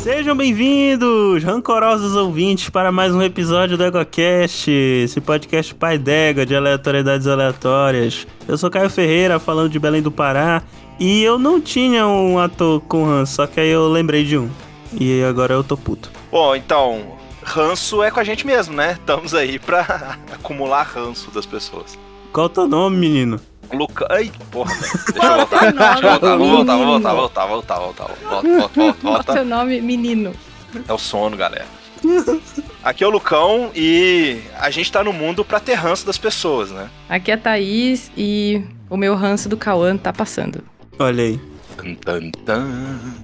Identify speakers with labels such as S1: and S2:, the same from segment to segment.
S1: Sejam bem-vindos, rancorosos ouvintes, para mais um episódio do EgoCast, esse podcast pai d'égua de aleatoriedades aleatórias. Eu sou Caio Ferreira, falando de Belém do Pará, e eu não tinha um ator com ranço, só que aí eu lembrei de um. E agora eu tô puto.
S2: Bom, então, ranço é com a gente mesmo, né? Estamos aí pra acumular ranço das pessoas.
S1: Qual o teu nome, menino?
S2: Luca. Ai, porra, velho. Deixa eu voltar. Deixa eu voltar, vou voltar, vou voltar, vou voltar, vou voltar, vou voltar. Volta, volta, volta, volta.
S3: Seu nome, menino.
S2: É o sono, galera. Aqui é o Lucão e a gente tá no mundo pra ter ranço das pessoas, né?
S3: Aqui é a Thaís e o meu ranço do Cauã tá passando.
S1: Olha aí.
S2: Tan, tan, tan.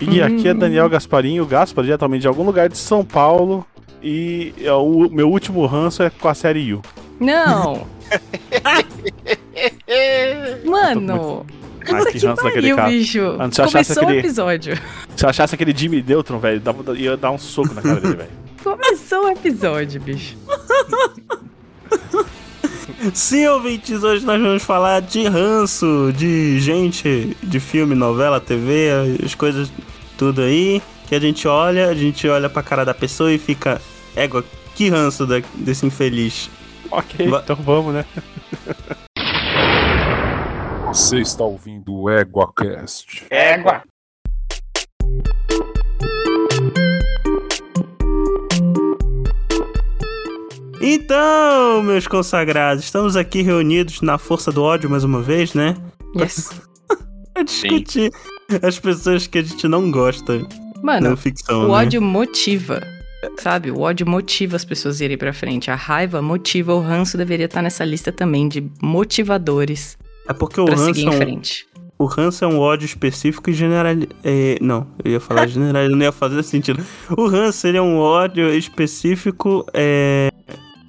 S4: E aqui é Daniel Gasparinho, Gaspar, diretamente de algum lugar de São Paulo. E é o meu último ranço é com a série Yu.
S3: Não! Mano!
S4: Ah, que ranço daquele
S3: E o
S4: cara.
S3: bicho?
S4: Antes eu achasse
S3: Começou o
S4: aquele-
S3: episódio.
S4: Se eu achasse aquele Jimmy Neutron, velho, dava- ia dar um soco na cara dele, velho.
S3: Começou o episódio, bicho.
S1: Sim, ouvintes, hoje nós vamos falar de ranço, de gente, de filme, novela, TV, as coisas, tudo aí. Que a gente olha, a gente olha pra cara da pessoa e fica, égua, que ranço da- desse infeliz.
S4: Ok,
S1: Va-
S4: então vamos, né?
S5: Você está ouvindo o EguaCast.
S2: Égua.
S1: Então, meus consagrados, estamos aqui reunidos na força do ódio mais uma vez, né?
S3: Yes.
S1: Pra discutir as pessoas que a gente não gosta
S3: Mano,
S1: na ficção.
S3: Ah, o
S1: né?
S3: ódio motiva. Sabe? O ódio motiva as pessoas a irem pra frente. A raiva motiva. O ranço deveria estar nessa lista também de motivadores
S1: É porque o
S3: pra
S1: ranço
S3: seguir
S1: é
S3: em
S1: um-
S3: frente.
S1: O ranço é um ódio específico e general. é, não, eu ia falar general, não ia fazer sentido. O ranço ele é um ódio específico é,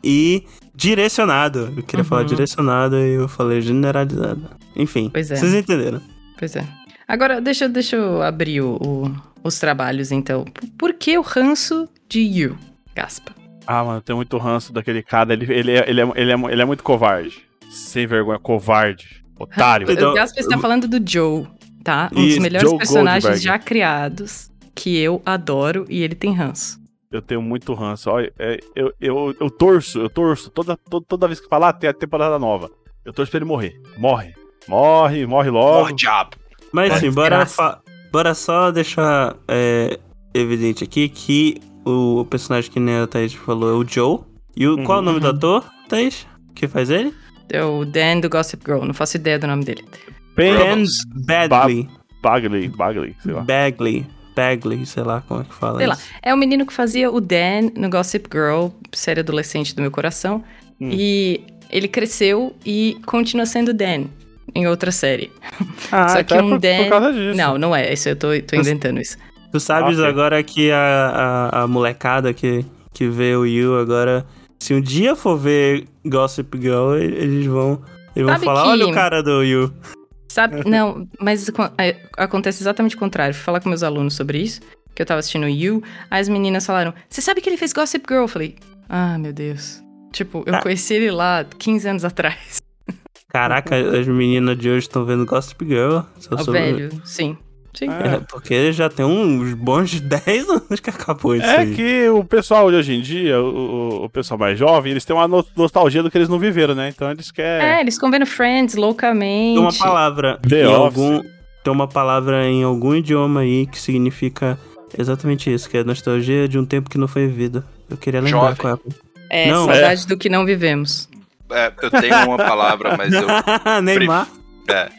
S1: e direcionado. Eu queria
S3: Uhum.
S1: falar direcionado e eu falei generalizado. Enfim,
S3: Pois é.
S1: vocês entenderam.
S3: Pois é. Agora, deixa, eu- deixa eu abrir o- o- os trabalhos, então. Por que o ranço de You, Gaspa?
S4: Ah, mano, tem muito ranço daquele cara. Ele, ele, é, ele, é, ele, é, ele é muito covarde. Sem vergonha, covarde. Otário.
S1: Então,
S3: o Gaspar está
S1: eu-
S3: falando do Joe, tá? Um dos
S4: Isso,
S3: melhores
S4: Joe
S3: personagens
S4: Goldberg.
S3: já criados, que eu adoro e ele tem ranço.
S4: Eu tenho muito ranço. Olha, é, eu, eu, eu torço, eu torço. Toda, toda, toda vez que falar, tem a temporada nova. Eu torço pra ele morrer. Morre. Morre, morre logo.
S2: Porra, diabo.
S1: Mas
S3: É,
S1: sim, bora,
S3: graça.
S1: fa- bora só deixar é, evidente aqui que o personagem que nem a Thaís falou é o Joe. E o,
S4: Uhum.
S1: qual é o nome do
S3: Uhum.
S1: ator, Thaís? Que faz ele?
S3: É o Dan do Gossip Girl, não faço ideia do nome dele.
S4: Pen
S1: Ben
S2: Vamos.
S1: Badley.
S4: Bagley, Bagley, sei lá.
S1: Bagley. Bagley, sei lá como é que fala
S3: Sei lá.
S1: isso.
S3: É o menino que fazia o Dan no Gossip Girl, série adolescente do meu coração.
S4: Hum.
S3: E ele cresceu e continua sendo Dan em outra série.
S4: Ah,
S3: Só
S4: então
S3: que
S4: é
S3: um
S4: por,
S3: Dan-
S4: por causa disso.
S3: Não, não é. Isso eu tô, tô inventando isso.
S1: Tu sabes
S4: Ah, ok.
S1: agora que a, a, a molecada que, que vê o Yu agora, se um dia for ver Gossip Girl, e- eles vão, eles vão
S3: Sabe
S1: falar,
S3: que-
S1: olha o cara do Yu.
S3: Sabe? Não, mas acon- é, acontece exatamente o contrário. Fui falar com meus alunos sobre isso, que eu tava assistindo You, aí as meninas falaram: Você sabe que ele fez Gossip Girl? Eu falei: Ah, meu Deus. Tipo, eu
S1: Ah.
S3: conheci ele lá 15 anos atrás.
S1: Caraca, as meninas de hoje estão vendo Gossip Girl. Se eu
S3: Ó,
S1: sou-
S3: velho, sim. Sim.
S4: Ah,
S1: É, porque já tem uns bons 10 anos que acabou isso
S4: É
S1: aí.
S4: que o pessoal de hoje em dia, o, o- o pessoal mais jovem, eles têm uma no- nostalgia do que eles não viveram, né? Então eles querem.
S3: É, eles ficam vendo Friends loucamente.
S1: Tem uma palavra
S4: The
S1: em
S4: Office.
S1: algum tem uma palavra em algum idioma aí que significa exatamente isso, que é nostalgia de um tempo que não foi vivido. Eu queria lembrar
S2: Jovem.
S1: qual é.
S3: É,
S1: Não,
S3: saudade do que não vivemos.
S2: É, eu tenho uma palavra, mas eu.
S1: a- Neymar.
S2: É,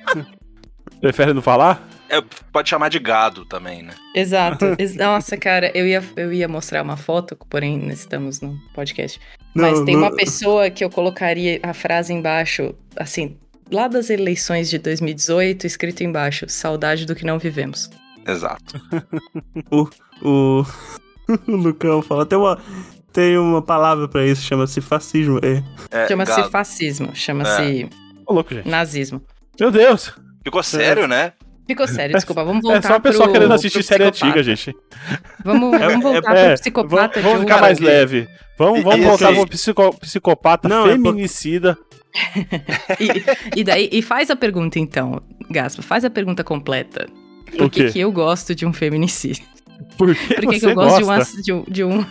S4: Preferem não falar?
S2: É, pode chamar de gado também, né?
S3: Exato. Ex- Nossa, cara, eu ia, eu ia mostrar uma foto, porém estamos no podcast. Mas
S1: Não,
S3: tem
S1: não-
S3: uma pessoa que eu colocaria a frase embaixo, assim, lá das eleições de 2018, escrito embaixo: saudade do que não vivemos.
S2: Exato.
S1: O, o Lucão fala, tem uma, tem uma palavra pra isso, chama-se fascismo. É.
S2: É,
S3: Chama-se
S2: gado.
S3: fascismo, chama-se
S4: Ô, louco, gente.
S3: nazismo.
S4: Meu Deus!
S2: Ficou sério, né?
S3: Ficou sério, desculpa, vamos voltar
S4: É só o pessoal
S3: pro-
S4: querendo assistir
S3: pro
S4: série
S3: psicopata.
S4: antiga, gente.
S3: Vamos,
S1: É-
S3: vamos voltar
S4: é,
S3: pro psicopata
S4: Vamos, vamos
S3: de
S4: ficar
S3: um-
S4: mais leve. Vamos, vamos
S2: Isso
S4: voltar
S2: aí.
S4: pro psico- psicopata
S1: Não, é porque-
S4: feminicida.
S3: E, e daí, e faz a pergunta então, Gaspa, faz a pergunta completa. Por
S4: O
S3: que,
S4: quê?
S3: que eu gosto de um feminicídio?
S4: Por que,
S3: Por que, que
S4: você
S3: eu gosto de um,
S4: gosta?
S3: ass- de um, de um, de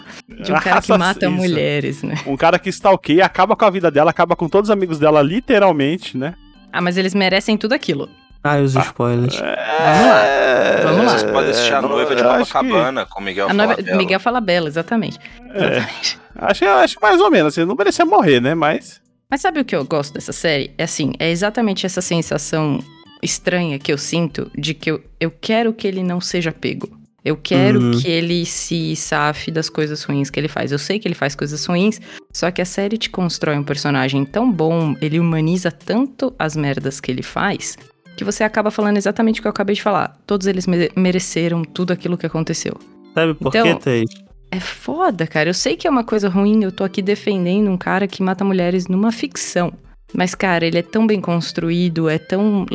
S3: um cara que
S4: Raça-
S3: mata
S4: isso.
S3: mulheres, né?
S4: Um cara que stalkeia, acaba com a vida dela, acaba com todos os amigos dela, literalmente, né?
S3: Ah, mas eles merecem tudo aquilo.
S1: Ai, Ah,
S2: Ah.
S1: os spoilers.
S2: É.
S3: Vamos lá. Vamos lá.
S2: Vocês podem assistir a noiva de
S4: É, eu acho que-
S2: Copacabana com Miguel
S3: A noiva-
S2: Falabella.
S3: Miguel fala bela, exatamente.
S4: É, acho, acho mais ou menos, assim, não merecia morrer, né? Mas.
S3: Mas sabe o que eu gosto dessa série? É assim, é exatamente essa sensação estranha que eu sinto de que eu, eu quero que ele não seja pego. Eu quero
S1: Uhum.
S3: que ele se safe das coisas ruins que ele faz. Eu sei que ele faz coisas ruins, só que a série te constrói um personagem tão bom, ele humaniza tanto as merdas que ele faz, que você acaba falando exatamente o que eu acabei de falar. Todos eles mere- mereceram tudo aquilo que aconteceu.
S1: Sabe por
S3: Então-
S1: quê, Thaís?
S3: É foda, cara. Eu sei que é uma coisa ruim, eu tô aqui defendendo um cara que mata mulheres numa ficção. Mas, cara, ele é tão bem construído, é tão.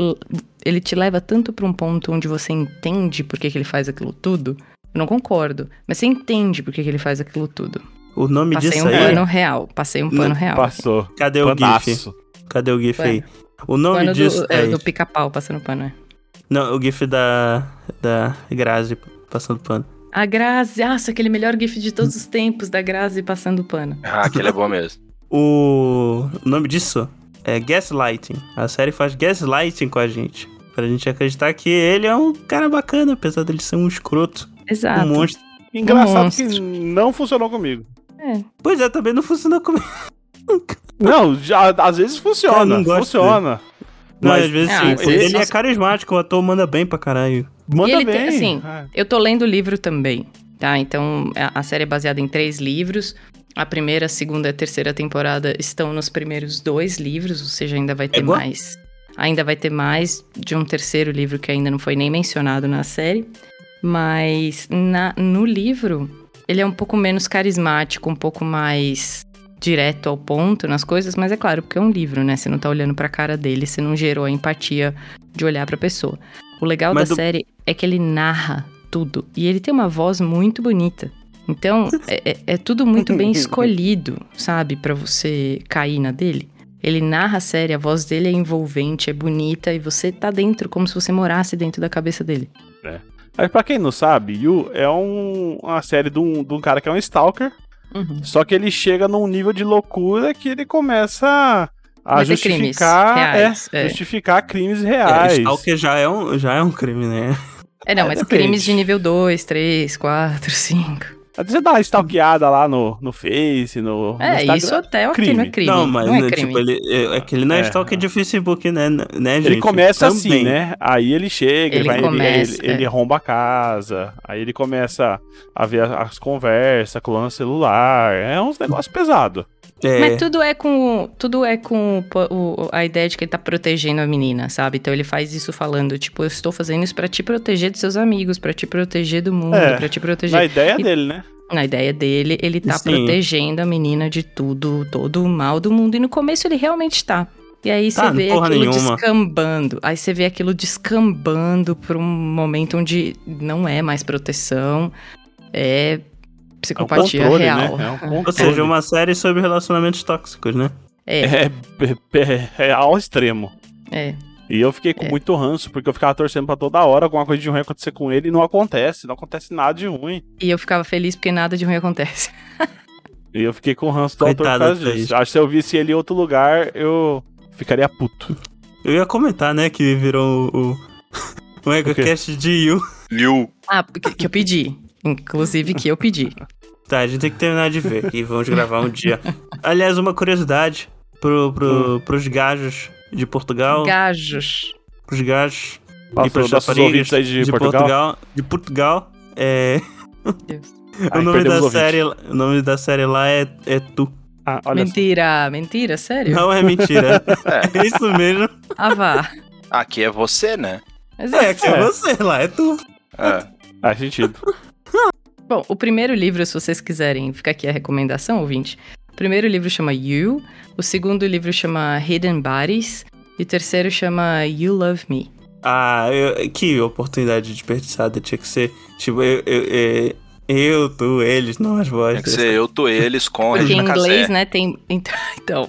S3: Ele te leva tanto pra um ponto onde você entende por que, que ele faz aquilo tudo. Eu não concordo, mas você entende por que, que ele faz aquilo tudo.
S1: O nome
S3: Passei
S1: disso
S3: um
S1: aí.
S3: pano real. Passei um pano real.
S4: Passou.
S1: Cadê o GIF?
S4: Panaço.
S1: Cadê o GIF
S3: Ué.
S1: aí? O nome
S3: Pano
S1: disso.
S3: do, é,
S1: Thaís.
S3: do pica-pau passando pano. é.
S1: Não, o GIF da. Da Grazi passando pano.
S3: A Grazi, nossa, aquele melhor gif de todos os tempos da Grazi passando pano.
S2: Ah, aquele é bom mesmo.
S1: O, o nome disso é Gaslighting. A série faz gaslighting com a gente. Pra gente acreditar que ele é um cara bacana, apesar dele ser um escroto,
S3: Exato.
S1: um monstro.
S4: Engraçado que
S3: Monstro.
S4: não funcionou comigo.
S1: Pois é, também não funciona comigo.
S4: Não, já, às vezes
S1: Cara,
S4: funciona.
S1: não gosto
S4: funciona.
S1: Não,
S4: Mas-
S1: às vezes
S3: Ah,
S1: sim.
S3: esse-
S1: ele é
S3: esse-
S1: carismático, o ator manda bem pra caralho.
S4: Manda
S3: E ele
S4: bem.
S3: tem, assim,
S4: É.
S3: Eu tô lendo o livro também, tá? Então, a a série é baseada em três livros. A primeira, a segunda e a terceira temporada estão nos primeiros dois livros, ou seja, ainda vai ter
S1: igual?
S3: mais. Ainda vai ter mais de um terceiro livro que ainda não foi nem mencionado na série. Mas na- no livro, ele é um pouco menos carismático, um pouco mais direto ao ponto nas coisas, mas é claro, porque é um livro, né? Você não tá olhando pra cara dele, você não gerou a empatia de olhar pra pessoa. O legal
S1: Mas
S3: da
S1: do-
S3: série é que ele narra tudo. E ele tem uma voz muito bonita. Então, é, é- é tudo muito bem escolhido, sabe? Pra você cair na dele. Ele narra a série, a voz dele é envolvente, é bonita, e você tá dentro, como se você morasse dentro da cabeça dele.
S4: Mas pra quem não sabe, Yu é um- uma série de um, de um cara que é um stalker, só que ele chega num nível de loucura que ele começa a- a
S3: Cometer crimes
S4: justificar,
S3: é reais,
S4: é,
S3: é.
S4: justificar crimes
S1: É,
S4: reais.
S1: Stalker já é, um, já é um crime, né?
S3: É, não,
S4: É,
S3: mas
S4: depende.
S3: crimes de nível 2, 3, 4, 5.
S4: Até você dá uma stalkeada lá no, no Face, no, no
S3: É,
S4: Instagram.
S3: isso até ok, não é
S4: crime.
S3: crime.
S1: não, mas
S3: não é
S1: né,
S3: crime.
S1: tipo, ele, é, é que ele não é,
S4: É.
S1: Stalker de Facebook, né? né
S4: Ele
S1: gente?
S4: começa
S1: Também.
S4: assim, né? Aí ele chega, ele,
S3: Ele
S4: vai, ele-
S3: começa, é.
S4: ele, ele arromba a casa, aí ele começa a ver a- as conversas, clã celular, é uns negócios pesados.
S1: É,
S3: Mas tudo é com, tudo é com o po- o- a ideia de que ele tá protegendo a menina, sabe? Então ele faz isso falando, tipo, eu estou fazendo isso pra te proteger dos seus amigos, pra te proteger do mundo,
S4: É.
S3: pra te proteger.
S4: Na ideia
S3: E-
S4: dele, né?
S3: Na ideia dele, ele tá
S1: Sim.
S3: protegendo a menina de tudo, todo o mal do mundo. E no começo ele realmente tá. E aí você
S1: Tá,
S3: vê
S1: porra
S3: aquilo
S1: nenhuma.
S3: descambando. Aí você vê aquilo descambando pra um momento onde não é mais proteção, é
S4: É um
S3: psicopatia
S4: controle, né?
S3: real.
S4: É um controle.
S1: Ou seja, uma série sobre relacionamentos tóxicos, né?
S3: É,
S4: É, é- é- é ao extremo.
S3: é.
S4: E eu fiquei com
S3: É.
S4: muito ranço, porque eu ficava torcendo pra toda hora alguma coisa de ruim acontecer com ele e não acontece, não acontece nada de ruim.
S3: E eu ficava feliz porque nada de ruim acontece.
S4: E eu fiquei com ranço do autor por
S1: Coitado
S4: causa
S1: do
S4: disso.
S1: Thaís.
S4: Acho que se eu visse ele em outro lugar, eu ficaria puto.
S1: Eu ia comentar, né, que virou o, o, o EgoCast de Yu.
S2: Liu.
S3: Ah, que, que eu pedi. Inclusive que eu pedi.
S1: Tá, a gente tem que terminar de ver e vamos gravar um dia. Aliás, uma curiosidade pro,
S4: Hum.
S1: pro, pros gajos de Portugal,
S3: Gajos.
S1: pros gajos
S4: Nossa,
S1: e pros
S4: nossos ouvintes
S1: raparigas
S4: aí de, Portugal.
S1: de Portugal, é,
S3: Deus.
S4: Ai,
S1: o, nome
S4: perdemos
S1: da
S4: ouvinte.
S1: série, o nome da série lá é, é Tu.
S4: Ah, olha só.
S3: Mentira, mentira, sério?
S1: Não é mentira.
S2: É.
S1: é isso mesmo.
S3: Ah, vá.
S2: Aqui é você, né?
S3: Mas
S1: É, que é
S4: É.
S1: você lá, é Tu.
S2: É.
S4: Faz Ah, sentido.
S3: Bom, o primeiro livro, se vocês quiserem, fica aqui a recomendação, ouvinte. O primeiro livro chama You, o segundo livro chama Hidden Bodies, e o terceiro chama You Love Me.
S1: Ah, eu- que oportunidade desperdiçada tinha que ser. Tipo, eu, eu, eu, eu, tu, eles, não as
S2: Tem
S4: É,
S1: vozes.
S2: que ser eu, tu, eles com a
S3: Porque em
S2: Regina
S3: inglês,
S2: Casé.
S3: né, tem. Então. então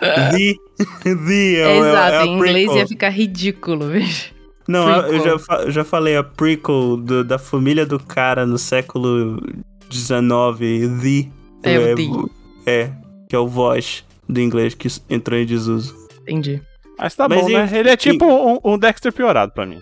S1: The, the, é, o-
S3: é
S1: é,
S3: exato,
S1: a
S4: É,
S1: é
S3: em inglês
S1: prequel.
S3: ia ficar ridículo, veja.
S1: Não,
S3: Prequel.
S1: eu já, fa- eu já falei a prequel do- da família do cara no século XIX, The.
S3: É, o
S1: é,
S3: The.
S1: é, que é o voz do inglês que s- entrou em desuso.
S3: Entendi.
S4: Mas tá
S1: Mas
S4: bom,
S1: e-
S4: né? Ele é tipo um, um Dexter piorado pra mim.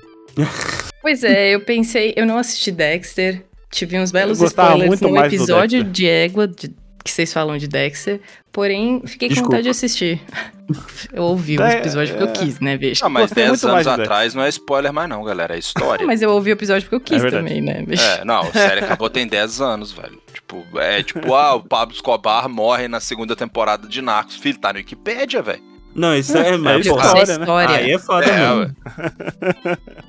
S3: Pois é, eu pensei, eu não assisti Dexter, tive uns belos
S4: Eu gostava
S3: spoilers
S4: muito
S3: no
S4: mais do
S3: episódio
S4: Dexter.
S3: de Égua de- que vocês falam de Dexter, porém fiquei
S1: Desculpa.
S3: com vontade de assistir. Eu ouvi os
S4: É,
S3: episódios porque eu quis, né, bicho?
S2: Ah, mas
S4: Gostei
S2: 10
S4: muito mais
S2: anos
S4: do Dexter.
S2: atrás não é spoiler mais não, galera. É história.
S3: Ah, Mas eu ouvi o episódio porque eu quis
S4: verdade.
S3: também, né, bicho?
S2: É, não, a série acabou tem 10 anos, velho. Tipo, é tipo, ah, o Pablo Escobar morre na segunda temporada de Narcos. Filho, tá na Wikipédia, velho.
S1: Não, isso é, mais
S4: isso é
S1: pô,
S4: história,
S3: Isso é
S4: né?
S3: história.
S1: Aí é foda
S2: É,
S1: mesmo.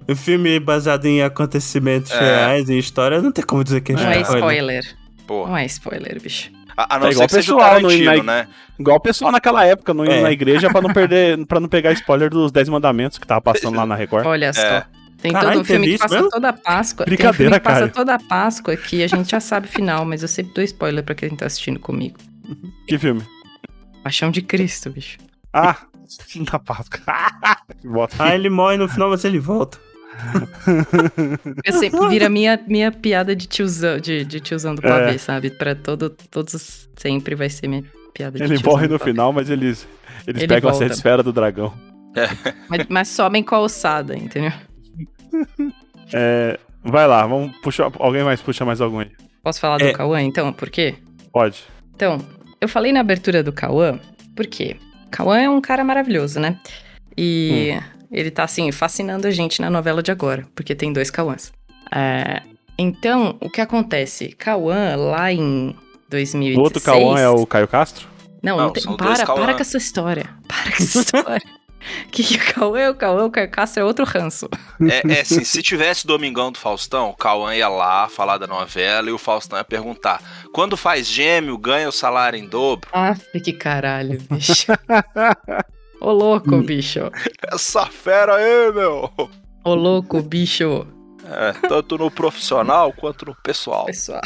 S1: Um filme baseado em acontecimentos
S2: É.
S1: reais, em história, não tem como dizer que é
S3: Não é
S1: história.
S3: spoiler.
S2: Porra.
S3: Não é spoiler, bicho.
S2: A, a não
S4: É
S2: ser
S4: igual
S2: que seja o
S4: pessoal no
S2: Tarantino,
S4: Nike.
S2: né?
S4: Igual o pessoal naquela época, não indo
S1: É.
S4: na igreja pra não perder, para não pegar spoiler dos 10 mandamentos que tava passando lá na Record.
S3: Olha só.
S2: É.
S3: Tem
S1: Caralho,
S3: todo um filme
S1: teve
S3: que
S1: isso
S3: passa
S1: mesmo?
S3: toda a Páscoa. Tem um
S4: Brincadeira,
S3: filme que passa
S4: cara.
S3: toda a Páscoa que a gente já sabe o final, mas eu sempre dou spoiler pra quem tá assistindo comigo.
S4: Que filme?
S3: Paixão de Cristo, bicho.
S4: Ah, na Páscoa. Que bosta.
S1: Aí Ah, ele morre no final, mas ele volta.
S3: Eu sempre vira minha, minha piada de tiozão, de, de tiozão do pavê, sabe? Pra todo, todos sempre vai ser minha piada de
S4: Ele
S3: tiozão
S4: morre
S3: do
S4: no
S3: pavê.
S4: final, mas eles, eles
S3: é Ele
S4: pegam
S3: volta.
S4: a sete esfera do dragão.
S3: Mas, mas sobem com a ossada, entendeu?
S4: É, vai lá, vamos puxar. Alguém mais puxa mais algum aí?
S3: Posso falar
S1: É.
S3: do Cauã, então? Por quê?
S4: Pode.
S3: Então, eu falei na abertura do Cauã, porque Cauã é um cara maravilhoso, né? E ele tá, assim, fascinando a gente na novela de agora, porque tem dois Cauãs. É, então, o que acontece? Cauã, lá em 2016...
S4: O outro Cauã é o Caio Castro?
S3: Não,
S2: Não,
S3: não tem-
S2: são dois
S3: para,
S2: Cauã.
S3: para com essa história. Para com essa história. que que o Cauã é o Cauã, o Caio Castro é outro ranço.
S2: É, é assim, se tivesse Domingão do Faustão, o Cauã ia lá falar da novela e o Faustão ia perguntar: quando faz gêmeo, ganha o salário em dobro?
S3: Aff, que caralho, bicho. Ô louco, bicho.
S2: Essa fera aí, meu!
S3: Ô louco, bicho.
S2: É, tanto no profissional quanto no pessoal.
S3: pessoal.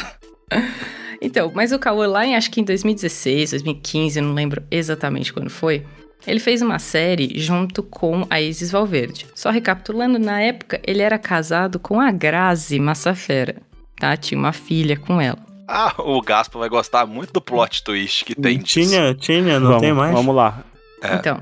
S3: Então, mas o Cauã lá, em, acho que em 2016, 2015, eu não lembro exatamente quando foi, ele fez uma série junto com a Isis Valverde. Só recapitulando, na época ele era casado com a Grazi Massafera, tá? Tinha uma filha com ela.
S2: Ah, o Gaspa vai gostar muito do plot twist que tem disso.
S1: Tinha, tinha, não
S4: vamos,
S1: tem mais?
S4: Vamos lá.
S2: É.
S3: Então,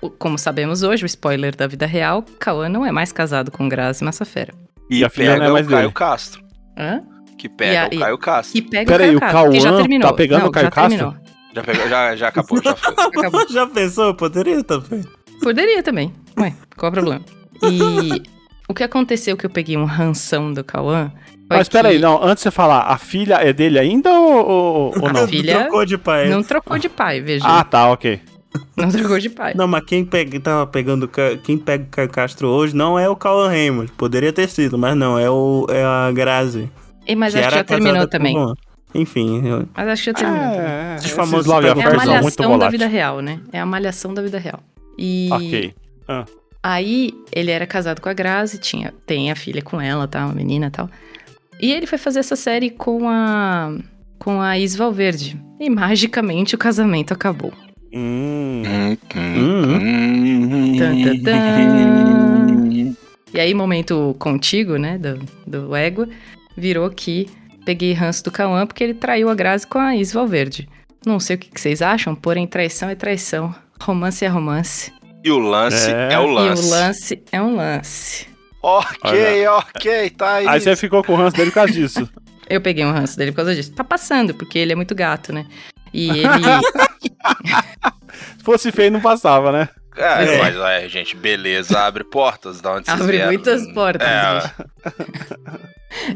S3: o- como sabemos hoje, o spoiler da vida real, Cauã não é mais casado com Grazi Massafera.
S2: E,
S4: E a filha
S2: pega
S4: não é mais
S2: o Caio
S4: dele.
S2: Castro.
S3: Hã?
S2: Que pega
S3: E a-
S2: o Caio Castro.
S3: Que pega
S4: Peraí,
S3: o
S4: o
S3: Caio Castro, que já
S4: Cauã
S3: terminou.
S4: tá pegando
S3: Não,
S4: o Caio
S3: já
S4: Castro?
S3: terminou.
S2: Já, pegou- já, já acabou, já foi.
S3: Acabou.
S1: Já pensou? Eu Poderia também.
S3: Poderia também. Ué, qual é o problema? E o que aconteceu que eu peguei um ranção do Cauã? foi
S4: Mas peraí,
S3: que
S4: não, antes de você falar, a filha é dele ainda ou, ou- ou
S3: A filha-
S4: não?
S3: Filha-
S1: Trocou de pai.
S3: Não
S1: Não,
S3: trocou de pai, veja.
S4: é- Ah, tá, ok.
S3: Não trocou de pai.
S1: mas quem pega, tava pegando, o Ca- quem pega o Caio Castro hoje não é o Cauan Raymond. Poderia ter sido, mas não, é, o, é a Grazi. tá
S3: E, mas
S1: que
S3: acho que
S1: era
S3: já terminou
S1: casada com
S3: também.
S1: uma- Enfim, eu-
S3: Mas acho que já terminou. também.
S4: É,
S1: Esses
S4: esses
S1: famosos
S4: love
S1: pegam
S3: É
S4: affairs
S1: Persão,
S3: a
S4: são muito
S3: malhação da
S4: voláteis.
S3: vida real, né? É a malhação da vida real. E
S4: Ok.
S3: aí ele era casado com a Grazi, tinha, tem a filha com ela, tá? Uma menina e tal. E ele foi fazer essa série com a. com a Is Valverde. E magicamente o casamento acabou.
S4: Hum,
S3: hum. Tan, tan, tan. E aí, momento contigo, né, do, do égua, virou que peguei ranço do Cauã porque ele traiu a Grazi com a Is Valverde. Não sei o que que vocês acham, porém traição é traição. Romance é romance.
S2: E o lance é,
S4: É.
S2: o lance.
S3: E o lance é um lance.
S2: Ok,
S4: Olha.
S2: ok, tá aí.
S3: É
S4: Aí você ficou com o ranço dele por causa disso.
S3: Eu peguei um ranço dele por causa disso. Tá passando, porque ele é muito gato, né? E ele.
S4: Se fosse feio, não passava, né?
S2: É,
S1: É.
S2: mas é, gente, beleza, abre portas da onde vocês
S3: Abre
S2: vieram.
S3: muitas portas,
S2: É.
S3: bicho.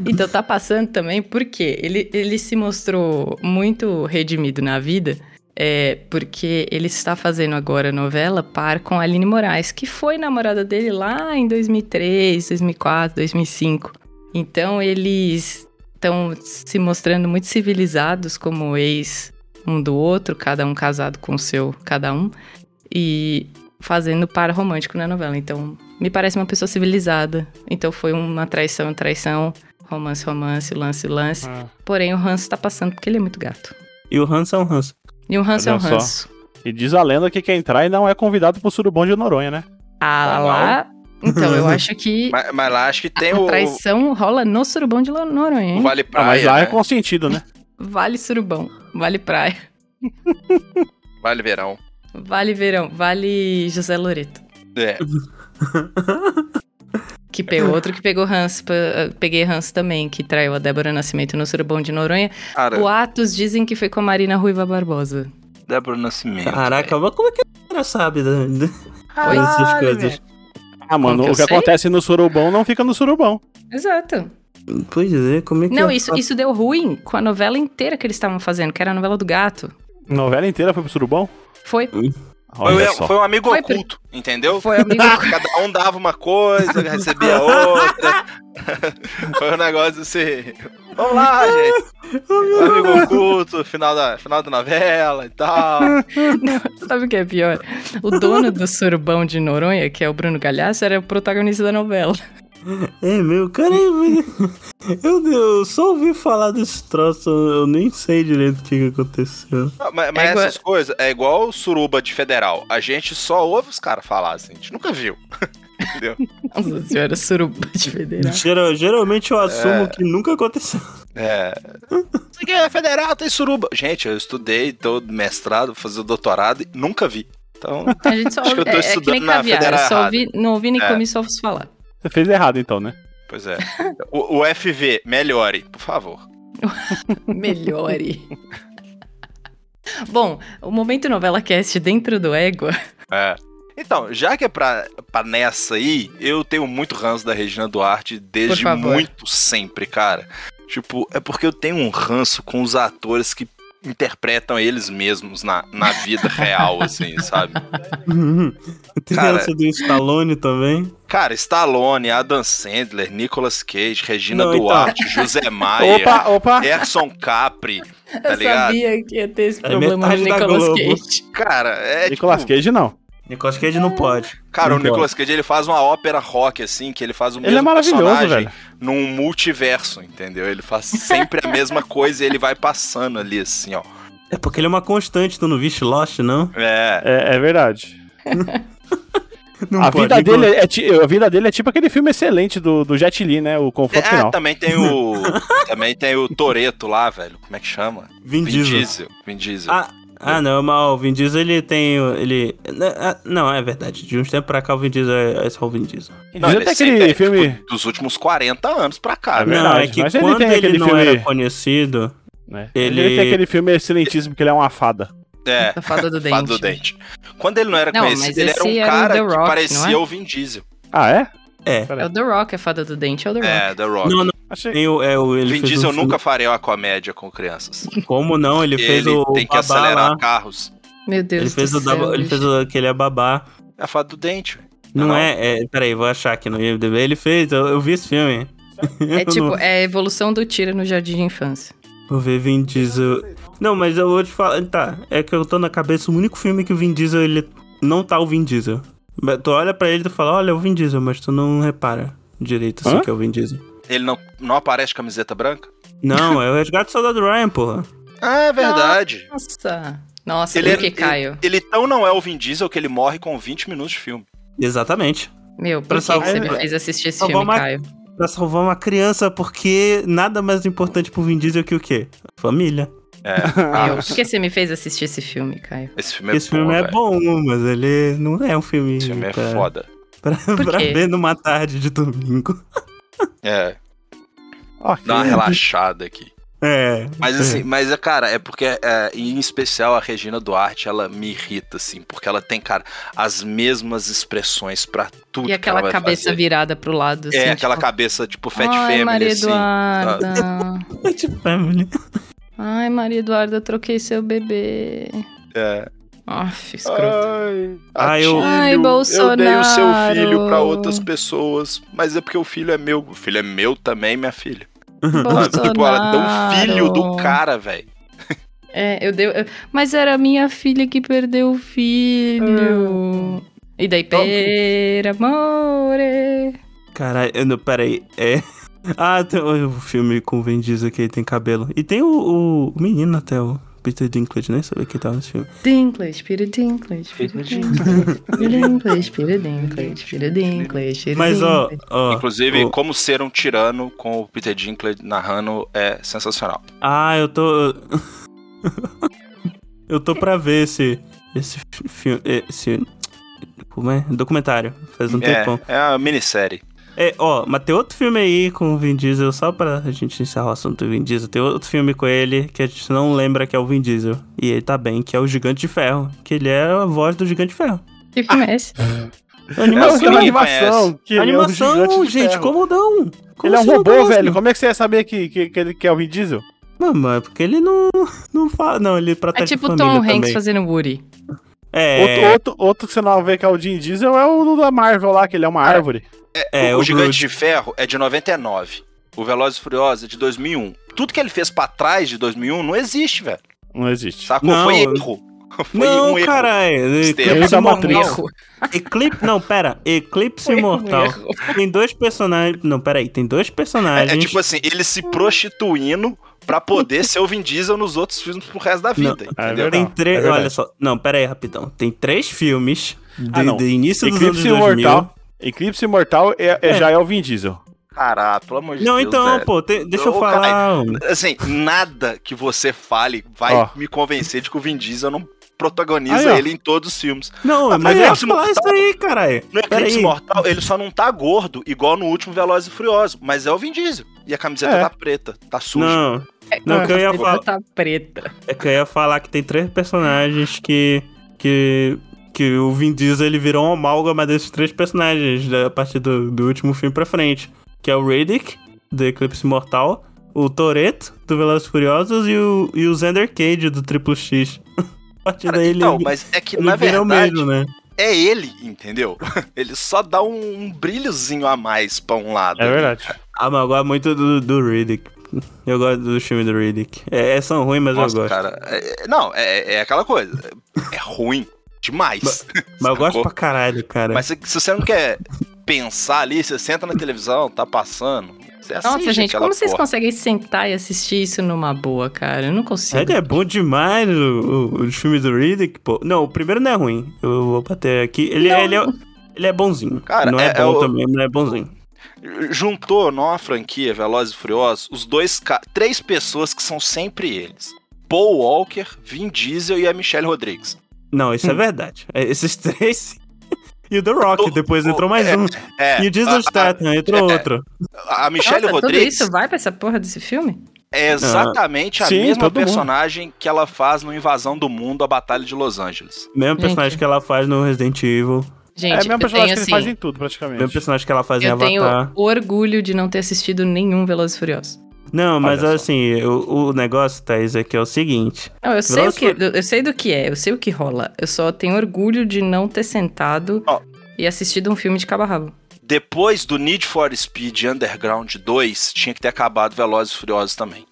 S3: Então tá passando também porque ele, ele se mostrou muito redimido na vida, é, porque ele está fazendo agora novela par com a Aline Moraes, que foi namorada dele lá em 2003, 2004, 2005. Então eles estão se mostrando muito civilizados como ex um do outro, cada um casado com o seu, cada um, e fazendo par romântico na novela. Então, me parece uma pessoa civilizada. Então foi uma traição, traição, romance, romance, lance, lance.
S4: Ah.
S3: Porém, o ranço tá passando porque ele é muito gato.
S1: E o Hans é um Hans.
S3: E o ranço é um
S4: Olha só.
S3: ranço.
S4: E diz a lenda que quem entrar e não é convidado pro surubom de Noronha, né?
S3: Ah,
S2: Ah,
S3: lá, Então, eu acho que
S2: Mas, mas lá acho que tem
S3: a
S2: o,
S3: traição rola no surubão de Lo- Noronha,
S2: o
S3: hein?
S2: Vale
S4: Ah, mas
S2: Praia,
S4: lá é
S2: né?
S4: consentido, né?
S3: Vale surubão, vale praia,
S2: Vale Verão.
S3: vale verão, vale José Loreto.
S2: É.
S3: Que pegou outro que pegou ranço, pe- eh, peguei ranço também, que traiu a Débora Nascimento no surubão de Noronha.
S2: Cara,
S3: Boatos dizem que foi com a Marina Ruiva Barbosa.
S2: Débora Nascimento.
S1: Caraca, mas como é que a galera sabe né, de- dessas
S2: Caralho,
S1: coisas?
S4: Ah, mano,
S3: que eu
S4: o que
S3: sei?
S4: acontece no surubão não fica no surubão.
S3: Exato.
S1: Pois é, como é que
S3: Não,
S1: é?
S3: isso, isso deu ruim com a novela inteira que eles estavam fazendo, que era a novela do gato.
S4: Novela inteira foi pro surubão?
S3: Foi,
S2: Foi,
S4: Olha só.
S2: foi um amigo
S3: Foi pra-
S2: oculto, entendeu?
S3: foi amigo.
S2: Cada um dava uma coisa, recebia outra. Foi um negócio assim. Vamos lá, gente. um Amigo oculto, final da, final da novela e tal.
S3: Sabe o que é pior? O dono do surubão de Noronha, que é o Bruno Galhaço, era o protagonista da novela.
S1: É, meu, cara, eu, eu, eu só ouvi falar desse troço, eu nem sei direito o que, que aconteceu.
S2: Ah, Mas, mas
S3: É igual-
S2: essas coisas é igual o suruba de federal. A gente só ouve os caras falar assim, a gente nunca viu.
S3: Nossa senhora, surubão de federal.
S1: Geral- geralmente eu assumo que nunca aconteceu.
S2: É. Isso aqui é federal, tem suruba. Gente, eu estudei, tô no mestrado, vou fazer o doutorado e nunca vi. Então,
S3: A gente só
S2: Acho que eu
S3: ouve,
S2: tô
S3: é, é que
S2: estudando
S3: nem
S2: na
S3: caviar, eu
S2: federal
S3: só ouvi, não ouvi nem
S2: É.
S3: comi, só ouvi falar.
S4: Você fez errado então, né?
S2: pois é. O, o FV, melhore, por favor.
S3: Melhore. Bom, o momento novela cast dentro do Égua.
S2: É. Então, já que é pra, pra nessa aí, eu tenho muito ranço da Regina Duarte desde
S3: Por favor.
S2: muito sempre, cara. Tipo, é porque eu tenho um ranço com os atores que interpretam eles mesmos na, na vida real, assim, sabe?
S1: Tem
S2: Cara-
S1: essa do Stallone também.
S2: Cara, Stallone, Adam Sandler, Nicolas Cage, Regina
S1: Não, então.
S2: Duarte, José Maia,
S4: Opa, opa!
S2: Erson Capri, tá
S3: eu
S2: ligado?
S3: sabia que ia ter esse
S1: É
S3: problema do
S1: metade da
S3: Nicolas
S1: Globo.
S3: Cage.
S2: Cara, é
S4: Nicolas
S2: tipo,
S4: Cage não.
S1: Nicolas Cage
S3: É.
S1: não pode.
S2: cara, o
S1: Não
S2: Nicolas Cage ele faz uma ópera rock assim, que ele faz o
S4: Ele é
S2: mesmo
S4: maravilhoso,
S2: personagem
S4: velho.
S2: num multiverso, entendeu? Ele faz sempre a mesma coisa e ele vai passando ali assim, ó.
S1: É porque ele é uma constante, tu não viste Lost, não?
S2: É,
S4: É, é verdade.
S1: Não
S4: a,
S1: pode.
S4: vida dele é, ti- a vida dele é tipo aquele filme excelente do, do Jet Li, né? O Conforto
S2: é
S4: Final.
S2: também tem o também tem o Toreto lá, velho. Como é que chama?
S1: Vin Diesel.
S2: Vin Diesel.
S1: Ah, ah, não, mas o Vin Diesel ele tem. o- Ele. ah, Não, é verdade. De uns tempos pra cá o Vin Diesel é, é só o Vin Diesel.
S4: Não,
S2: ele
S4: até
S2: é sem
S4: aquele
S2: ideia,
S4: filme.
S2: tipo, dos últimos 40 anos pra cá,
S4: É
S2: né?
S1: não, é
S4: verdade,
S1: que
S4: mas ele
S1: quando
S4: tem
S1: ele,
S4: aquele
S1: não
S4: filme-
S1: era conhecido.
S4: né?
S1: Ele-
S4: Ele... tem aquele filme excelentíssimo que ele é uma fada.
S2: É.
S3: Da fada do dente.
S2: Fada do dente. Quando ele não era
S3: Não, mas
S2: conhecido, ele era um
S3: esse era o
S2: cara
S3: The
S2: que
S3: Rock, não
S2: parecia
S3: é?
S2: o Vin Diesel.
S4: Ah, é?
S1: É.
S3: É o The Rock, a fada do dente, é o The Rock.
S2: É, The Rock.
S1: Não, não.
S4: Achei.
S1: Tem o, é, o, ele
S2: Vin
S1: fez
S2: Diesel
S1: um filme-
S2: nunca faria uma comédia com crianças.
S1: Como não? Ele
S2: Ele,
S1: fez o.
S2: tem que
S1: babá
S2: acelerar
S1: lá.
S2: carros.
S3: Meu Deus
S1: Ele
S3: do
S1: fez, o,
S3: céu.
S1: da- ele
S3: bicho.
S1: fez o- aquele ababá.
S2: É a fada do dente. velho.
S1: Não,
S2: Não.
S1: é, é. Peraí, vou achar aqui no IMDB. Ele fez, eu, eu vi esse filme.
S3: É
S1: Eu
S3: tipo,
S1: não-
S3: é a evolução do tira no jardim de infância.
S1: Vou ver Vin Diesel. Não, mas eu vou te falar. Tá, é que eu tô na cabeça o único filme que o Vin Diesel ele não tá o Vin Diesel. Mas Tu olha pra ele e tu fala, olha, é o Vin Diesel, mas tu não repara direito assim
S4: Hã?
S1: que é o Vin Diesel.
S2: Ele não, não aparece de camiseta branca?
S1: Não, é o Resgate do Soldado Ryan, porra.
S2: Ah, é verdade.
S3: Nossa. Nossa,
S2: Ele, é-
S3: por que, Caio?
S2: ele tão não é o Vin Diesel que ele morre com 20 minutos de filme.
S1: Exatamente.
S3: Meu, por
S1: pra
S3: que, que
S1: salvar-
S3: você me fez assistir esse
S1: salvar
S3: filme,
S1: uma-
S3: Caio?
S1: Pra salvar uma criança, porque nada mais importante pro Vin Diesel que o quê? Família.
S2: É.
S3: Meu,
S2: Ah,
S3: por que você me fez assistir esse filme, Caio?
S2: esse filme é
S1: Esse filme
S2: bom,
S1: é
S2: velho.
S1: bom, mas ele não é um filme.
S2: Esse filme é
S1: pra-
S2: foda.
S1: Pra, pra
S3: quê?
S1: ver numa tarde de domingo.
S2: É,
S4: Ok.
S2: dá uma relaxada aqui.
S1: É.
S2: É. Mas
S1: é.
S2: assim, mas é, cara, é porque é, em especial a Regina Duarte, ela me irrita, assim, porque ela tem, cara, as mesmas expressões pra tudo.
S3: E aquela
S2: que ela vai
S3: cabeça
S2: fazer.
S3: virada pro lado, assim.
S2: É, aquela
S3: tipo,
S2: cabeça tipo Fat
S3: Ai, ah.
S2: Family,
S3: Maria
S2: assim.
S3: Eduarda.
S1: Pet Family.
S3: Ai, Maria Eduarda, eu troquei seu bebê.
S2: É.
S3: Aff, escroto.
S1: Ah, eu-
S3: Ai, Bolsonaro.
S2: dei o seu filho pra outras pessoas, mas é porque o filho é meu. O filho é meu também, minha filha. Sabe? Tipo, ela deu um filho do
S3: Bolsonaro.
S2: cara, velho.
S3: É, eu dei. eu- Mas era minha filha que perdeu o filho. E daí,
S2: Então-
S3: per amore.
S1: Caralho, eu não, peraí. É. Ah, tem o o filme com o Vin Diesel que ele tem cabelo. E tem o, o- o menino até, o Peter Dinklage, nem sabia que tava nesse filme.
S3: Dinklage, Peter Dinklage, Peter Dinklage, Peter Dinklage, Peter Dinklage, Peter Dinklage, Peter
S1: Mas, ó,
S3: Dinklage.
S1: ó.
S2: Inclusive,
S1: o-
S2: como ser um tirano com o Peter Dinklage narrando é sensacional.
S1: Ah, eu tô. eu tô pra ver esse. Esse filme. Esse. Como é? Documentário. Faz um tempão.
S2: É, é uma minissérie.
S1: É, ó, mas tem outro filme aí com o Vin Diesel, só pra gente encerrar o assunto do Vin Diesel. Tem outro filme com ele que a gente não lembra que é o Vin Diesel. E ele tá bem, que é o Gigante de Ferro. Que ele é a voz do Gigante de Ferro.
S3: Que filme é esse?
S4: É
S2: Mas
S1: Animação,
S4: uma
S2: ninguém
S4: animação. Que ele é um
S1: animação,
S4: gigante de
S1: gente,
S4: ferro.
S1: como não? Como
S4: Ele é um
S1: você não
S4: robô,
S1: gosta?
S4: velho. Como é que você ia saber que, que, que ele que é o Vin Diesel?
S1: Não, mas é porque ele não, não fala. Não, ele pra
S3: É
S1: de
S3: tipo
S1: família
S3: Tom Hanks
S1: também.
S3: fazendo Woody.
S1: É,
S4: Outro, outro, outro que você não vê que é o Vin Diesel é o da Marvel lá, que ele é uma árvore.
S1: é,
S2: o,
S1: o Groot.
S2: Gigante de Ferro é de 99. O Velozes e Furiosos é de 2001. Tudo que ele fez pra trás de 2001 não existe, velho.
S4: Não existe.
S2: Sacou?
S1: Não,
S2: Foi
S1: eu-
S2: erro. Foi
S1: não,
S2: um erro.
S1: caralho.
S2: Estrela
S1: Eclipse
S4: é da
S3: Tipo,
S1: Imortal.
S3: um
S4: Matriz.
S1: Eclipse, não, pera. Eclipse Imortal. Tem dois personagens. Não, pera aí. Tem dois
S2: É,
S1: personagens.
S2: é tipo assim, ele se prostituindo pra poder ser o Vin Diesel nos outros filmes pro resto da vida,
S4: É
S2: entendeu?
S4: verdade.
S1: tem três.
S4: é verdade.
S1: olha só. Não, pera aí, rapidão. Tem três filmes do
S4: Ah, não.
S1: do início dos
S4: Eclipse
S1: anos 2000.
S4: Imortal. Eclipse Imortal é, é-
S1: É.
S4: já é o Vin Diesel.
S2: Caralho, pelo amor de
S1: Não,
S2: Deus,
S1: então,
S2: velho.
S1: pô, tem- deixa eu
S2: Ô,
S1: falar. um. homem.
S2: Assim, nada que você fale vai
S4: Ó.
S2: me convencer de que o Vin Diesel não protagoniza
S4: Aí, ó.
S2: ele em todos os filmes.
S1: Não,
S2: Ah,
S1: mas
S2: mas
S1: eu ia
S2: Eclipse
S1: falar isso aí, caralho.
S2: No
S1: Pera
S2: Eclipse
S1: aí.
S2: Mortal, ele só não tá gordo, igual no último Velozes e Furiosos, mas é o Vin Diesel. E a camiseta
S4: É.
S2: tá preta, tá suja.
S1: Não, não,
S4: É.
S1: que eu ia falar.
S3: Tá preta.
S1: É que eu ia falar que tem três personagens que. que. que o Vin Diesel ele virou uma amálgama desses três personagens da- a partir do, do último filme pra frente. Que é o Riddick, do Eclipse Mortal, o Toreto, do Velozes e Furiosos, e o, e o Xander Cage, do Triple X. A partir
S2: Cara,
S1: daí ele,
S2: então, mas é que,
S1: ele
S2: na
S1: vira o
S2: verdade,
S1: mesmo, né?
S2: é ele, entendeu? Ele só dá um, um brilhozinho a mais pra um lado.
S4: É verdade.
S1: Ah, mas eu gosto muito do, do Riddick. Eu gosto do filme do Riddick. É, é são ruins, mas eu
S2: Nossa,
S1: gosto.
S2: cara. é- é- não, é, é aquela coisa. É, é ruim demais.
S1: mas eu gosto
S2: sacou?
S1: pra caralho, cara.
S2: Mas se, se você não quer pensar ali, você senta na televisão, tá passando. Você assiste
S3: Nossa, gente,
S2: aquela
S3: como vocês
S2: porra.
S3: conseguem sentar e assistir isso numa boa, cara? Eu não consigo.
S1: Ele é bom demais, o, o, o filme do Riddick, pô. Não, o primeiro não é ruim. Eu vou bater aqui. Ele,
S3: Não.
S1: ele, é, ele é bonzinho.
S2: Cara,
S1: não é,
S2: é- é
S1: bom
S2: o-
S1: também, mas é bonzinho.
S2: Juntou numa franquia Velozes e Furiosos os dois, ca- três pessoas que são sempre eles. Paul Walker, Vin Diesel e a Michelle Rodrigues.
S1: Não,
S3: Hum.
S1: isso é verdade. É, Esses três. sim. E o The Rock,
S2: O-
S1: depois
S2: o-
S1: entrou mais
S2: é,
S1: um.
S2: É,
S1: E o Diesel tá- Statham, entrou
S2: é.
S1: outro.
S2: a, a
S3: Nossa, é
S2: Michelle
S3: tudo
S2: Rodrigues
S3: isso vai pra essa porra desse filme?
S2: é
S1: Ah.
S2: exatamente a
S4: sim,
S2: mesma
S4: todo mundo.
S2: personagem que ela faz no Invasão do Mundo, a Batalha de Los Angeles.
S1: Mesmo personagem
S3: Gente.
S1: que ela faz no Resident Evil.
S4: É o
S3: Gente,
S4: mesmo
S3: eu tenho
S4: personagem que eles
S3: assim...
S4: fazem em tudo, praticamente.
S1: Mesmo personagem que ela faz em
S3: Eu tenho
S1: Avatar.
S3: orgulho de não ter assistido nenhum Velozes e Furiosos.
S1: Não, mas
S4: Olha só.
S1: assim, o, o negócio, Thaís, é que é o seguinte.
S3: Não, eu sei, o
S1: Velozes
S3: que, eu, eu sei do que é, eu sei o que rola. Eu só tenho orgulho de não ter sentado
S2: Ó.
S3: e assistido um filme de cabo a rabo.
S2: Depois do Need for Speed Underground 2, tinha que ter acabado Velozes e Furiosos também.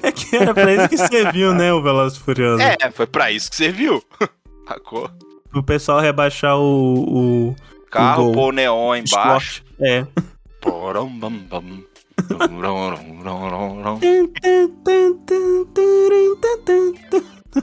S1: é que era pra isso que serviu, né, o Velozes e Furiosos.
S2: É, foi pra isso que serviu. Sacou?
S1: O pessoal rebaixar o- o
S2: Carro,
S1: Gol.
S2: pôr o neon embaixo.
S1: esporte. É.
S2: Porom, bam, bam. Rum, rum, rum, rum, rum, rum.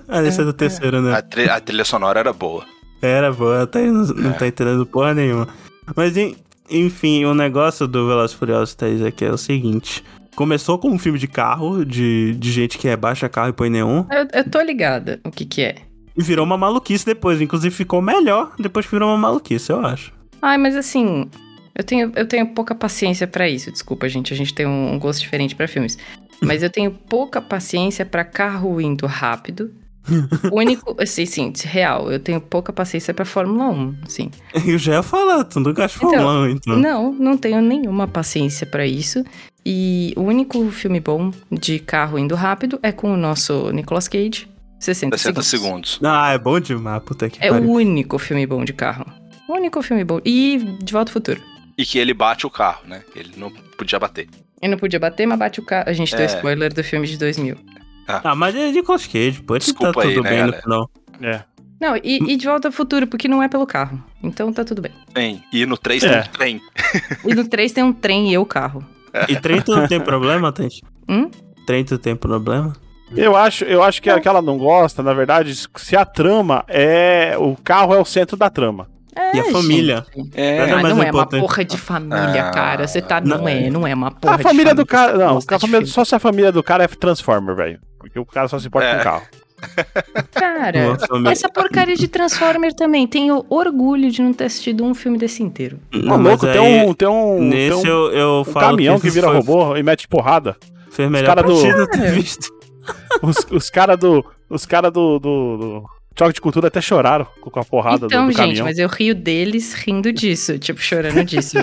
S1: Ah, essa é do terceiro, né?
S2: A, tri- a trilha sonora era boa.
S1: Era boa, até aí não, não
S2: É.
S1: tá entendendo porra nenhuma. Mas en- enfim, o negócio do Velozes e Furiosos, Thaís, é que é o seguinte. Começou com um filme de carro, de, de gente que rebaixa carro e põe neon,
S3: Eu, eu tô ligada o que que é.
S1: e virou uma maluquice depois. Inclusive ficou melhor depois que virou uma maluquice, eu acho.
S3: Ai, mas assim, eu tenho, eu tenho pouca paciência pra isso. Desculpa, gente, a gente tem um, um gosto diferente pra filmes. Mas eu tenho pouca paciência pra carro indo rápido. O único, assim, sim, real, eu tenho pouca paciência pra Fórmula 1, assim.
S1: Eu já ia falar, tu não gosta de
S3: Então,
S1: Fórmula 1, então.
S3: Não, não tenho nenhuma paciência pra isso. E o único filme bom de carro indo rápido é com o nosso Nicolas Cage,
S2: 60
S3: 60, segundos.
S2: segundos.
S1: Ah, é bom demais, puta que
S3: É o
S1: pariu.
S3: único filme bom de carro. O único filme bom. E De Volta ao Futuro.
S2: E que ele bate o carro, né? Ele não podia bater.
S3: Eu não podia bater, mas bate o carro. A gente deu
S2: É.
S3: spoiler do filme de 2000.
S1: Ah, mas é Nicolas Cage, pô, ele tá
S2: Desculpa
S1: tudo
S2: aí, né,
S1: bem no
S2: galera?
S1: final.
S4: É.
S3: Não, e, e De Volta ao Futuro, porque não é pelo carro. Então tá tudo bem.
S2: Tem. E no 3 tem
S4: É.
S2: um trem.
S3: E no 3 tem um trem e eu o carro.
S1: E trem tu não tem problema, Thaís?
S3: Hum?
S1: Trem tu tem problema?
S4: Eu acho, eu acho que, que ela não gosta, na verdade, se a trama é. O carro é o centro da trama.
S3: É,
S1: E a família.
S3: gente.
S1: Nada
S2: É.
S3: Ah,
S1: mais
S3: não é uma
S1: importante.
S3: porra de família,
S2: Ah,
S3: cara. Você tá. Não,
S1: não.
S3: é, não é uma porra
S4: a família
S3: de
S4: do cara. Não,
S3: Nossa, é
S4: a família-
S3: difícil.
S4: só se a família do cara é Transformer, velho. Porque o cara só se importa
S2: É.
S4: com o carro.
S3: Cara,
S1: Nossa, meu-
S3: essa porcaria de Transformer também. Tenho orgulho de não ter assistido um filme desse inteiro.
S4: Não,
S1: Não, mas
S4: louco, tem
S1: aí,
S4: um. Tem um, tem
S1: Nesse
S4: um,
S1: eu, eu
S4: um
S1: falo
S4: caminhão
S1: que,
S4: que, vira
S1: foi,
S4: robô e mete porrada.
S1: Foi a melhor
S4: cara do-
S1: partida
S3: Cara.
S1: ter visto.
S4: Os, os caras do. Os caras do, do, do Choque de Cultura até choraram com a porrada do-
S3: então,
S4: do,
S3: gente,
S4: caminhão.
S3: mas eu rio deles rindo disso, tipo, chorando disso.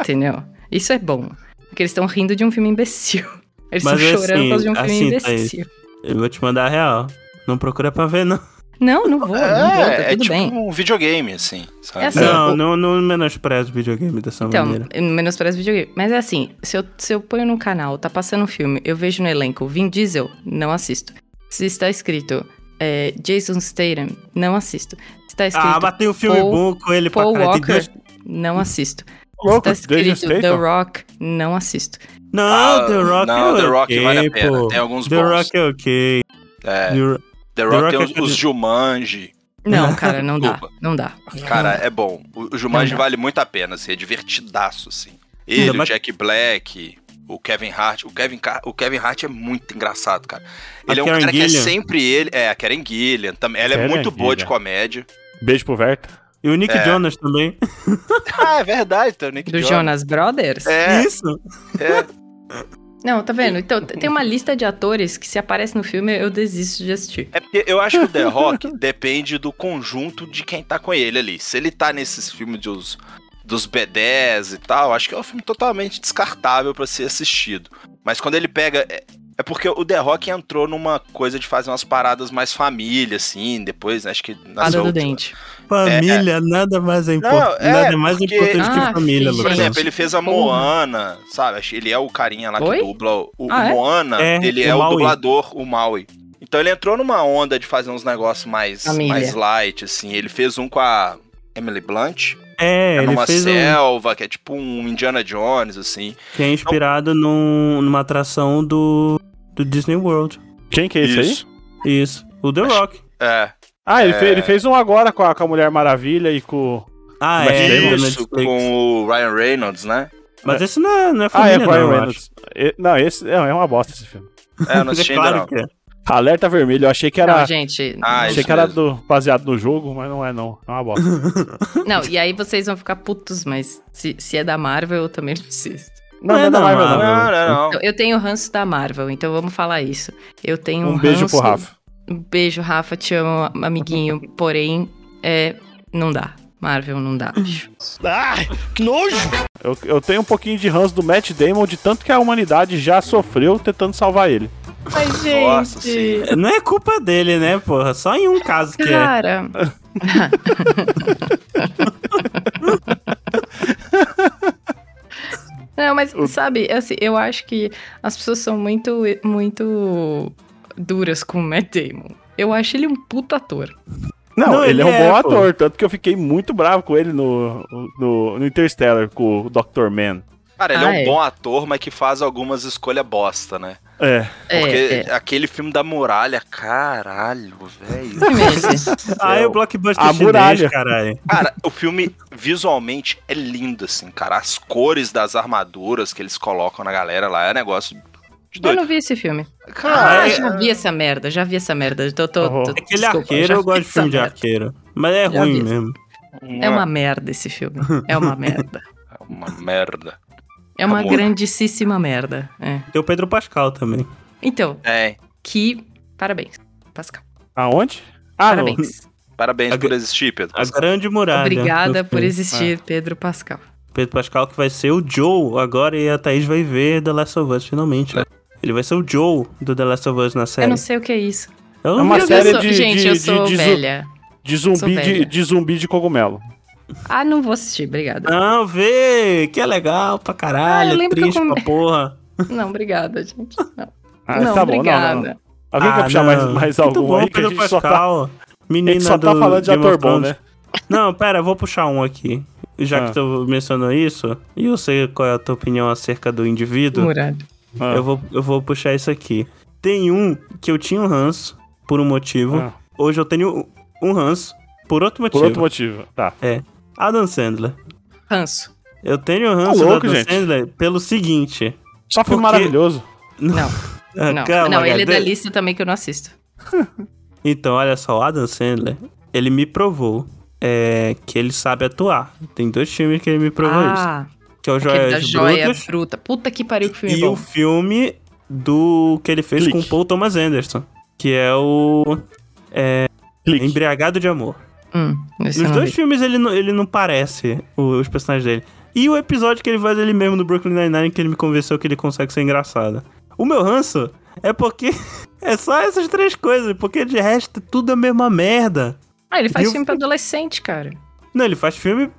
S3: Entendeu? Isso é bom. Porque eles estão rindo de um filme imbecil. Eles estão
S1: Mas,
S3: chorando
S1: assim,
S3: por causa de um filme
S1: assim, Thaís,
S3: imbecil.
S1: Eu vou te mandar a real. Não procura pra ver, não.
S3: Não, não vou, não vou, tá
S2: É, é
S3: tudo
S2: tipo
S3: bem.
S2: um videogame, assim. Sabe?
S3: É assim,
S1: não,
S3: o-
S1: não, não menospreza o videogame dessa
S3: Então,
S1: maneira.
S3: menos para os videogames. Mas é assim, se eu, se eu ponho num canal, tá passando um filme, eu vejo no elenco Vin Diesel, não assisto. Se está escrito é, Jason Statham, não assisto. Se está escrito
S1: Ah, bateu um filme
S3: tá- Paul-
S1: bom com ele
S3: Paul
S1: pra cara. Tem
S3: Walker,
S1: dois...
S3: não assisto.
S4: Louco,
S3: se está
S4: Jason
S3: tá escrito The
S4: Statham?
S3: Rock, não assisto.
S1: Não, The Rock
S2: Ah, não,
S1: é
S2: The Rock
S1: ok,
S2: vale a pena.
S1: pô.
S2: Tem alguns
S1: The
S2: bons.
S1: Rock é ok.
S2: É,
S1: The Ro-
S2: The Rock
S1: Rock
S2: tem
S1: é
S2: os,
S1: aquele-
S2: os Jumanji.
S3: Não, cara, não dá,
S2: Desculpa.
S3: não dá.
S2: Cara, é bom. O, o Jumanji
S3: Não dá.
S2: vale muito a pena, assim, é divertidaço, assim.
S1: Ainda
S2: Ele, o
S1: mais-
S2: Jack Black, o Kevin Hart. O Kevin, Ca- o Kevin Hart é muito engraçado, cara.
S1: A
S2: Ele é um
S1: Karen
S2: cara que é
S1: Gillian.
S2: sempre ele. É, a Karen Gillian também. Ela é
S4: Karen
S2: muito boa de
S4: Gillian.
S2: comédia.
S4: Beijo pro Verta.
S1: E o
S2: É.
S1: Nick Jonas também.
S2: ah, é verdade, tem o Nick
S3: Do Jonas Brothers?
S2: É,
S1: Isso.
S2: é.
S3: Não, tá vendo? Então, t- tem uma lista de atores que se aparece no filme, eu desisto de assistir.
S2: É porque eu acho que o The Rock depende do conjunto de quem tá com ele ali. Se ele tá nesses filmes de os- dos B10 e tal, acho que é um filme totalmente descartável pra ser assistido. Mas quando ele pega. É, é porque o The Rock entrou numa coisa de fazer umas paradas mais família, assim, depois, né, acho que.
S3: Pada
S2: nasceu
S3: do
S2: outra-
S3: dente.
S1: Família, nada mais é importante.
S2: Não, é,
S1: nada é mais
S2: porque-
S1: importante que
S3: Ah,
S1: família,
S3: sim,
S2: Por
S1: Lucas.
S2: exemplo, ele fez a
S3: Porra.
S2: Moana, sabe? Acho- Ele é o carinha lá
S3: Oi?
S2: que dubla. o- O,
S3: Ah, é?
S2: Moana,
S1: É,
S2: ele
S1: o
S2: é o
S1: Maui.
S2: dublador, o Maui. Então ele entrou numa onda de fazer uns negócios mais,
S3: Família.
S2: mais light, assim. Ele fez um com a Emily Blunt,
S1: É,
S2: é,
S1: ele
S2: numa
S1: fez um
S2: selva, que é tipo um Indiana Jones, assim.
S1: que é inspirado num- numa atração do, do Disney World.
S4: Quem que é esse aí?
S1: Isso. O The Rock.
S2: É.
S4: Ah, ele,
S2: É.
S4: fe- ele fez um agora com a, com a Mulher Maravilha e com.
S1: Ah,
S4: Mas
S1: é.
S4: tem
S1: na
S2: Isso,
S1: Netflix.
S2: com o Ryan Reynolds, né?
S1: Mas esse não é, não é
S4: Ah, é
S1: família,
S4: com o
S1: não,
S4: Ryan
S1: eu
S4: Reynolds. E- Não, esse é é uma bosta esse filme.
S2: É, eu
S1: acho.
S2: não assisti
S1: É
S2: ainda
S1: claro
S2: não.
S1: que é.
S4: Alerta Vermelho, eu achei que era.
S3: Não, gente.
S2: Ah,
S4: achei
S2: isso
S4: que era
S2: mesmo.
S4: do, baseado no jogo, mas não é não. É uma bosta.
S3: Não, e aí vocês vão ficar putos, mas se, se é da Marvel, eu também não assisto.
S4: Não,
S1: Não é
S4: não, não,
S1: não,
S4: não, não,
S2: Não,
S1: mano.
S2: não, não.
S3: Então, Eu tenho ranço da Marvel, então vamos falar isso. Eu tenho um,
S4: Um beijo
S3: ranço,
S4: pro Rafa.
S3: Um beijo, Rafa, te amo, amiguinho. Porém, é. Não dá. Marvel não dá, bicho.
S4: Eu, eu tenho um pouquinho de ranço do Matt Damon, de tanto que a humanidade já sofreu tentando salvar ele.
S3: Ai, gente.
S2: Nossa, sim.
S1: Não é culpa dele, né, porra? Só em um caso que é.
S3: Cara. Não, mas sabe, assim, eu acho que as pessoas são muito, muito duras com o Matt Damon. Eu acho ele um puta ator.
S4: Não,
S1: Não,
S4: ele,
S1: ele
S4: é um
S1: é,
S4: bom
S1: pô.
S4: ator, tanto que eu fiquei muito bravo com ele no, no, no Interstellar, com o Dr. Man.
S2: Cara, ele
S3: Ah,
S2: é um
S3: é.
S2: bom ator, mas que faz algumas escolhas bosta, né?
S4: É,
S2: Porque
S3: É, é.
S2: aquele filme da muralha, caralho, velho.
S3: Filme esse?
S1: Ah, é o blockbuster
S4: A
S1: chinês,
S4: muralha.
S1: caralho.
S2: Cara, o filme visualmente é lindo, assim, cara. As cores das armaduras que eles colocam na galera lá é negócio de
S3: Eu
S2: doido.
S3: não vi esse filme. Ah,
S1: Ah,
S2: Cara,
S1: é-
S3: já vi essa merda, já vi essa merda. Eu Tô, tô, tô,
S4: Uhum.
S1: Aquele
S3: desculpa,
S1: é arqueiro,
S3: já
S1: eu gosto
S3: vi
S1: de filme de
S3: essa merda.
S1: arqueiro. Mas é
S3: Já vi
S1: ruim
S3: esse.
S1: mesmo.
S3: É uma merda esse filme. É uma merda.
S2: é uma merda.
S1: Tá
S3: É uma
S2: Amor.
S3: grandíssima merda. é.
S1: Tem o Pedro Pascal também.
S3: Então,
S2: É,
S3: que. Parabéns, Pascal.
S4: aonde? Ah, não.
S3: Parabéns.
S2: parabéns
S1: A-
S2: por existir, Pedro.
S1: A Grande Muralha.
S3: Obrigada
S1: do
S3: por
S1: filme.
S3: existir,
S4: Ah.
S3: Pedro Pascal.
S1: Pedro Pascal que vai ser o Joe agora e a Thaís vai ver The Last of Us finalmente.
S4: É.
S1: né? Ele vai ser o Joe do The Last of Us na série.
S3: Eu não sei o que é isso.
S1: Eu
S4: Tá É uma
S1: vi-
S3: Eu
S4: série
S3: sou-
S4: de-
S3: Gente,
S4: de-
S3: eu
S4: de-
S3: sou
S4: de zo-
S3: velha.
S4: De
S3: Sou
S4: zumbi
S3: velha.
S4: de, de zumbi de cogumelo.
S3: Ah, não vou assistir, obrigada.
S1: Não, vê! Que é legal pra
S3: Ah, eu
S1: caralho,
S3: lembro que eu
S1: triste
S3: come-
S1: pra porra.
S3: Não, obrigada, gente. Não,
S4: Ah,
S3: não
S4: tá bom, não,
S3: obrigada.
S4: não, não. Alguém quer puxar mais, mais
S1: Ah, Muito
S4: algum
S1: bom,
S4: aí? Que a
S1: Pedro
S4: gente só tá,
S1: Pascal.
S4: a
S1: Menina
S4: gente só tá
S1: do
S4: falando de
S1: Game
S4: ator
S1: of
S4: bom,
S1: Thrones.
S4: né?
S1: Não, pera, eu vou puxar um aqui. Já
S4: Ah.
S1: que tu mencionou isso, e eu sei qual é a tua opinião acerca do indivíduo,
S3: Muralha.
S4: Ah.
S1: eu, vou, eu vou puxar isso aqui. Tem um que eu tinha um ranço, por um motivo.
S4: Ah,
S1: Hoje eu tenho um ranço, por outro motivo.
S4: por outro motivo. Tá.
S1: Adam Sandler.
S3: Ranço.
S1: Eu tenho um ranço
S4: Tá
S1: do
S4: louco,
S1: Adam
S4: gente.
S1: Sandler pelo seguinte.
S4: Só filme
S1: Porque-
S4: maravilhoso.
S3: Não,
S1: Ah,
S3: não.
S1: calma,
S3: não, ele é
S1: HD.
S3: da lista também que eu não assisto.
S1: Então, olha só, o Adam Sandler, ele me provou é, que ele sabe atuar. Tem dois filmes que ele me provou isso.
S3: ah,
S1: Que é o
S3: aquele da
S1: Joias
S3: joia
S1: Brutas
S3: fruta. Puta que pariu que filme
S1: e
S3: bom.
S1: o filme do que ele fez
S4: Clique.
S1: com o Paul Thomas Anderson, que é o
S4: Clique.
S1: Embriagado de Amor.
S3: Hum, esse eu
S1: Nos
S3: não
S1: dois
S3: vi.
S1: filmes ele não, ele não parece o- os personagens dele. E o episódio que ele faz ele mesmo do Brooklyn Nine-Nine que ele me convenceu que ele consegue ser engraçado. O meu ranço é porque é só essas três coisas, porque de resto tudo é a mesma merda.
S3: Ah, ele faz
S1: E o-
S3: filme pra adolescente, cara.
S1: Não, ele faz filme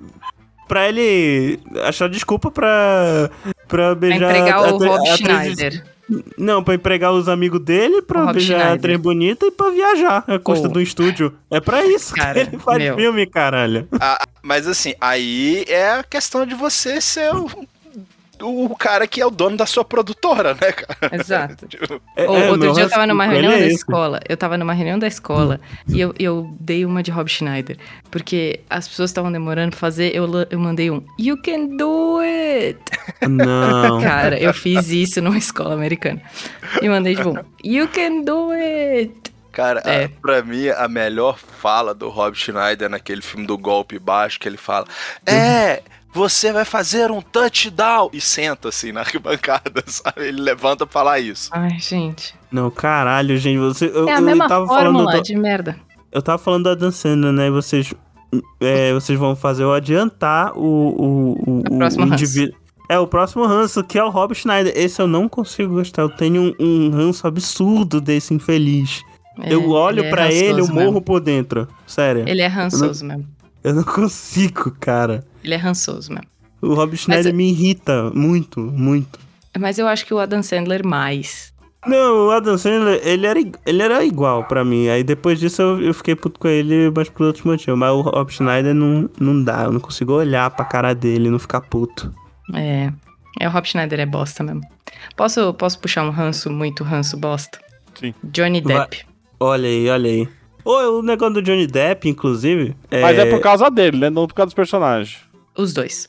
S1: pra ele achar desculpa pra, pra
S3: Pra
S1: beijar...
S3: entregar
S1: a-
S3: o
S1: atri-
S3: Rob
S1: atriz-
S3: Schneider.
S1: Não, pra empregar os amigos dele, pra
S3: O Rob
S1: beijar a
S3: Schneider.
S1: atriz bonita e pra viajar à custa
S3: Oh.
S1: do estúdio. É pra isso
S3: Cara,
S1: que ele faz
S3: meu.
S1: filme, caralho.
S2: Mas assim, aí é a questão de você ser o, o cara que é o dono da sua produtora, né, cara?
S3: Exato.
S2: Tipo,
S1: É-
S3: Ou-
S1: é,
S3: Oh, outro
S1: meu
S3: dia eu tava
S1: ranço
S3: numa
S1: com
S3: reunião
S1: ele é
S3: da
S1: esse. Hum.
S3: escola. Eu tava numa reunião da escola e eu, eu dei uma de Rob Schneider. Porque as pessoas estavam demorando pra fazer, eu, la- eu mandei um You can do it!
S1: Não.
S3: Cara, eu fiz isso numa escola americana. E mandei, tipo, um, You can do it!
S2: Cara,
S3: É.
S2: a- pra mim, a melhor fala do Rob Schneider naquele filme do Golpe Baixo, que ele fala: É, você vai fazer um touchdown! E senta assim na arquibancada, sabe? Ele levanta pra falar isso.
S3: Ai, gente.
S1: Não, caralho, gente. Você, eu,
S3: É a
S1: eu
S3: mesma
S1: tava
S3: fórmula tipo.
S1: falando do,
S3: de merda.
S1: Eu tava falando da Dan Sandler, né? E vocês, é, vocês vão fazer eu adiantar o, o, o,
S3: O próximo ranço.
S1: indivíduo. É, o próximo ranço, que é o Rob Schneider. Esse eu não consigo gostar. Eu tenho um, um ranço absurdo desse infeliz.
S3: É,
S1: eu olho
S3: é
S1: pra ele, eu
S3: rançoso
S1: morro
S3: mesmo.
S1: por dentro. Sério.
S3: Ele é rançoso mesmo.
S1: Eu não consigo, cara.
S3: Ele é rançoso mesmo.
S1: O Rob Schneider me irrita muito, muito.
S3: Mas eu acho que o Adam Sandler mais.
S1: Não, o Adam Sandler, ele era, ig- ele era igual pra mim. Aí depois disso eu, eu fiquei puto com ele, mas por outros motivos. Mas o Rob Schneider não, não dá, eu não consigo olhar pra cara dele e não ficar puto.
S3: É. É, o Rob Schneider é bosta mesmo. Posso, posso puxar um ranço, muito ranço bosta?
S4: Sim.
S3: Johnny
S1: Vai.
S3: Depp.
S1: Olha aí, olha aí. Ô, o negócio do Johnny Depp, inclusive. É,
S4: Mas é por causa dele, né? Não por causa dos personagens.
S3: Os dois.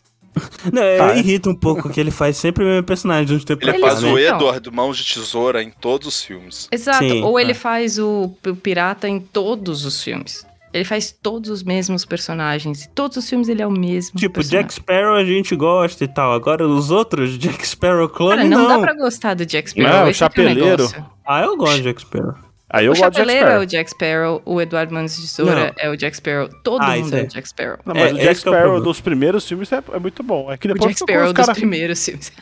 S1: não, é,
S4: Tá.
S1: irrita um pouco que ele faz sempre o mesmo personagem de um tempo
S2: Ele,
S1: pra cá,
S2: faz
S1: né?
S2: o
S3: Então.
S2: Edward, mãos de tesoura, em todos os filmes.
S3: Exato.
S1: Sim,
S3: Ou
S1: é.
S3: ele faz o, p- o pirata em todos os filmes. Ele faz todos os mesmos personagens. Em todos os filmes ele é o mesmo.
S1: Tipo,
S3: personagem.
S1: Jack Sparrow a gente gosta e tal. Agora os outros, Jack Sparrow clone,
S3: Cara, não,
S1: não.
S3: dá pra gostar do Jack Sparrow.
S4: Não, o
S3: esse é que é o
S4: Chapeleiro.
S3: negócio.
S1: Ah, eu gosto de Jack Sparrow.
S4: Aí eu
S3: o
S4: gosto de Jack
S3: Chapeleiro é
S4: Sparrow.
S3: o Jack Sparrow, o Eduardo Manos de Tesoura é o Jack Sparrow. Todo
S1: Ah, isso
S3: mundo é
S1: aí.
S3: o Jack Sparrow.
S4: Não, mas
S1: É,
S4: o
S1: esse
S4: Jack
S1: que é o
S4: Sparrow
S1: problema.
S4: dos primeiros filmes é, é muito bom. É que
S3: O
S4: depois
S3: Jack
S4: ficou os
S3: Sparrow dos
S4: cara-
S3: primeiros filmes.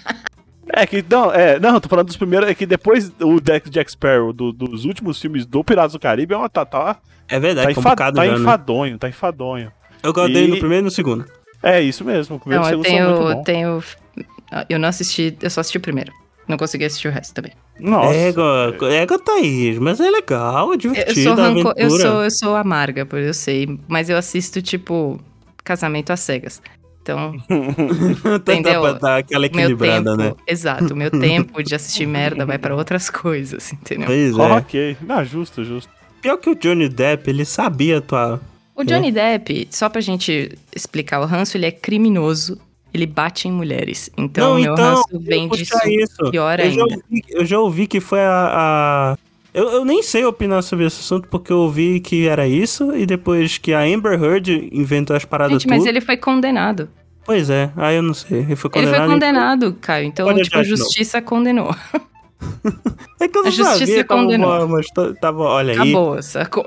S4: É que não, é, não, tô falando dos primeiros, é que depois o Jack, Jack Sparrow do- dos últimos filmes do Piratas do Caribe é uma tá, tá,
S1: É verdade,
S4: tá,
S1: tá
S4: enfa-
S1: complicado
S4: tá
S1: já, né?
S4: enfadonho, tá enfadonho.
S1: Eu gosto dele no
S4: E-
S1: primeiro e no segundo.
S4: É isso mesmo, o primeiro
S3: Não,
S4: e o
S3: eu
S4: segundo
S1: é
S4: são
S3: tenho,
S4: muito
S3: eu
S4: bons.
S3: tenho. Eu não assisti, eu só assisti o primeiro. Não consegui assistir o resto também.
S4: Nossa.
S1: É, Ego, ego Thaís, mas é legal, é
S3: Eu,
S1: divertido,
S3: eu sou
S1: a
S3: ranco, eu
S1: aventura.
S3: sou, eu sou amarga, por eu sei. Mas eu assisto, tipo, casamento às cegas. Então,
S1: Tá- tá
S3: entendeu?
S1: pra dar aquela
S3: meu
S1: equilibrada,
S3: tempo.
S1: né?
S3: Exato, meu tempo de assistir merda vai pra outras coisas, entendeu?
S1: Pois é.
S4: Ok, não, justo, justo.
S1: Pior que o Johnny Depp, ele sabia atuar.
S3: O Johnny Depp, só pra gente explicar o ranço, ele é criminoso, ele bate em mulheres. Então,
S1: Não,
S3: meu
S1: então,
S3: ranço vem disso
S1: Puxa isso.
S3: pior
S1: Eu já,
S3: ainda.
S1: ouvi, eu já ouvi que foi a. a- Eu, eu nem sei opinar sobre esse assunto, porque eu ouvi que era isso, e depois que a Amber Heard inventou as paradas
S3: Gente, mas
S1: tudo.
S3: ele foi condenado.
S1: Pois é, aí eu não sei. Ele foi
S3: Ele
S1: condenado.
S3: foi condenado, Caio. Então,
S1: Olha,
S3: tipo, a
S1: Josh, não.
S3: justiça condenou.
S1: É que eu não
S3: A justiça
S1: sabia, tava
S3: condenou.
S1: uma- mas tá- tava, olha aí.
S3: Acabou, sacou?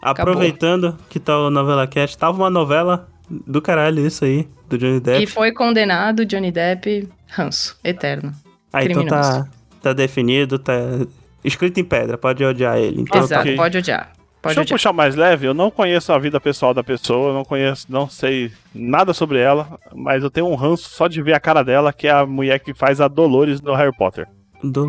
S3: Acabou.
S1: Aproveitando que tá o Novela Cast, tava uma novela do caralho isso aí, do Johnny Depp.
S3: E foi condenado Johnny Depp, ranço, eterno.
S1: ah, então
S3: criminoso.
S1: tá, tá definido, tá escrito em pedra, pode odiar ele. Então,
S3: Exato,
S4: ok.
S3: pode odiar. Pode
S4: Deixa eu
S3: odiar.
S4: puxar mais leve, eu não conheço a vida pessoal da pessoa, eu não conheço, não sei nada sobre ela, mas eu tenho um ranço só de ver a cara dela, que é a mulher que faz a Dolores no Harry Potter.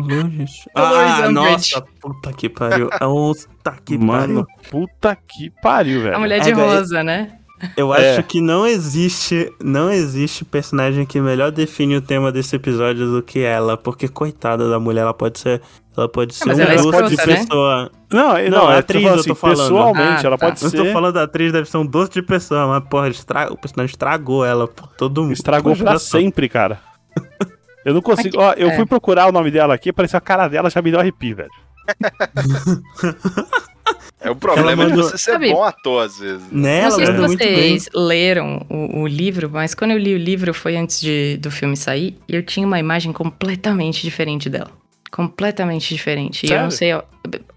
S1: Dolores.
S3: Dolores
S1: Ah,
S3: Umbridge.
S1: nossa, puta que pariu. É um Puta que
S4: Mano, puta que pariu, velho.
S3: A
S1: É,
S3: mulher de
S1: velho.
S3: rosa, né?
S1: Eu
S4: É.
S1: acho que não existe, não existe personagem que melhor define o tema desse episódio do que ela, porque coitada da mulher, ela pode ser, ela pode ser
S3: mas
S1: um
S4: ela é
S1: doce de
S3: escrota, né?
S1: pessoa.
S4: Não, não,
S1: Não,
S4: é
S1: atriz,
S4: atriz, eu
S1: eu tô
S4: assim,
S1: falando.
S3: Ah,
S4: pessoalmente, ela
S3: tá.
S4: pode
S1: Eu
S4: ser.
S1: estou falando da atriz, deve ser um doce de pessoa, mas porra, estra- o personagem estragou ela por todo mundo.
S4: Estragou
S1: Por
S4: pra
S1: geração.
S4: sempre, cara. Eu não
S3: Aqui-
S4: consigo. Ó, eu
S3: é.
S4: fui procurar o nome dela aqui, apareceu a cara dela, já me deu arrepio, velho.
S2: É o problema de
S1: mandou-
S2: você ser
S3: Sabe-
S2: bom ator, às vezes.
S1: Né?
S3: não
S1: Ela
S3: sei se
S1: manda muito bem.
S3: vocês leram o, o livro, mas quando eu li o livro foi antes de- do filme sair e eu tinha uma imagem completamente diferente dela. Completamente diferente. E eu não sei, ó-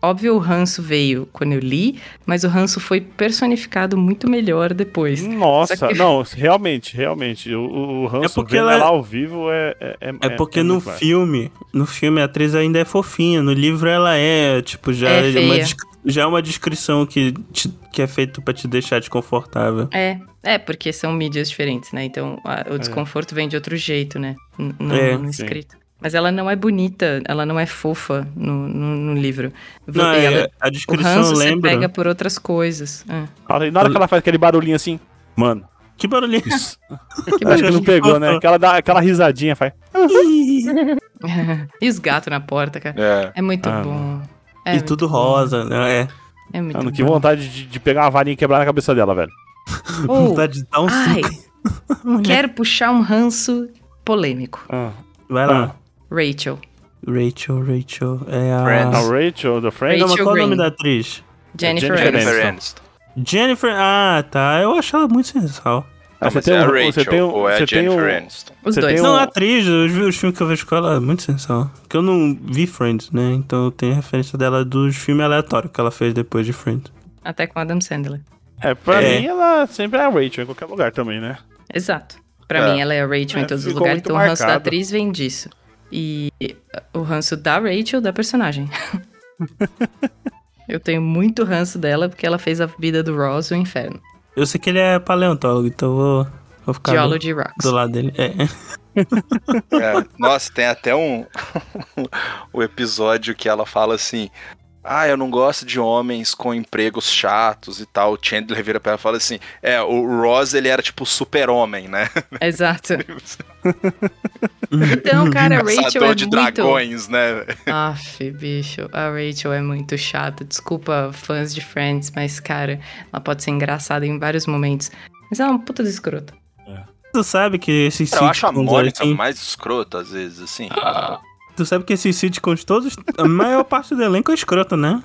S3: óbvio o ranço veio quando eu li, mas o ranço foi personificado muito melhor depois.
S4: Nossa,
S3: Só que-
S4: não, realmente, realmente. O, o Hanson
S1: É porque
S4: vendo
S1: ela-
S4: ela ao vivo é. É,
S1: É porque no
S4: muito mais.
S1: filme, no filme a atriz ainda é fofinha, no livro ela é, tipo, já
S3: É
S1: é, uma,
S3: feia.
S1: desc- já é uma descrição que, te- que é feito pra te deixar desconfortável.
S3: É, é, porque são mídias diferentes, né? Então a- o desconforto vem de outro jeito, né? N- No,
S1: É,
S3: no
S4: sim.
S3: escrito. Mas ela não é bonita, ela não é fofa no, no- no livro.
S1: Não,
S3: E
S1: é,
S3: ela-
S1: a
S3: o
S1: descrição
S3: ranço você
S1: lembra.
S3: pega por outras coisas. É.
S4: Ela- Na hora que ela faz aquele barulhinho assim, mano,
S1: Que barulhinho.
S4: isso.
S3: Que
S4: acho que não
S1: barulhinho.
S4: pegou, né? Que ela dá aquela risadinha, faz.
S3: e os gatos na porta, cara.
S2: É.
S3: É muito
S4: Ah,
S3: bom. É
S1: e
S3: muito
S1: tudo
S3: bom.
S1: rosa, né? É.
S3: É muito
S4: Mano,
S3: bom.
S4: que vontade de, de pegar uma varinha e quebrar na cabeça dela, velho.
S3: Ou,
S1: Vontade de dar um
S3: Oh, ai,
S1: suco.
S3: quero puxar um ranço polêmico.
S4: Ah,
S1: Vai lá.
S3: Rachel.
S1: É, Rachel, Rachel. É a.
S4: a
S2: Friends.
S4: Rachel, The Friends.
S1: Não, mas
S3: Rachel
S1: qual é o nome
S3: Green.
S1: da atriz?
S3: Jennifer,
S2: Jennifer
S3: Aniston.
S4: Jennifer Aniston.
S2: Aniston.
S1: Jennifer. Ah, tá. Eu acho ela muito sensual.
S4: Ah,
S2: Não,
S4: você
S2: mas
S4: tem
S2: é a
S4: um-
S2: Rachel
S4: você tem um-
S2: ou é
S4: você
S2: a
S4: tem
S2: Jennifer
S4: um-
S2: Aniston?
S3: Os
S4: Você
S3: dois.
S4: tem
S1: Não, é
S4: um-
S1: a atriz, eu vi os filmes que eu vejo com ela, é muito sensual. Porque eu não vi Friends, né? Então eu tenho referência dela dos filmes aleatórios que ela fez depois de Friends.
S3: Até com Adam Sandler.
S4: É, pra
S1: É.
S4: mim ela sempre é a Rachel em qualquer lugar também, né?
S3: Exato. Pra
S2: É.
S3: mim, ela é a Rachel
S4: É,
S3: em todos os
S4: ficou
S3: lugares.
S4: muito
S3: Então, o ranço da
S4: marcado.
S3: atriz vem disso. E uh, o ranço da Rachel, da personagem. Eu tenho muito ranço dela, porque ela fez a vida do Ross o inferno.
S1: Eu sei que ele é paleontólogo, então eu vou, vou ficar do,
S3: Geology Rocks.
S1: do lado dele. É.
S2: É, Nossa, tem até um o episódio que ela fala assim: Ah, eu não gosto de homens com empregos chatos e tal. O Chandler vira pra ela e fala assim: É, o Ross ele era tipo super-homem, né?
S3: Exato. Então, cara, a Rachel
S2: Caçador
S3: é
S2: de
S3: muito...
S2: dragões, né?
S3: Aff, bicho, a Rachel é muito chata. Desculpa, fãs de Friends, mas, cara, ela pode ser engraçada em vários momentos. Mas ela é uma puta de escrota.
S1: Tu sabe que esses
S2: Cara, eu acho a
S1: sitcoms
S2: Mônica
S1: assim-
S2: mais escrota, às vezes, assim.
S1: Tu sabe que esses sitcoms todos, a maior parte do elenco é escroto, né?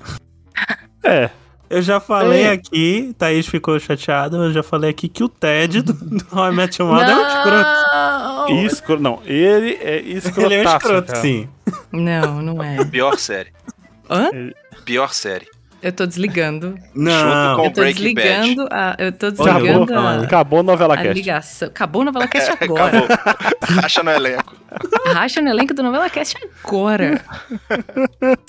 S4: É.
S1: Eu já falei
S4: É.
S1: aqui, Thaís ficou chateada, eu já falei aqui que o Ted do, do How I Met Your Mother é um escroto.
S3: Não! é-
S4: Escro... Não, ele é escrotaço.
S1: Ele é um escroto,
S4: cara.
S1: sim.
S3: Não, não é.
S2: Pior série.
S3: Hã?
S2: Pior série.
S3: Eu tô desligando.
S1: Não,
S2: com-
S3: eu tô
S2: Breaking Bad.
S3: desligando a. Eu tô
S1: Olha,
S4: Acabou,
S3: desligando
S1: Ganda-
S3: a,
S4: acabou a novela
S3: a
S4: cast.
S3: ligação. Acabou o Novela Cast agora.
S2: Acabou. Racha no elenco.
S3: Racha no elenco do Novela Cast agora.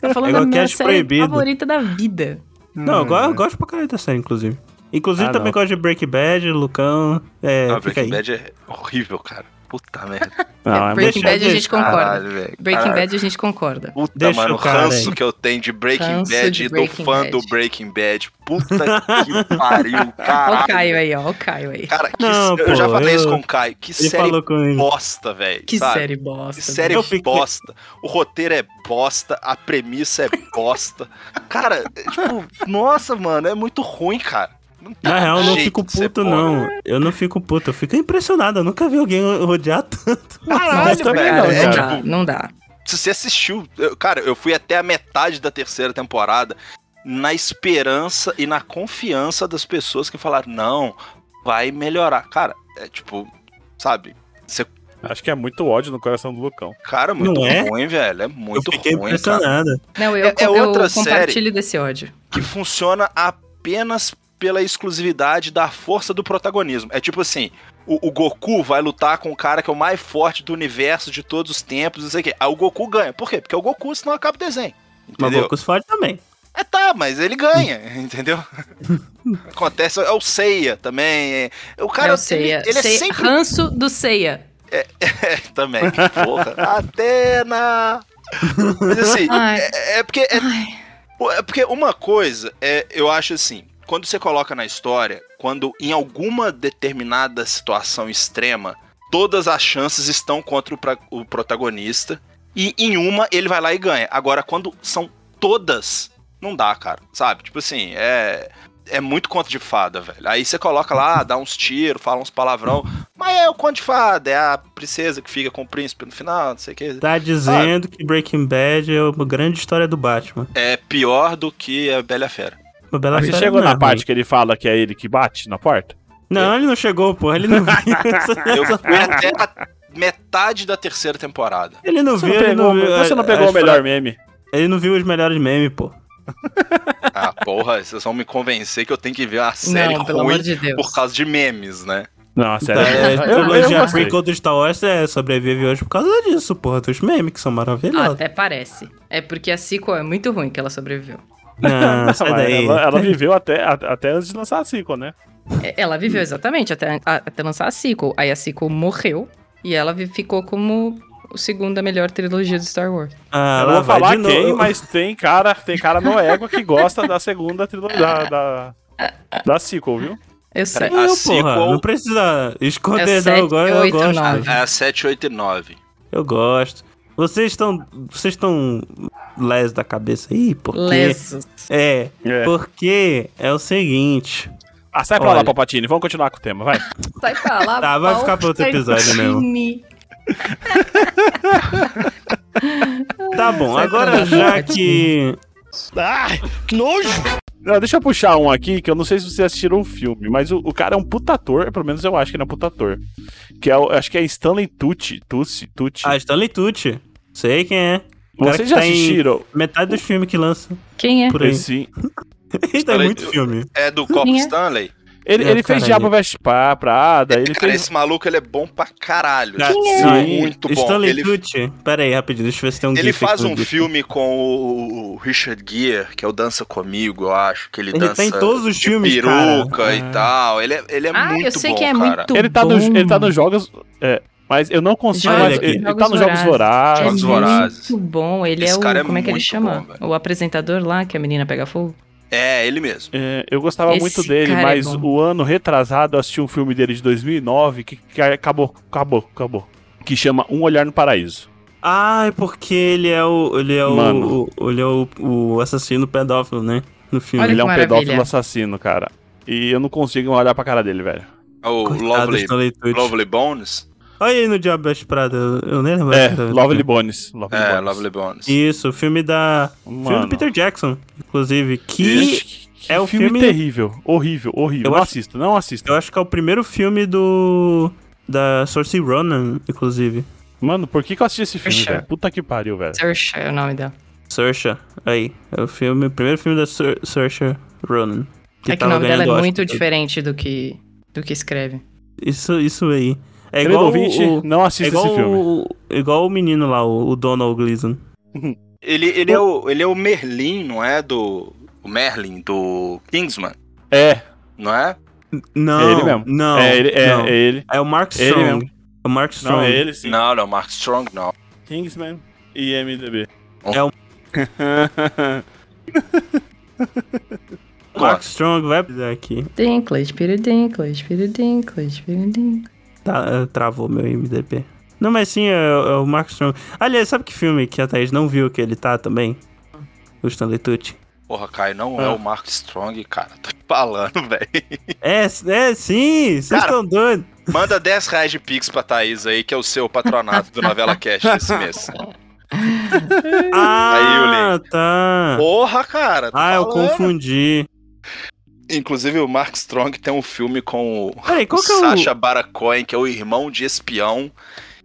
S3: Tá falando
S1: É
S3: da
S1: o
S3: minha
S1: cast
S3: série
S1: proibido.
S3: favorita da vida.
S1: não, eu go- eu gosto pra caralho da série, inclusive. Inclusive
S4: Ah,
S1: também
S4: não.
S1: gosto de Breaking Bad, Lucão, é,
S2: Ah,
S1: fica aí.
S2: Breaking Bad é horrível, cara. Puta merda.
S4: Não, é
S3: Breaking
S1: deixa-
S4: muito...
S3: Bad a gente
S1: deixa-
S3: concorda.
S2: velho.
S3: Breaking
S2: Caralho.
S3: Bad a gente concorda.
S2: Puta,
S1: Deixa
S2: mano,
S1: o
S2: o
S1: cara
S2: ranço
S1: aí.
S2: que eu tenho de Breaking
S3: Ranço
S2: Bad
S3: de
S2: e do
S3: Breaking
S2: fã
S3: Bad.
S2: do Breaking Bad. Puta que pariu,
S3: Ó o
S2: caralho.
S3: Caio aí, ó. O Caio aí.
S2: Cara, que
S1: Não,
S2: se- eu
S1: pô,
S2: já falei
S1: eu-
S2: isso com o Caio. Que
S1: Ele
S2: série
S1: falou comigo.
S2: bosta, velho.
S3: Que
S2: sabe?
S3: série bosta.
S2: Que série
S1: Eu fiquei-
S2: bosta. O roteiro é bosta, a premissa é bosta. cara, é tipo, nossa, mano, é muito ruim, cara. Não tem
S1: Na real, eu não
S2: jeito
S1: fico
S2: de
S4: é
S2: ser
S1: puto,
S2: bom,
S1: não.
S2: né?
S1: Eu não fico puto, eu fico impressionado. Eu nunca vi alguém rodear tanto.
S4: Caralho,
S1: Mas também
S4: velho.
S3: Cara,
S1: não,
S3: não
S2: é,
S1: cara.
S3: dá,
S2: tipo-
S3: não dá.
S2: Se você assistiu, eu- cara, eu fui até a metade da terceira temporada na esperança e na confiança das pessoas que falaram, não, vai melhorar. Cara, é tipo, sabe? Você,
S4: Acho que é muito ódio no coração do Lucão.
S2: cara, é muito
S1: Não é?
S2: ruim, velho. É muito
S1: eu fiquei
S2: ruim, cara.
S1: impressionado.
S3: Não, eu,
S2: É- é
S3: eu
S2: outra
S3: compartilho desse ódio.
S2: Que funciona apenas pela exclusividade da força do protagonismo. É tipo assim, o, o Goku vai lutar com o cara que é o mais forte do universo de todos os tempos, não sei o quê. Aí o Goku ganha. Por quê? Porque é o Goku, senão acaba o desenho.
S1: Mas
S2: Entendeu?
S1: Goku se fode também.
S2: É, tá, mas ele ganha, entendeu? Acontece, é o Seiya também. é- o cara,
S3: Não,
S2: ele,
S3: Ceia.
S2: ele é
S3: Ceia-
S2: sempre...
S3: Ranço do Ceia.
S2: É, também, porra. Atena! Mas assim,
S3: Ai.
S2: é, é porque... É, é porque uma coisa, é, eu acho assim, quando você coloca na história, quando em alguma determinada situação extrema, todas as chances estão contra o, pra- o protagonista. E em uma ele vai lá e ganha. Agora, quando são todas, não dá, cara. Sabe? Tipo assim, é. É muito conto de fada, velho. Aí você coloca lá, dá uns tiros, fala uns palavrão. Mas é o conto de fada, é a princesa que fica com o príncipe no final, não sei o que.
S4: Ah.
S1: Tá dizendo que Breaking Bad é uma grande história do Batman.
S2: É pior do que a Bela e a Fera.
S1: Uma bela
S4: Mas você
S1: história
S4: chegou
S1: não é
S4: na
S1: ruim.
S4: parte que ele fala que é ele que bate na porta?
S1: Não, ele não chegou, porra. Ele não viu.
S2: Eu fui até a metade da terceira temporada.
S1: ele não
S4: Você
S1: viu.
S4: não
S1: ele é,
S4: pegou,
S1: não viu
S4: você não
S1: as-
S4: pegou
S1: as
S4: o melhor
S1: fra-
S4: meme.
S1: Ele não viu os melhores memes, pô.
S2: Ah, porra, vocês vão me convencer que eu tenho que ver uma série
S3: não, pelo amor
S2: ruim
S3: de Deus.
S2: por causa de memes, né?
S4: Não, sério.
S1: É, a
S4: Eu- eu
S1: trilogia
S4: gostei.
S1: prequel do Star Wars é, sobrevive hoje por causa disso, porra. Dos memes que são maravilhosos.
S3: Até parece. É porque a sequel é muito ruim que ela sobreviveu.
S1: Não, sai
S4: Mas
S1: daí.
S4: Ela, ela viveu até, a- até antes de lançar a sequel, né?
S3: É, Ela viveu exatamente até, a- até lançar a sequel. Aí a sequel morreu e ela vi- ficou como o segunda melhor trilogia de Star Wars.
S1: Ah,
S4: eu
S1: lá
S4: não vou
S1: vai
S4: falar
S1: de
S4: quem,
S1: novo.
S4: mas tem cara, tem cara no ego que gosta da segunda trilogia da, da, da sequel, viu?
S3: Eu sei.
S2: Peraí, a
S1: Eu, porra,
S2: sequel-
S1: não precisa
S3: É
S1: esconder, não.
S3: sete,
S1: Eu, go- eu
S3: oito,
S1: gosto.
S3: nove.
S2: É a 7, 8 e 9.
S1: Eu gosto. Vocês estão. Vocês estão les da cabeça aí, porque.
S3: Lesos.
S1: É,
S4: É.
S1: porque é o seguinte.
S4: Ah, sai pra lá,
S1: Olha.
S4: Papatini. Vamos continuar com o tema, vai.
S3: Sai pra lá.
S1: Tá, vai ficar pra outro episódio mesmo.
S3: Palpatine.
S1: Tá bom,
S3: Sai pra
S1: agora
S3: lá,
S1: já
S3: Palpatine.
S1: que.
S4: Não, deixa eu puxar um aqui, que eu não sei se vocês assistiram o filme, mas o, o cara é um puta ator, pelo menos eu acho que ele é um puta ator. Que é, o- acho que é Stanley Tucci, Tucci, Tucci.
S1: Ah, Stanley Tucci. Sei quem é. cara
S4: vocês
S1: que
S4: já
S1: tá em-
S4: assistiram?
S1: Metade dos filmes que lança
S3: Quem é?
S1: por aí.
S4: Sim.
S1: Ele tem
S2: Stanley
S1: muito
S2: Tucci.
S1: filme.
S2: É do Copo
S3: Quem é?
S2: Stanley?
S4: Ele,
S1: Meu
S4: ele fez
S1: caralho.
S4: Diabo Veste Pa- Prada, ele
S2: Cara,
S4: fez...
S2: esse maluco ele é bom pra caralho.
S1: Cara,
S2: Tipo,
S1: sim.
S2: ele é muito bom.
S1: Stanley
S2: Ele,
S1: Tucci. Pera aí, rapidinho, deixa eu ver se tem um
S2: ele
S1: gif
S2: faz
S1: aqui no
S2: um
S1: gif.
S2: filme com o o Richard Gere, que é o Dança Comigo, eu acho. Que ele,
S1: Ele
S2: dança
S1: tem todos os
S2: de
S1: filmes,
S2: peruca
S1: cara.
S2: e tal. Ele é, ele é
S3: ah,
S2: muito
S3: eu sei
S2: bom,
S3: que é
S2: cara.
S3: muito
S4: Ele tá,
S3: bom.
S4: no, ele tá nos jogos... é, mas eu não consigo
S1: Olha
S4: mais...
S1: Ah, aqui.
S4: Ele, ele tá nos Jogos
S3: É
S4: Vorazes.
S2: Jogos Vorazes.
S3: muito bom. Ele
S2: Esse
S3: é o...
S2: cara é
S3: como é que ele
S2: muito
S3: chama?
S2: bom, velho.
S3: o apresentador lá, que a menina pega fogo.
S2: É, ele mesmo.
S4: É, eu gostava
S3: Esse
S4: muito dele,
S3: cara é
S4: mas
S3: bom.
S4: o ano retrasado eu assisti um filme dele de 2009 que, que acabou, acabou, acabou. Que chama Um Olhar no Paraíso.
S1: Ah, é porque ele é o. Ele é o,
S4: Mano.
S1: o- Ele é o, o assassino pedófilo, né? No filme.
S3: Olha
S4: ele é um
S3: que
S4: pedófilo
S3: maravilha.
S4: assassino, cara. E eu não consigo olhar pra cara dele, velho.
S2: É O
S1: Coitado
S2: Lovely,
S1: Stanley Tucci.
S2: Lovely Bones.
S1: Olha aí no Diabo Veste Prada, eu, eu nem lembro.
S4: É,
S1: dessa-
S4: Lovely Bones. Lovely
S2: É,
S4: Bones.
S2: Lovely Bones.
S1: Isso, o filme da.
S4: Mano,
S1: Filme do Peter Jackson, inclusive. Que
S4: Ixi, que- que
S1: é o
S4: filme,
S1: filme-
S4: terrível, horrível, horrível.
S1: Eu
S4: não
S1: acho-
S4: assisto, não assisto.
S1: eu acho que é o primeiro filme do. Da Saoirse Ronan, inclusive.
S4: Mano, por que, que eu assisti esse filme,
S3: Fechou.
S4: velho? Puta que pariu, velho.
S3: Saoirse é o nome dela.
S1: Saoirse, aí. É o filme, o primeiro filme da Saoir- Saoirse Ronan.
S3: é que o nome dela é
S1: ganhando Oscar.
S3: muito diferente do que, do que escreve.
S1: Isso, isso aí. É
S4: Querido
S1: igual
S4: ouvinte,
S1: o,
S4: não
S1: é
S4: assista
S1: igual
S4: esse filme.
S1: o, igual o menino lá, o, o Donald Gleason.
S2: Ele, ele, é o, ele é o Merlin, não é? Do. O Merlin, do Kingsman,
S4: É,
S2: não é?
S1: Não,
S4: É ele mesmo.
S1: Não,
S4: é ele, é,
S1: não.
S4: é ele.
S1: É o Mark
S4: Ele
S1: Strong.
S4: mesmo.
S1: É o Mark
S4: Não,
S1: Strong.
S4: é ele sim.
S2: Não, não, Mark Strong não.
S4: Kingsman e MDB.
S1: É o- Mark Strong vai pisar aqui.
S3: Dinklage, Peter Dinklage, Peter Dinklage, Peter Dinklage.
S1: Tá, eh, travou meu MDP. Não, mas sim, é, é o Mark Strong. Aliás, sabe que filme que a Thaís não viu que ele tá também? O Stanley Tucci.
S2: Porra, Caio, não
S4: Ah.
S2: é o Mark Strong, cara. Tô te falando, velho.
S1: É, é sim, vocês
S2: Cara.
S1: estão doidos.
S2: Manda 10 reais de Pix pra Thaís aí, que é o seu patronato do Novela Cash desse mês.
S1: Ah, tá.
S2: Porra, cara. tô
S1: Ah, eu
S2: falando.
S1: confundi.
S2: Inclusive, o Mark Strong tem um filme com o
S1: Peraí, qual que é o...
S2: Sacha Baron Cohen, que é o irmão de espião.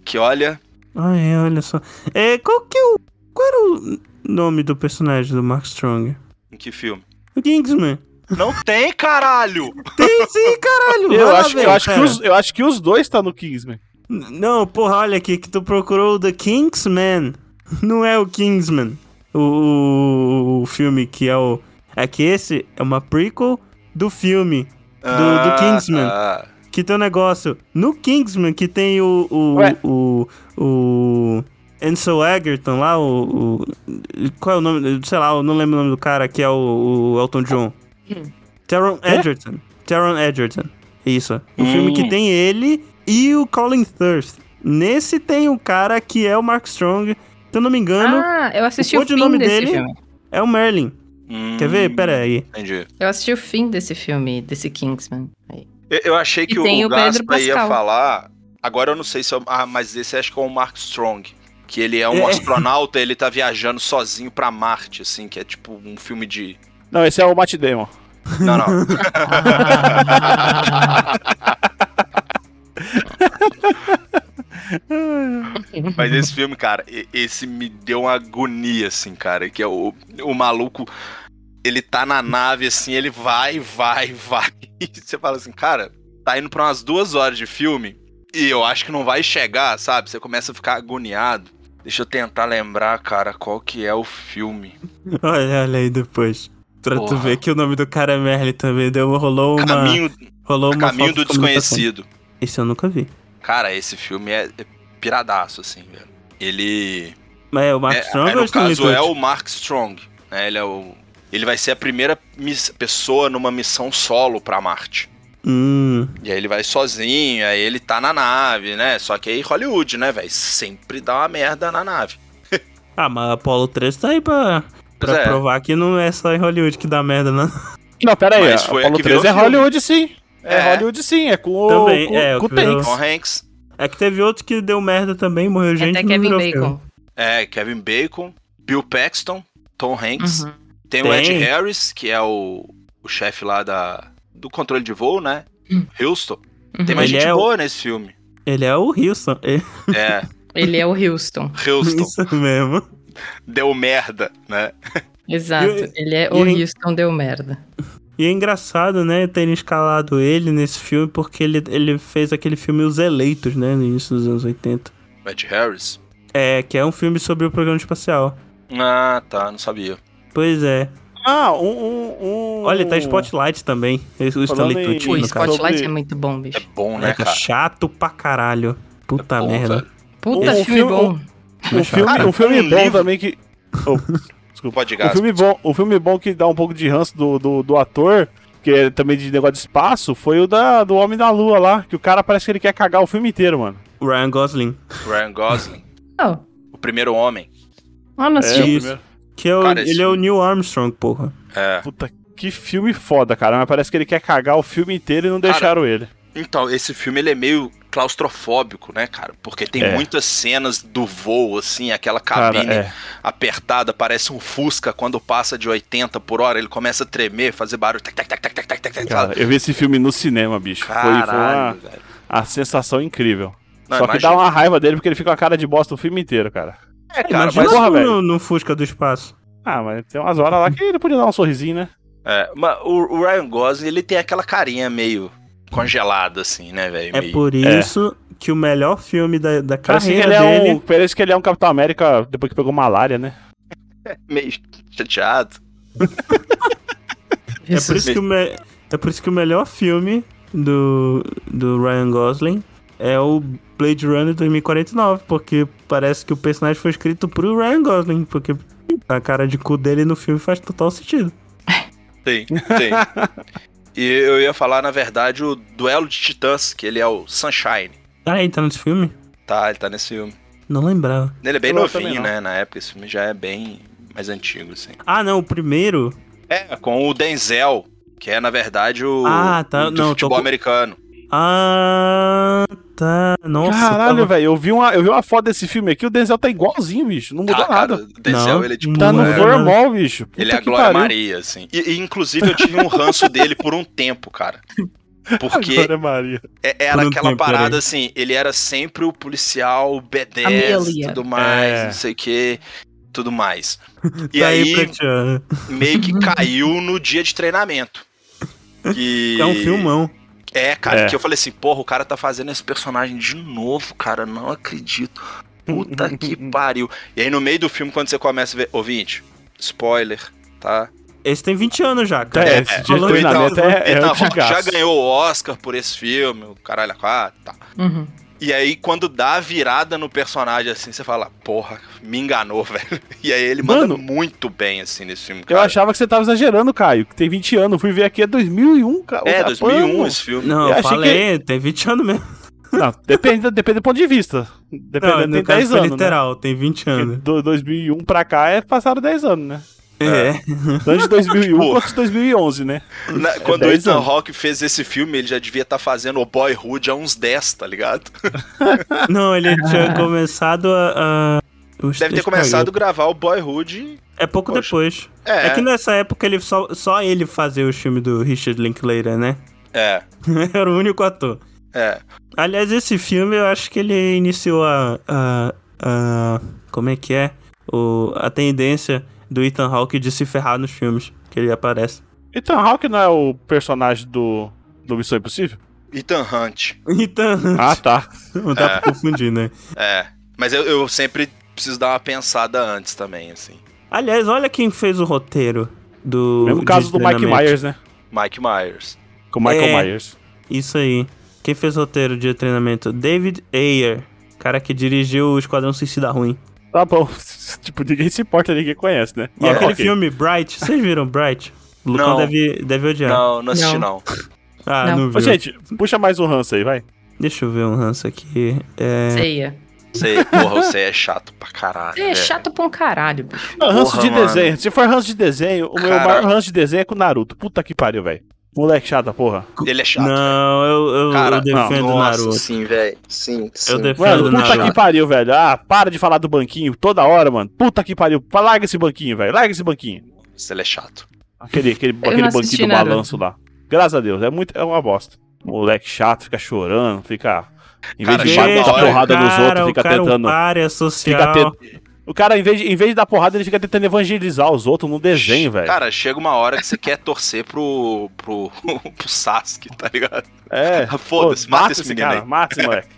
S2: Que olha.
S1: Ah, é, olha só. É, qual que é o. Qual era o nome do personagem do Mark Strong?
S2: Em que filme?
S1: O Kingsman.
S2: Não tem, caralho!
S1: Tem sim, caralho! vai
S4: Eu
S1: lá
S4: acho,
S1: ver,
S4: eu, acho que
S1: cara.
S4: os, eu acho que os dois tá no Kingsman.
S1: N- Não, porra, olha aqui que tu procurou o The Kingsman. Não é o Kingsman. O, o, o filme que é o. É que esse é uma prequel do filme. do Kingsman.
S2: tá.
S1: Que tem um negócio. No Kingsman que tem o. O.
S4: Ué.
S1: O. o Ansel Egerton lá, o, o- Qual é o nome? Sei lá, eu não lembro o nome do cara que é o, o Elton John. Taron Edgerton. Taron Edgerton. Isso. O
S2: Hum.
S1: filme que tem ele e o Colin Thurst. Nesse tem um cara que é o Mark Strong. Se eu não me engano,
S3: Ah, eu assisti
S1: o
S3: o,
S1: codinome
S3: fim desse
S1: dele-
S3: filme.
S1: é o Merlin. Quer
S2: Hum.
S1: ver? Pera aí.
S2: Entendi.
S3: Eu assisti o fim desse filme, desse Kingsman. Aí.
S2: Eu, eu achei que
S3: E tem
S2: o,
S3: o Pedro
S2: Gaspa ia
S3: Pascal.
S2: falar. Agora eu não sei se é. o- Ah, mas esse acho que é o Mark Strong. Que ele é um
S1: É.
S2: astronauta, ele tá viajando sozinho pra Marte, assim, que é tipo um filme de.
S4: Não, esse é o Matt Damon.
S2: Não, não. Mas esse filme, cara, e- esse me deu uma agonia, assim, cara. Que é o, o maluco, ele tá na nave, assim, ele vai, vai, vai. E você fala assim, cara, tá indo pra umas duas horas de filme e eu acho que não vai chegar, sabe? Você começa a ficar agoniado. Deixa eu tentar lembrar, cara, qual que é o filme.
S1: Olha, olha aí depois. Pra tu
S2: Porra.
S1: ver que o nome do cara é Merlin também. Deu, rolou uma.
S2: Caminho,
S1: rolou uma
S2: Caminho
S1: falta
S2: do
S1: de comunicação.
S2: Desconhecido.
S1: Esse eu nunca vi.
S2: Cara, esse filme é, é piradaço, assim, velho. Ele.
S1: Mas é o Mark
S2: É,
S1: Strong
S2: aí,
S1: ou
S2: no
S1: o Stanley
S2: caso é
S1: Tucci?
S2: o Mark Strong. né? Ele é o. Ele vai ser a primeira miss- pessoa numa missão solo pra Marte.
S1: Hum.
S2: E aí ele vai sozinho, aí ele tá na nave, né? Só que aí Hollywood, né, velho? Sempre dá uma merda na nave.
S1: Ah, mas Apollo 3 tá aí pra, pra
S2: Pois é.
S1: provar que não é só em Hollywood que dá merda, né?
S4: Não, pera aí.
S2: Mas foi a
S4: Apollo
S2: que virou
S4: 13 é
S2: filme.
S4: Hollywood, sim. É,
S2: É.
S4: Hollywood, sim. É com o,
S1: Também,
S4: com,
S1: é, o
S4: com o
S1: que virou-
S4: Tanks.
S2: Tom Hanks,
S1: É que teve outro que deu merda também, morreu gente.
S3: É Até
S1: não
S3: Kevin
S1: virou filme.
S3: Bacon.
S2: é, Kevin Bacon, Bill Paxton, Tom Hanks.
S3: Uhum.
S2: Tem, o
S1: Tem.
S2: Ed Harris, que é o, o chefe lá da, do controle de voo, né?
S3: Hum.
S2: Houston.
S3: Uhum.
S2: Tem mais
S1: Ele
S2: gente
S1: é o-
S2: boa nesse filme.
S1: Ele é o Wilson. É,
S2: É,
S3: Ele é o Houston.
S2: Houston.
S1: isso mesmo.
S2: Deu merda, né?
S3: Exato.
S1: E-
S3: Ele é o
S1: e-
S3: Houston deu merda.
S1: E é engraçado, né, terem escalado ele nesse filme, porque ele, ele fez aquele filme Os Eleitos, né, no início dos anos 80.
S2: Ed Harris.
S1: É, que é um filme sobre o programa espacial.
S2: Ah, tá, não sabia.
S1: Pois é.
S4: Ah, um, um, um-
S1: Olha, tá Spotlight também. O Stanley
S4: em-
S1: Tucci,
S3: O
S1: no caso.
S4: Spotlight
S3: Spotlight
S4: Sobre-
S3: é muito bom, bicho.
S2: É bom, né,
S1: É,
S2: cara?
S1: chato pra caralho. Puta
S2: Bom,
S1: merda.
S2: velho.
S3: Puta filme,
S4: o filme-
S3: bom.
S4: Um filme,
S2: Cara,
S4: um filme
S2: um
S4: bom
S2: livro-
S4: também que. Oh, desculpa.
S2: Pode
S4: Um
S2: gastar.
S4: filme, bom, um filme bom que dá um pouco de ranço do, do, do ator, que é também de negócio de espaço, foi o da, do Homem da Lua lá, que o cara parece que ele quer cagar o filme inteiro, mano.
S1: Ryan Gosling.
S2: Ryan Gosling,
S3: Não.
S2: o primeiro homem.
S3: Ah,
S2: É
S3: não assisti.
S1: o
S4: o
S1: isso.
S4: primeiro.
S1: Que é o,
S2: Cara, esse
S1: ele é o Neil Armstrong, porra.
S2: É.
S4: Puta, que filme foda, cara. Mas parece que ele quer cagar o filme inteiro e não
S2: Cara,
S4: deixaram ele.
S2: Então, esse filme ele é meio claustrofóbico, né, cara? Porque tem
S4: É.
S2: muitas cenas do voo, assim, aquela
S4: Cara,
S2: cabine
S4: é.
S2: apertada, parece um Fusca quando passa de 80 por hora, ele começa a tremer, fazer barulho. Tac, tac, tac, tac, tac, tac, tac, tac.
S4: Cara, eu vi esse filme no cinema, bicho. Foi, foi uma,
S2: Caralho, velho.
S4: a sensação incrível.
S2: Não,
S4: Só que
S2: imagina.
S4: dá uma raiva dele porque ele fica com a cara de bosta o filme inteiro, cara.
S2: É, cara,
S1: Imagina
S2: mas,
S4: porra,
S1: tu
S4: velho.
S1: no, no Fusca do Espaço.
S4: Ah, mas tem umas horas lá que ele podia dar um sorrisinho, né?
S2: é, mas o, o Ryan Gosling, ele tem aquela carinha meio congelada, assim, né, velho?
S1: É
S2: Meio-
S1: por
S4: É.
S1: isso que o melhor filme da, da
S4: Parece que,
S1: carreira
S4: ele é
S1: dele...
S4: um, parece que ele é um Capitão América depois que pegou malária, né?
S2: meio chateado.
S1: É por, isso que o me- é por isso que o melhor filme do, do Ryan Gosling é o Blade Runner 2049, porque parece que o personagem foi escrito pro Ryan Gosling, porque a cara de cu dele no filme faz total sentido.
S2: Tem, tem. e eu ia falar, na verdade, o Duelo de Titãs, que ele é o Sunshine.
S1: Ah, ele tá nesse filme?
S2: Tá, ele tá nesse filme.
S1: Não lembrava.
S2: Ele é bem
S4: Eu também
S2: novinho,
S4: não.
S2: né? Na época, esse filme já é bem mais antigo, assim.
S1: Ah, não, o primeiro...
S2: É, com o Denzel, que é, na verdade, o
S1: Ah, tá.
S2: o do
S1: Não,
S2: futebol
S1: tô com-
S2: americano.
S1: Ah, tá. Nossa,
S4: Caralho,
S1: tava-
S4: velho, eu, vi uma- eu vi uma foto desse filme aqui, o Denzel tá igualzinho, bicho. Ah, Não mudou
S2: Tá,
S4: nada.
S2: cara, o Denzel,
S1: Não,
S2: ele é tipo...
S4: Tá no
S1: Não é,
S4: formal, bicho. Puta
S2: Ele é a
S4: que
S2: Glória
S4: pariu.
S2: Maria, assim. E, e, inclusive, eu tive um ranço dele por um tempo, cara. Porque
S4: Glória Maria.
S2: é- era
S1: Por um
S2: aquela
S1: tempo,
S2: parada,
S1: peraí.
S2: assim, ele era sempre o policial B10 e
S3: Amelia.
S2: tudo mais,
S4: É.
S2: não sei o que, tudo mais. E
S1: tá
S2: aí,
S1: pra te- ah,
S2: meio que caiu no dia de treinamento. E...
S1: É um filmão.
S2: É, cara,
S4: É.
S2: que eu falei assim, porra, o cara tá fazendo esse personagem de novo, cara, não acredito. Puta que pariu. E aí no meio do filme, quando você começa a ver, ouvinte, spoiler, tá?
S1: Esse tem 20 anos já, cara.
S4: É, esse dia de
S1: Falou então.
S2: Ethan- Então,
S4: treinamento é, é
S2: Ethan Hawke
S4: antigaço.
S2: já ganhou o Oscar por esse filme, o caralho, ah, tá.
S3: Uhum.
S2: E aí, quando dá a virada no personagem, assim, você fala, porra, me enganou, velho. E aí ele manda
S4: Mano,
S2: muito bem, assim, nesse filme,
S4: Eu
S2: cara.
S4: achava que você tava exagerando, Caio, que tem 20 anos. Fui ver aqui, é 2001, cara.
S2: É,
S4: Japão.
S2: 2001 esse filme.
S1: Não,
S4: Eu
S1: eu
S4: achei
S1: falei, tem 20 anos mesmo.
S4: Não, depende, depende do ponto de vista.
S1: Não,
S4: Depende,
S1: no
S4: tem
S1: caso
S4: 10
S1: foi
S4: anos, né?
S1: literal, tem 20
S4: Porque
S1: anos.
S4: do 2001 pra cá é passaram 10 anos, né?
S1: É.
S4: Tanto de 2001
S2: Tipo-
S4: quanto de 2011, né?
S2: Na-
S4: É
S2: quando o
S4: 10
S2: Ethan
S4: anos.
S2: Hawke fez esse filme, ele já devia estar fazendo o Boyhood há uns 10, tá ligado?
S1: Não, ele tinha começado a. a- os
S2: Deve ter
S1: três
S2: começado a gravar o Boyhood.
S1: caiu. É pouco
S2: Poxa.
S1: depois. É.
S2: É,
S1: que nessa época ele só, só ele fazia o filme do Richard Linklater, né?
S2: é,
S1: Era o único ator.
S2: é.
S1: Aliás, esse filme eu acho que ele iniciou a. a, a- como é que é? O, a tendência do Ethan Hawke de se ferrar nos filmes que ele aparece.
S4: Ethan Hawke não é o personagem do, do Missão Impossível?
S2: Ethan Hunt.
S1: Então,
S4: Ah, tá.
S1: não dá
S2: É.
S1: pra confundir, né?
S2: É. Mas eu, eu sempre preciso dar uma pensada antes também, assim.
S1: Aliás, olha quem fez o roteiro do.
S4: Mesmo
S1: de
S4: caso do Mike
S1: treinamento.
S4: Myers, né?
S2: Mike Myers.
S4: Com o Michael
S1: É.
S4: Myers.
S1: Isso aí. Quem fez o roteiro de treinamento? David Ayer. Cara que dirigiu o Esquadrão Suicida Ruim.
S4: Tá bom. tipo, ninguém se importa, ninguém conhece, né?
S1: E
S4: Ah,
S1: aquele
S4: ok.
S1: filme, Bright. Vocês viram Bright? O Lucão
S2: Não.
S1: deve, deve odiar.
S2: Não, não assisti não.
S1: Ah, não,
S3: Não.
S1: viu.
S4: Ô, gente, puxa mais um ranço aí, vai.
S1: Deixa eu ver um ranço aqui. É...
S3: Ceia.
S2: Sei, porra, você é chato pra caralho.
S3: Você é
S2: velho.
S3: chato pra um caralho, bicho.
S4: Não, ranço
S2: Porra,
S4: de
S2: mano.
S4: desenho. Se for ranço de desenho, o meu
S2: Cara.
S4: maior ranço de desenho é com o Naruto. Puta que pariu, velho. Moleque chata, porra.
S2: Ele é chato.
S1: Não, eu, eu,
S2: Cara,
S1: eu defendo o
S2: Nossa,
S1: Naruto.
S2: sim, velho. Sim, sim.
S1: Eu defendo
S4: Mano,
S1: o
S4: puta
S1: Naruto.
S4: que pariu, velho. Ah, para de falar do banquinho toda hora, mano. Puta que pariu. Pa- Larga esse banquinho, velho. Larga esse banquinho.
S2: Nossa, Ele é chato.
S4: Aquele, aquele,
S3: não
S4: aquele
S3: assisti
S4: banquinho do
S3: Naruto.
S4: balanço lá. Graças a Deus, é muito é uma bosta. Moleque chato, fica chorando, fica. Em vez
S2: Cara,
S4: de
S2: chega
S4: dar
S2: uma hora,
S4: porrada nos outros, fica
S1: o cara
S4: tentando.
S1: O cara é
S4: Fica
S1: social.
S4: te- O cara, em vez, de, em vez de dar porrada, ele fica tentando evangelizar os outros num desenho, velho.
S2: Cara, chega uma hora que você quer torcer pro, pro, pro Sasuke, tá ligado?
S4: É.
S2: Foda-se,
S4: Pô,
S2: mata esse menino
S4: cara, mata esse moleque.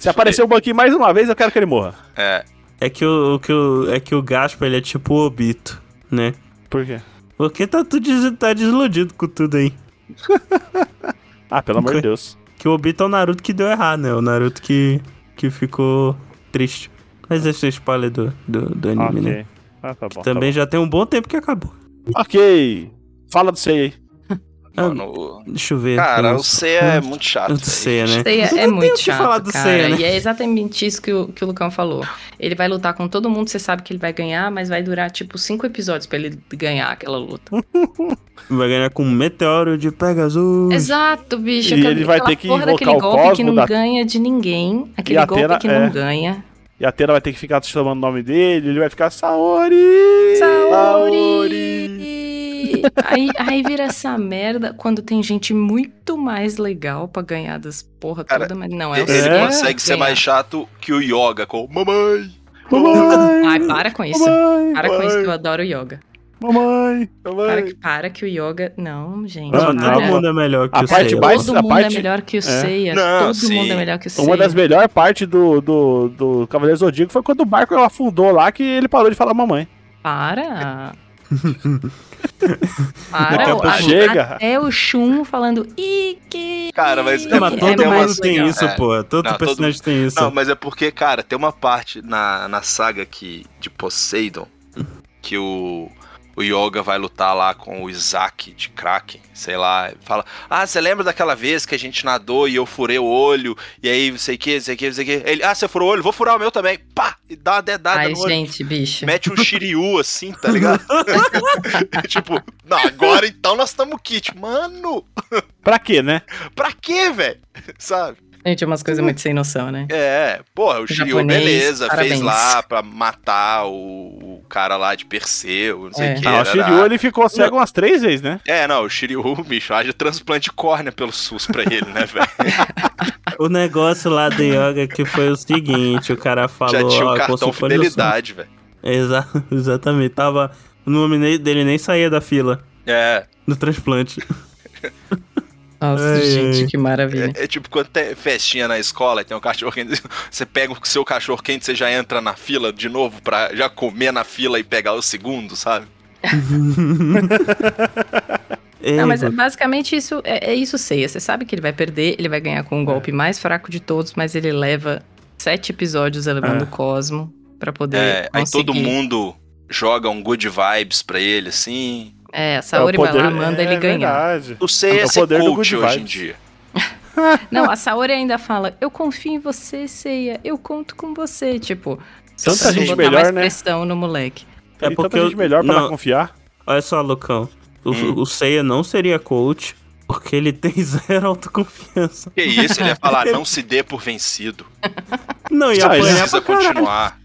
S4: Se aparecer o banquinho mais uma vez, eu quero que ele morra.
S2: aí. É.
S1: É que o, o que o, é que o Gaspar, ele é tipo o Obito, né?
S4: Por quê?
S1: Porque tá, tudo des- tá desiludido com tudo aí.
S4: Ah, pelo amor de
S1: Ok.
S4: Deus.
S1: Que o Obito é o Naruto que deu errado, né? O Naruto que, que ficou triste. Mas esse é o spoiler do, do, do anime, né?
S4: Ok. Ah, tá bom. tá
S1: Também já tem um bom tempo que acabou.
S4: bom. Ok. Fala do Sei aí.
S1: Ah,
S2: Mano,
S1: Deixa eu ver.
S2: cara,
S1: eu
S2: o C é muito chato.
S1: do C, né?
S3: Ceia
S1: Não
S3: é
S1: tem o
S3: muito
S1: que
S3: chato,
S1: falar do
S3: cara.
S1: Ceia, né?
S3: E é exatamente isso que o, que o Lucão falou. Ele vai lutar com todo mundo, você sabe que ele vai ganhar, mas vai durar, tipo, cinco episódios pra ele ganhar aquela luta.
S4: Hum.
S1: Vai ganhar com um meteoro de Pegasus.
S3: Exato, bicho.
S4: E
S3: Aquela-
S4: ele vai
S3: aquela
S4: ter que
S3: porra
S4: invocar
S3: daquele
S4: o
S3: golpe que
S4: cosmo
S3: não
S4: da-
S3: ganha de ninguém. Aquele
S4: a
S3: golpe
S4: Atena
S3: que
S4: é-
S3: não ganha.
S4: E a Tena vai ter que ficar chamando o nome dele. Ele vai ficar Saori.
S3: Saori! Aí, aí vira essa merda quando tem gente muito mais legal pra ganhar das porra
S2: Cara,
S3: toda, mas não é o
S2: Ele
S4: É.
S3: Ceia
S2: consegue
S3: que
S2: ser
S3: ganha.
S2: mais chato que o Yoga com Mamãe.
S4: Mamãe.
S3: Ai, para com isso.
S4: Mamãe.
S3: Para com isso que eu
S4: mamãe,
S3: adoro yoga.
S4: Mamãe.
S3: Para
S2: mamãe.
S3: que, para que o yoga. Não, gente.
S1: Não,
S4: Ah,
S3: para.
S1: todo
S4: não.
S1: mundo é melhor que
S4: A
S1: o
S4: parte
S1: Seiya.
S4: mais-
S3: Todo
S4: a
S3: mundo é
S4: parte-
S3: melhor que o Seiya.
S2: Não,
S3: Todo
S2: sim.
S3: mundo é melhor que o Seiya.
S4: Uma das melhores partes do, do, do Cavaleiro Zodíaco foi quando o Marco afundou lá que ele parou de falar mamãe.
S3: Para.
S4: Daqui a
S3: Para.
S4: pouco
S3: a-
S4: chega.
S3: Até o Shun falando Ike.
S2: Cara, mas-
S1: Não, mas
S2: É
S1: todo
S2: muito
S1: mundo
S2: mais
S1: tem
S3: legal.
S1: isso,
S2: É.
S1: pô. Todo
S2: Não, todo
S1: personagem tem isso.
S2: Não, mas é porque, cara, tem uma parte na, na saga que, de Poseidon que o, o Yoga vai lutar lá com o Isaac de Kraken, sei lá, e fala: Ah, você lembra daquela vez que a gente nadou e eu furei o olho, e aí não sei o que, não sei o que, não sei o que. Ele, ah, você furou o olho, vou furar o meu também. Pá! E dá uma dedada
S3: Ai,
S2: no olho.
S3: gente, bicho.
S2: Mete um Shiryu assim, tá ligado? tipo, não, agora então nós estamos kit. Mano,
S4: Pra quê, né?
S2: pra quê, velho? Sabe?
S3: Gente, é umas coisas muito sem noção, né?
S2: É, porra, o Shiryu,
S3: Japonês,
S2: beleza,
S3: parabéns.
S2: fez lá pra matar o, o cara lá de Perseu, não sei o
S3: É.
S2: que.
S4: Ah, o
S2: era-
S4: Shiryu ele ficou cego umas três vezes, né?
S2: É, não, o Shiryu, bicho, haja transplante de córnea pelo SUS pra ele, né, velho?
S1: O negócio lá do yoga que foi o seguinte, o cara falou...
S2: Já
S1: ó,
S2: tinha
S4: ah,
S2: o
S1: como
S2: cartão
S1: se fosse o som.
S2: fidelidade, velho.
S1: Exa exatamente. Tava... O nome ne- dele nem saía da fila
S2: É,
S1: do transplante.
S3: Nossa,
S1: Ai,
S3: gente,
S1: ai.
S3: que maravilha.
S2: é, é tipo quando tem festinha na escola e tem um cachorro quente, você pega o seu cachorro quente, você já entra na fila de novo pra já comer na fila e pegar o segundo, sabe?
S4: É,
S3: Não, mas
S1: Ego.
S3: basicamente isso é, é isso ceia. Você sabe que ele vai perder, ele vai ganhar com o golpe
S4: É.
S3: mais fraco de todos, mas ele leva sete episódios elevando
S4: É.
S3: o cosmo pra poder
S2: É, aí
S3: conseguir.
S2: todo mundo joga um good vibes pra ele, assim.
S3: É, a Saori vai lá, manda ele
S4: é
S3: ganhar.
S4: Verdade.
S2: O sei
S4: É
S2: é
S4: o
S2: ser
S4: poder do
S2: coach
S4: good
S2: hoje em
S4: vibes.
S2: dia.
S3: Não,
S4: Ah.
S3: a Saori ainda fala, eu confio em você, ceia, eu conto com você, tipo...
S4: Tanta
S3: só
S2: gente
S3: botar
S4: melhor,
S3: mais
S4: né?
S3: pressão no moleque.
S1: É
S4: Tem
S1: porque
S4: tanta
S1: eu-
S4: gente melhor pra
S1: não.
S4: confiar.
S1: Olha só, Lucão. O,
S2: Hum.
S1: o Seiya não seria coach porque ele tem zero autoconfiança.
S2: Que isso, ele ia falar, não se dê por vencido.
S1: Não, ia
S4: Ah, ele-
S1: apanhar
S2: Precisa
S1: é pra caralho.
S2: continuar.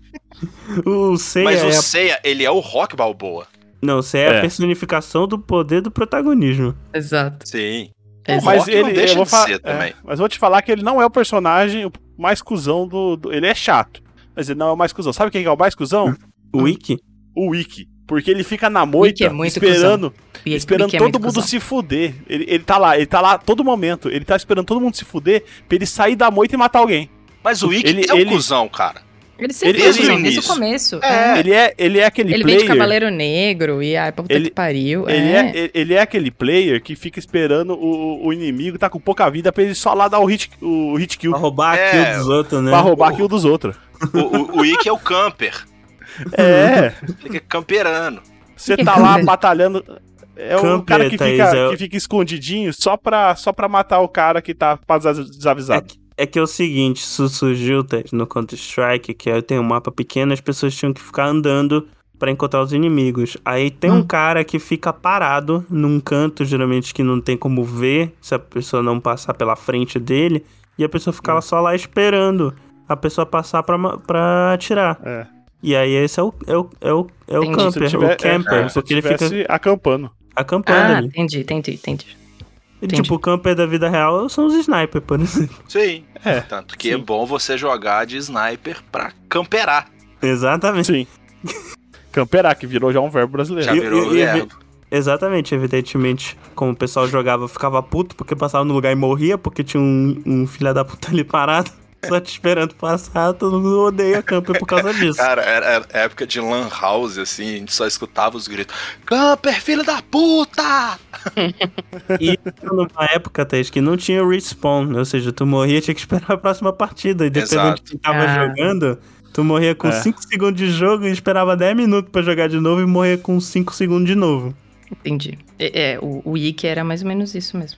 S1: O Seiya
S2: Mas o
S1: é, a-
S2: Seiya, ele é o Rock Balboa.
S1: não, o Seiya é a
S4: É.
S1: personificação do poder do protagonismo.
S3: Exato.
S2: Sim.
S3: exato.
S2: Rock não deixa de
S4: fa-
S2: ser
S4: é,
S2: também.
S4: mas vou te falar que ele não é o personagem o mais cuzão do, do- Ele é chato. Mas ele não é o mais cuzão. Sabe quem que é o mais cuzão?
S1: O
S2: Hum.
S1: Ikki,
S4: o Wiki. Porque ele fica na moita
S3: é muito
S4: esperando,
S3: E-
S4: esperando
S3: e que é
S4: todo
S3: muito
S4: mundo
S3: cuzão.
S4: se fuder. Ele, ele tá lá, ele tá lá a todo momento. Ele tá esperando todo mundo se fuder pra ele sair da moita e matar alguém.
S2: Mas o Ikki
S4: Ele-
S2: é o
S4: ele-
S2: cuzão, cara.
S3: Ele sempre
S4: Ele-
S3: fez
S2: desde o
S3: isso, desde o
S2: início.
S3: começo.
S2: É.
S4: Ele é, ele é aquele
S3: Ele vem de
S4: player.
S3: Cavaleiro Negro e ai, puta
S4: Ele-
S3: que pariu.
S4: ele,
S3: é.
S4: é, ele é aquele player que fica esperando o, o inimigo, tá com pouca vida, pra ele só lá dar o hit, o hit kill
S1: pra roubar a
S2: É.
S1: kill dos outros, né?
S4: pra roubar a kill dos outros.
S2: O, o, o Ikki é o camper.
S4: É,
S2: Fica camperando.
S4: você
S3: Que
S4: tá lá
S3: camper.
S4: batalhando. É o
S1: Camper,
S4: cara que
S1: Thaís,
S4: fica,
S1: é o-
S4: que fica escondidinho só pra, só pra matar o cara que tá pra des-
S1: É,
S4: desavisado.
S1: que- é que é o seguinte, isso surgiu Ted, no Counter-Strike, que aí tem um mapa pequeno, as pessoas tinham que ficar andando pra encontrar os inimigos. Aí tem um
S3: Hum.
S1: cara que fica parado num canto, geralmente que não tem como ver, se a pessoa não passar pela frente dele, e a pessoa
S4: Hum.
S1: ficava só lá esperando a pessoa passar pra, ma- pra atirar.
S4: É.
S1: E aí esse é o, é o, é o, é o
S3: Entendi.
S1: camper,
S4: Então, Se tiver-
S1: o camper,
S4: é, se
S1: porque ele
S4: tivesse
S1: fica
S4: acampando.
S1: acampando
S3: Ah,
S1: ali.
S3: entendi, entendi, entendi.
S1: E,
S3: entendi.
S1: tipo, o camper da vida real são os sniper, por exemplo.
S2: Sim.
S4: É,
S2: Tanto que é
S4: sim.
S2: bom você jogar de sniper pra camperar.
S1: Exatamente.
S4: Sim. Camperar, que virou já um verbo
S2: Já
S4: brasileiro.
S1: Eu-
S2: virou
S1: eu- eu-
S2: verbo.
S1: Exatamente, evidentemente, como o pessoal jogava, ficava puto porque passava no lugar e morria, porque tinha um, um filho da puta ali parado, só te esperando passar, todo mundo odeia camper por causa disso.
S2: Cara, era, era época de lan house, assim, a gente só escutava os gritos. Camper, filho da puta!
S1: E Então, numa época, Thaís, que não tinha respawn, ou seja, tu morria, tinha que esperar a próxima partida, e dependendo de
S2: Exato.
S1: quem tava
S3: Ah.
S1: jogando, tu morria com
S4: É.
S1: 5 segundos de jogo e esperava 10 minutos pra jogar de novo e morria com 5 segundos de novo.
S3: Entendi. É, é, o, o Ike era mais ou menos isso mesmo.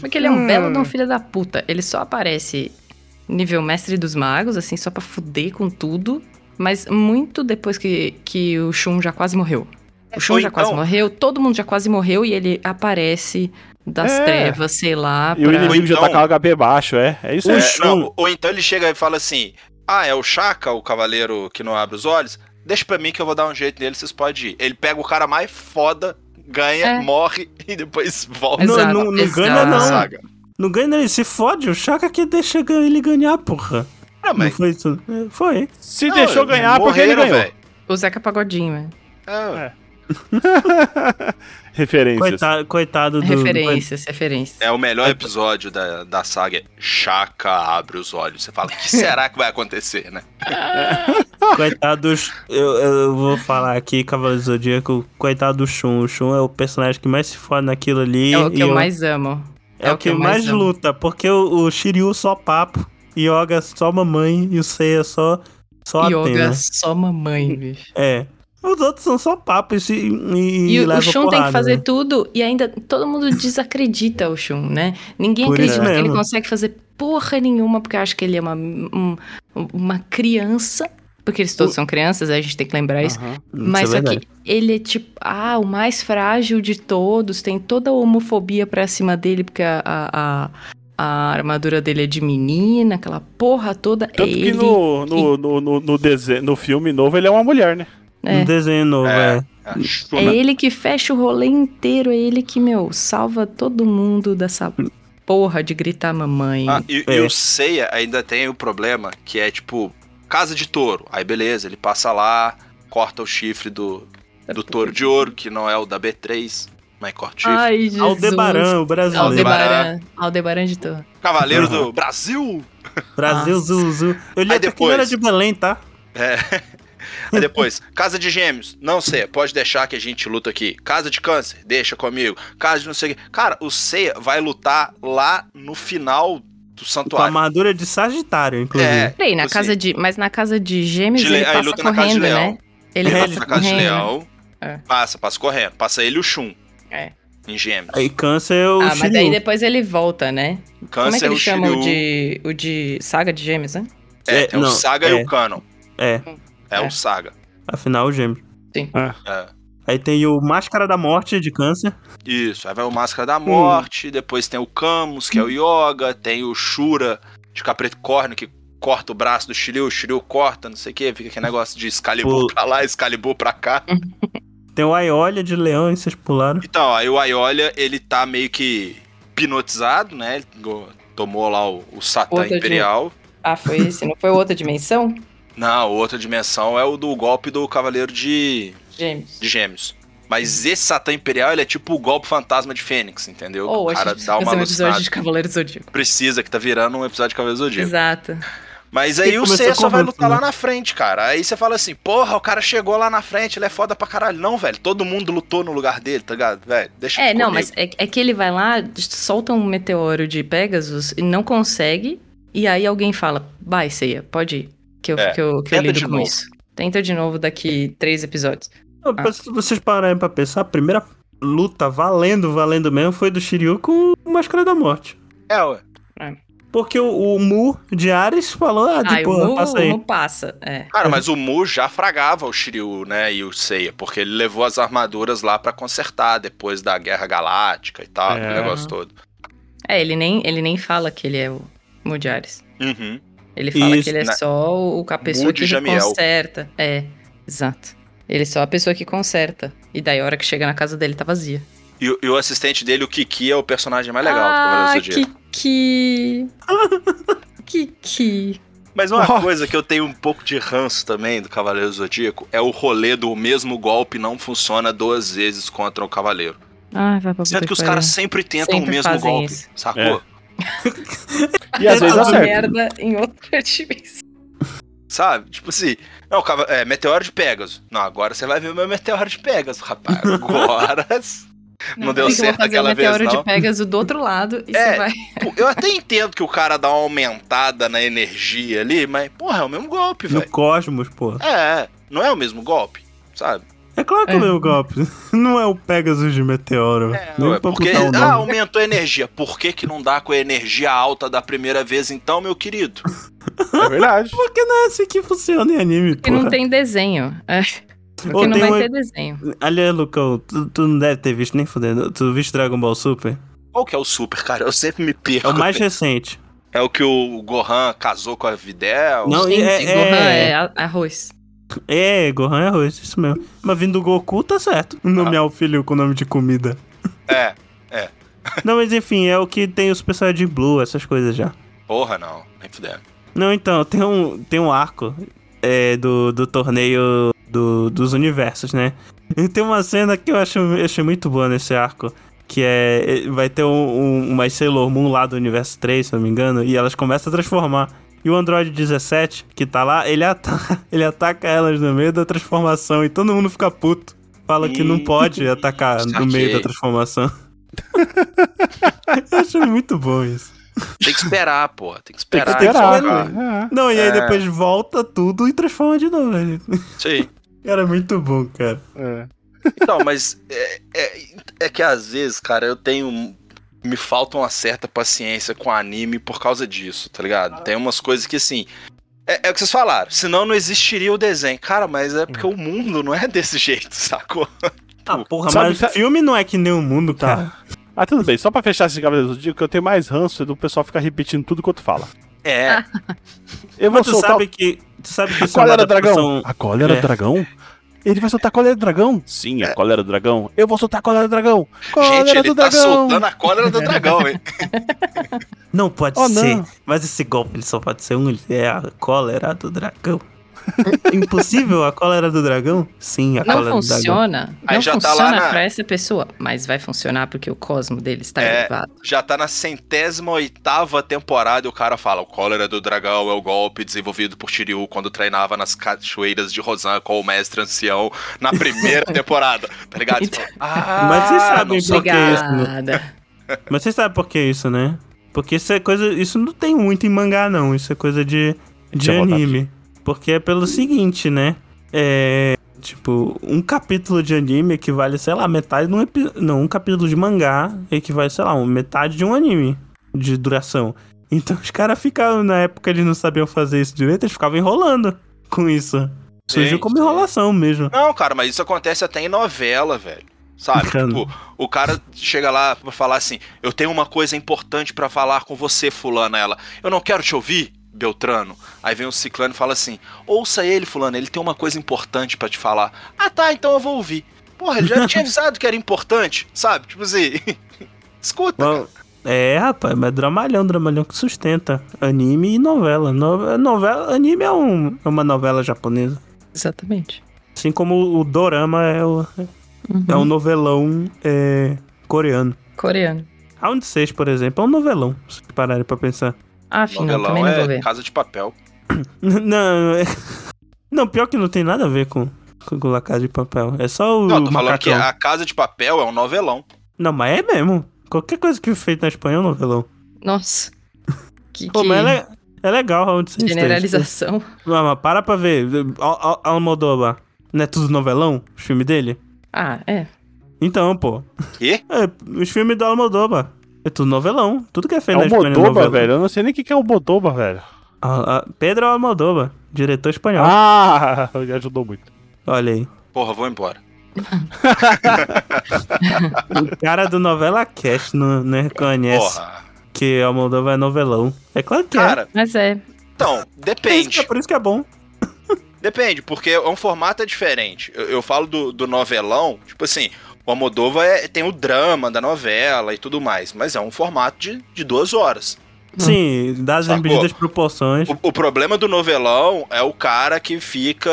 S3: Porque ele é um belo de um filho da puta. Ele só aparece nível mestre dos magos, assim, só pra fuder com tudo. Mas muito depois que, que o Shun já quase morreu. O Shun
S2: Ou
S3: já
S2: então-
S3: quase morreu, todo mundo já quase morreu e ele aparece das
S4: É.
S3: trevas, sei lá.
S4: E o inimigo já
S2: Ou
S4: tá com o HP baixo, é. É isso
S1: O
S2: É,
S4: aí.
S1: Shun.
S2: não, ou então ele chega e fala assim: Ah, é o Chaka, o cavaleiro que não abre os olhos? Deixa pra mim que eu vou dar um jeito nele, vocês podem ir. Ele pega o cara mais foda, ganha,
S3: É.
S2: morre e depois volta.
S1: Não,
S3: Exato,
S1: não, não ganha,
S3: exato.
S2: na
S1: não.
S2: Saga.
S1: Não ganha, ele se fode, o Chaka que deixa ele ganhar, porra.
S2: Ah,
S1: Não
S2: mas.
S1: foi isso? É, Foi.
S4: Se
S2: não,
S4: deixou
S2: eles
S4: ganhar, porque ele
S2: morreram,
S4: ganhou.
S2: velho.
S3: O Zeca Pagodinho, né?
S2: Ah,
S4: Referências.
S1: Coitado, coitado do.
S3: Referências, referências.
S2: É o melhor episódio da, da saga. é Chaka abre os olhos. Você fala: O que será que vai acontecer, né?
S1: Coitados. Eu, eu vou falar aqui, Cavaleiro do Zodíaco. Coitado do Shun. O Shun é o personagem que mais se fode naquilo ali.
S3: É o que
S1: e
S3: eu
S1: o-
S3: mais amo.
S1: é o que eu mais
S3: amo.
S1: luta, porque o, o Shiryu só papo, Yoga só mamãe e o Seiya só. Só
S3: Yoga
S1: Atena.
S3: só mamãe, bicho.
S1: É. Os outros são só papo e, se, e,
S3: E, o- o
S1: leva
S3: Shun tem
S1: porrada,
S3: que fazer
S1: né?
S3: tudo e ainda todo mundo desacredita o Shun, né? Ninguém
S1: Por isso
S3: acredita que ele
S1: mesmo.
S3: consegue fazer porra nenhuma, porque acha que ele é uma, um- uma criança. Porque eles todos são crianças, a gente tem que lembrar isso.
S4: Aham.
S1: Isso é
S3: Mas só
S1: verdade.
S3: que ele é tipo, ah, o mais frágil de todos, tem toda a homofobia pra cima dele, porque a, a, a- a armadura dele é de menina, aquela porra toda. é
S4: Tanto que
S3: ele.
S4: no, no, no, no, no dese- no filme novo ele é uma mulher, né?
S1: Um
S3: É.
S1: desenho novo,
S2: É.
S1: é.
S2: Ah,
S3: É ele que fecha o rolê inteiro, é ele que, meu, salva todo mundo dessa porra de gritar mamãe.
S2: Ah, e,
S1: É.
S2: e o Seiya ainda tem o problema que é tipo, casa de touro. Aí beleza, ele passa lá, corta o chifre do, É do touro de ouro, que não é o da B3, mas corta o chifre.
S3: Ai, Jesus.
S1: Aldebaran, o brasileiro.
S3: Aldebaran. Aldebaran de touro.
S2: Cavaleiro
S1: Aham.
S2: do Brasil!
S1: Brasil,
S3: Nossa.
S1: Zuzu. Eu li
S2: Aí
S1: até que
S2: depois-
S1: não era de Belém, tá?
S2: É. Aí depois, casa de gêmeos, não sei, pode deixar que a gente luta aqui. Casa de câncer, deixa comigo. Casa de não sei o que. Cara, o Seiya vai lutar lá no final do
S1: Com a
S2: santuário.
S1: armadura de Sagitário, inclusive.
S2: É,
S3: Peraí, na
S2: Assim.
S3: casa de. Mas na casa de gêmeos
S2: De le-
S3: ele
S2: aí
S3: passa
S2: luta na
S3: correndo,
S2: casa de leão.
S3: né? Ele
S1: É,
S2: passa
S3: passa
S2: na casa de
S3: correndo.
S2: leão,
S3: É.
S2: passa, passa correndo. Passa ele e o Shun.
S3: É.
S2: Em gêmeos.
S1: Aí câncer é o
S3: Ah, mas
S1: Shiryu.
S3: aí depois ele volta, né? Como é que
S2: Câncer,
S3: ele
S2: o
S3: chama
S2: Shiryu.
S3: o de, o de saga de gêmeos, né?
S2: É,
S1: É,
S2: tem o
S1: não,
S2: Saga e
S1: é.
S2: o Canon.
S1: É.
S2: É,
S3: É.
S2: o Saga.
S1: Afinal, o gêmeo.
S2: É.
S1: Aí tem o Máscara da Morte de câncer.
S2: Isso, aí vai o Máscara
S3: Hum.
S2: da Morte, depois tem o Camus, que é o Yoga, tem o Shura de Capricórnio, que corta o braço do Shiryu, o Shiryu corta, não sei o que, fica aquele negócio de
S1: Pô.
S2: Excalibur pra lá, Excalibur pra cá.
S1: Tem o Aiolia de Leão, e vocês pularam.
S3: Ah.
S2: Então, aí o Aiolia, ele tá meio que hipnotizado, né? Ele go- tomou lá o, o Satã
S3: Outra
S2: Imperial.
S3: Ah, foi esse? Não foi outra dimensão?
S2: Não, outra dimensão é o do golpe do Cavaleiro de,
S3: Gêmeos.
S2: de Gêmeos.
S3: Hum.
S2: Mas esse Satã Imperial, ele é tipo o golpe fantasma de Fênix, entendeu?
S3: Ou
S2: o
S3: a gente
S2: cara
S3: precisa
S2: dá
S3: fazer
S2: uma
S3: um episódio
S2: alucinada.
S3: de Cavaleiro do Zodíaco.
S2: Precisa, que tá virando um episódio de Cavaleiro do Zodíaco.
S3: Exato.
S2: Mas
S1: E
S2: aí o
S1: começou
S2: Seiya
S1: com
S2: só vai
S1: Hulk,
S2: lutar
S1: né?
S2: lá na frente, cara. Aí você fala assim, porra, o cara chegou lá na frente, ele é foda pra caralho. Não, velho, todo mundo lutou no lugar dele, tá ligado? Velho, deixa
S3: É, não,
S2: comigo.
S3: mas é, é que ele vai lá, solta um meteoro de Pegasus e não consegue. E aí alguém fala, vai, Ceia, pode ir. Que eu,
S2: É,
S3: que eu, que eu
S2: tenta
S3: lido
S2: de
S3: com
S2: novo.
S3: isso. Tenta de novo daqui três episódios.
S1: Não,
S3: Ah.
S1: Se vocês pararem pra pensar, a primeira luta valendo, valendo mesmo, foi do Shiryu com o Máscara da Morte.
S2: É, ué.
S1: Porque o, o Mu de Ares falou, ah, de
S3: Ah,
S1: boa,
S3: o Mu,
S1: passa
S3: o
S1: aí.
S3: Mu passa. É.
S2: Cara, mas o Mu já fragava o Shiryu, né, e o Seiya, porque ele levou as armaduras lá pra consertar depois da Guerra Galáctica e tal,
S4: É.
S2: aquele negócio todo.
S3: É, ele nem, ele nem fala que ele é o Mu de Ares.
S2: Uhum.
S3: Ele fala
S1: Isso,
S3: que ele é
S2: né?
S3: só o, a pessoa
S2: Mu de
S3: que ele
S2: Jamiel.
S3: conserta. É, exato. Ele é só a pessoa que conserta. E daí a hora que chega na casa dele tá vazia.
S2: E, o- e o assistente dele, o Kiki, é o personagem mais legal do
S3: ah,
S2: Cavaleiro do Zodíaco.
S3: Kiki. Kiki.
S2: Mas uma
S4: Oh.
S2: coisa que eu tenho um pouco de ranço também do Cavaleiro do Zodíaco é o rolê do mesmo golpe não funciona duas vezes contra o Cavaleiro.
S3: Ai, vai pra
S2: Sendo
S3: puta
S2: que os
S3: pariu.
S2: caras sempre tentam
S3: Sempre
S2: o mesmo
S3: fazem
S2: golpe,
S3: isso.
S2: sacou?
S1: É.
S4: E às vezes
S1: Fala
S3: Uma
S4: acerta.
S3: merda em outra dimensão.
S2: Sabe? Tipo assim, não, o cava- é, meteoro de Pegasus. Não, agora você vai ver o meu meteoro de Pegasus, rapaz. Agora. Não deu
S3: Porque eu vou
S2: certo
S3: fazer
S2: aquela
S3: o meteoro
S2: vez, não.
S3: de Pegasus do outro lado e
S2: É.
S3: você vai.
S2: Pô, eu até entendo que o cara dá uma aumentada na energia ali, mas, porra, é o mesmo golpe,
S1: No
S2: velho.
S1: Cosmos, pô.
S2: É, não é o mesmo golpe, sabe?
S1: É claro que é o
S3: É.
S1: mesmo golpe. Não é o Pegasus de Meteoro.
S2: É,
S1: Nem
S2: ué,
S1: pra
S2: porque
S1: botar o
S2: ah,
S1: nome.
S2: aumentou a energia. Por que, que não dá com a energia alta da primeira vez, então, meu querido?
S4: É verdade.
S1: Porque não é assim que funciona em anime,
S3: Porque
S1: pô.
S3: não tem desenho. É,
S1: Ou
S3: porque não
S1: tem
S3: vai
S1: um-
S3: ter desenho.
S2: É,
S1: Aliás, Lucão, tu, tu não deve ter visto nem fudendo. Tu viste Dragon Ball Super?
S2: Qual que é o super, cara? Eu sempre me
S1: É
S2: perco.
S1: o mais recente.
S2: É o que o Gohan casou com a Videl.
S1: Não,
S3: Sim,
S1: é-
S3: sim,
S1: é-
S3: Gohan é a- arroz.
S1: É, Gohan é arroz, isso mesmo. Mas vindo do Goku, tá certo. Nomear o filho com nome de comida.
S2: É,
S1: Não, mas enfim, é o que tem o Super Saiyajin Blue, essas coisas já.
S2: porra, não. Nem fudendo.
S1: Não, então, tem um, tem um arco é, do, do torneio do- dos universos, né? E tem uma cena que eu acho, eu achei muito boa nesse arco. Que é. é, Vai ter um, um, umas Sailor Moon lá do universo 3, se eu não me engano, e elas começam a transformar. E o Android 17, que tá lá, ele ataca, ele ataca elas no meio da transformação e todo mundo fica puto. Fala que não
S2: Ih,
S1: pode atacar no meio
S2: saquei.
S1: da transformação. eu acho muito bom isso.
S2: Tem que esperar, pô. Tem que
S4: Tem que
S2: esperar.
S4: esperar,
S2: jogar.
S4: né?
S1: Não, e aí
S2: É.
S1: depois volta tudo e transforma de novo. velho.
S2: Sim.
S1: Era muito bom, cara.
S4: É, é.
S2: Então, mas é, é- é que às vezes, cara, eu tenho. Me falta uma certa paciência com anime por causa disso, tá ligado? Tem umas coisas que assim. É, é o que vocês falaram, senão não existiria o desenho. Cara, mas é porque o mundo não é desse jeito, sacou?
S1: Ah, porra,
S4: Sabe,
S1: mas
S4: tá-
S1: filme não é que nem o mundo, cara.
S4: Ah, tudo bem. Só pra fechar esse Cavaleiro do Zodíaco, eu tenho mais ranço é do pessoal ficar repetindo tudo quanto fala.
S2: É.
S4: Eu vou
S1: Mas tu
S4: soltar
S1: sabe que. Tu sabe que
S4: A
S1: isso é
S4: cólera
S1: uma
S4: dragão?
S1: adaptação-
S4: A cólera
S1: É.
S4: dragão? Ele vai soltar a cólera dragão? Sim, a cólera dragão. Eu vou soltar a cólera dragão. Cólera
S2: Gente, ele
S4: do
S2: tá
S4: dragão.
S2: soltando a cólera do dragão, hein?
S1: Não pode
S4: Oh,
S1: ser.
S4: não.
S1: Mas esse golpe ele só pode ser um. ele É a cólera do dragão. Impossível? A cólera do dragão? Sim, a
S3: Não
S1: cólera do dragão.
S3: funciona.
S2: Aí
S3: não
S2: já tá lá
S3: funciona
S2: na-
S3: pra essa pessoa, mas vai funcionar porque o cosmo dele está
S2: É.
S3: elevado.
S2: Já tá na centésima oitava temporada e o cara fala: o cólera do dragão é o golpe desenvolvido por Shiryu quando treinava nas cachoeiras de Rosan com o mestre ancião na primeira temporada. Tá ligado? Você fala, ah,
S1: Mas vocês
S2: não
S1: sabem
S2: sei o quê."
S3: Então, Obrigada.
S1: Mas vocês sabem por que isso, né? Porque isso é coisa. Isso não tem muito em mangá, não. Isso é coisa de, de
S4: Deixa eu botar
S1: anime. Porque é pelo seguinte, né? É. Tipo, um capítulo de anime equivale, sei lá, metade de um episódio. Não, um capítulo de mangá equivale, sei lá, um- metade de um anime de duração. Então os caras ficavam, na época eles não sabiam fazer isso direito, eles ficavam enrolando com isso. Surgiu
S2: Sim,
S1: como
S2: sim.
S1: enrolação mesmo.
S2: Não, cara, mas isso acontece até em novela, velho. Sabe?
S1: Cara.
S2: Tipo, o cara chega lá pra falar assim: Eu tenho uma coisa importante pra falar com você, Fulano. Ela, eu não quero te ouvir, Beltrano. Aí vem o Ciclano e fala assim: Ouça ele, Fulano, ele tem uma coisa importante pra te falar. Ah, tá, então eu vou ouvir. Porra, ele já tinha avisado que era importante, sabe? Tipo assim, escuta.
S1: Bom, é, rapaz, mas dramalhão, dramalhão que sustenta anime e novela. No- novela anime é, um- é uma novela japonesa.
S3: Exatamente.
S1: Assim como o dorama é, o-
S3: Uhum.
S1: é um novelão é, coreano.
S3: Coreano.
S1: Round 6, por exemplo, é um novelão, se pararem pra pensar.
S3: Ah, afinal, também
S2: Novelão
S3: não vou
S2: é
S3: ver.
S2: casa de papel.
S1: Não, é- não, pior que não tem nada a ver com, com o La Casa de Papel. É só o
S2: Não, tô falando que
S1: macacão.
S2: a casa de papel é um novelão.
S1: Não, mas é mesmo. Qualquer coisa que feito na Espanha é um novelão.
S3: Nossa. Que,
S1: Pô,
S3: que
S1: mas é, le- é legal Round 6.
S3: generalização.
S1: Não, mas para pra ver. Al- Al- Almodóvar, não é tudo novelão? Os filmes dele?
S3: Ah, é.
S1: Então, pô.
S2: Quê?
S1: É, os filmes do Almodóvar. É tudo novelão. Tudo que é
S4: É
S1: feito
S4: o
S1: na Espanha é
S4: Modoba,
S1: novela.
S4: velho. Eu não sei nem o que que é o Modoba, velho.
S1: A- a- Pedro Almodóvar, diretor espanhol.
S4: Ah, ele ajudou muito.
S1: Olha aí.
S2: Porra, vou embora.
S1: O cara do Novela Cast não, não reconhece
S2: Porra.
S1: que Almodóvar é novelão. É claro que
S2: Cara,
S3: Mas é.
S1: é. É
S2: então,
S1: isso que
S2: depende.
S1: é. Por isso que é bom.
S2: Depende, porque é um formato é diferente. Eu, eu falo do, do novelão, tipo assim, o Almodova é- tem o drama da novela e tudo mais, mas é um formato de, de duas horas.
S1: Sim, das
S2: Sacou?
S1: devidas proporções.
S2: O, o problema do novelão é o cara que fica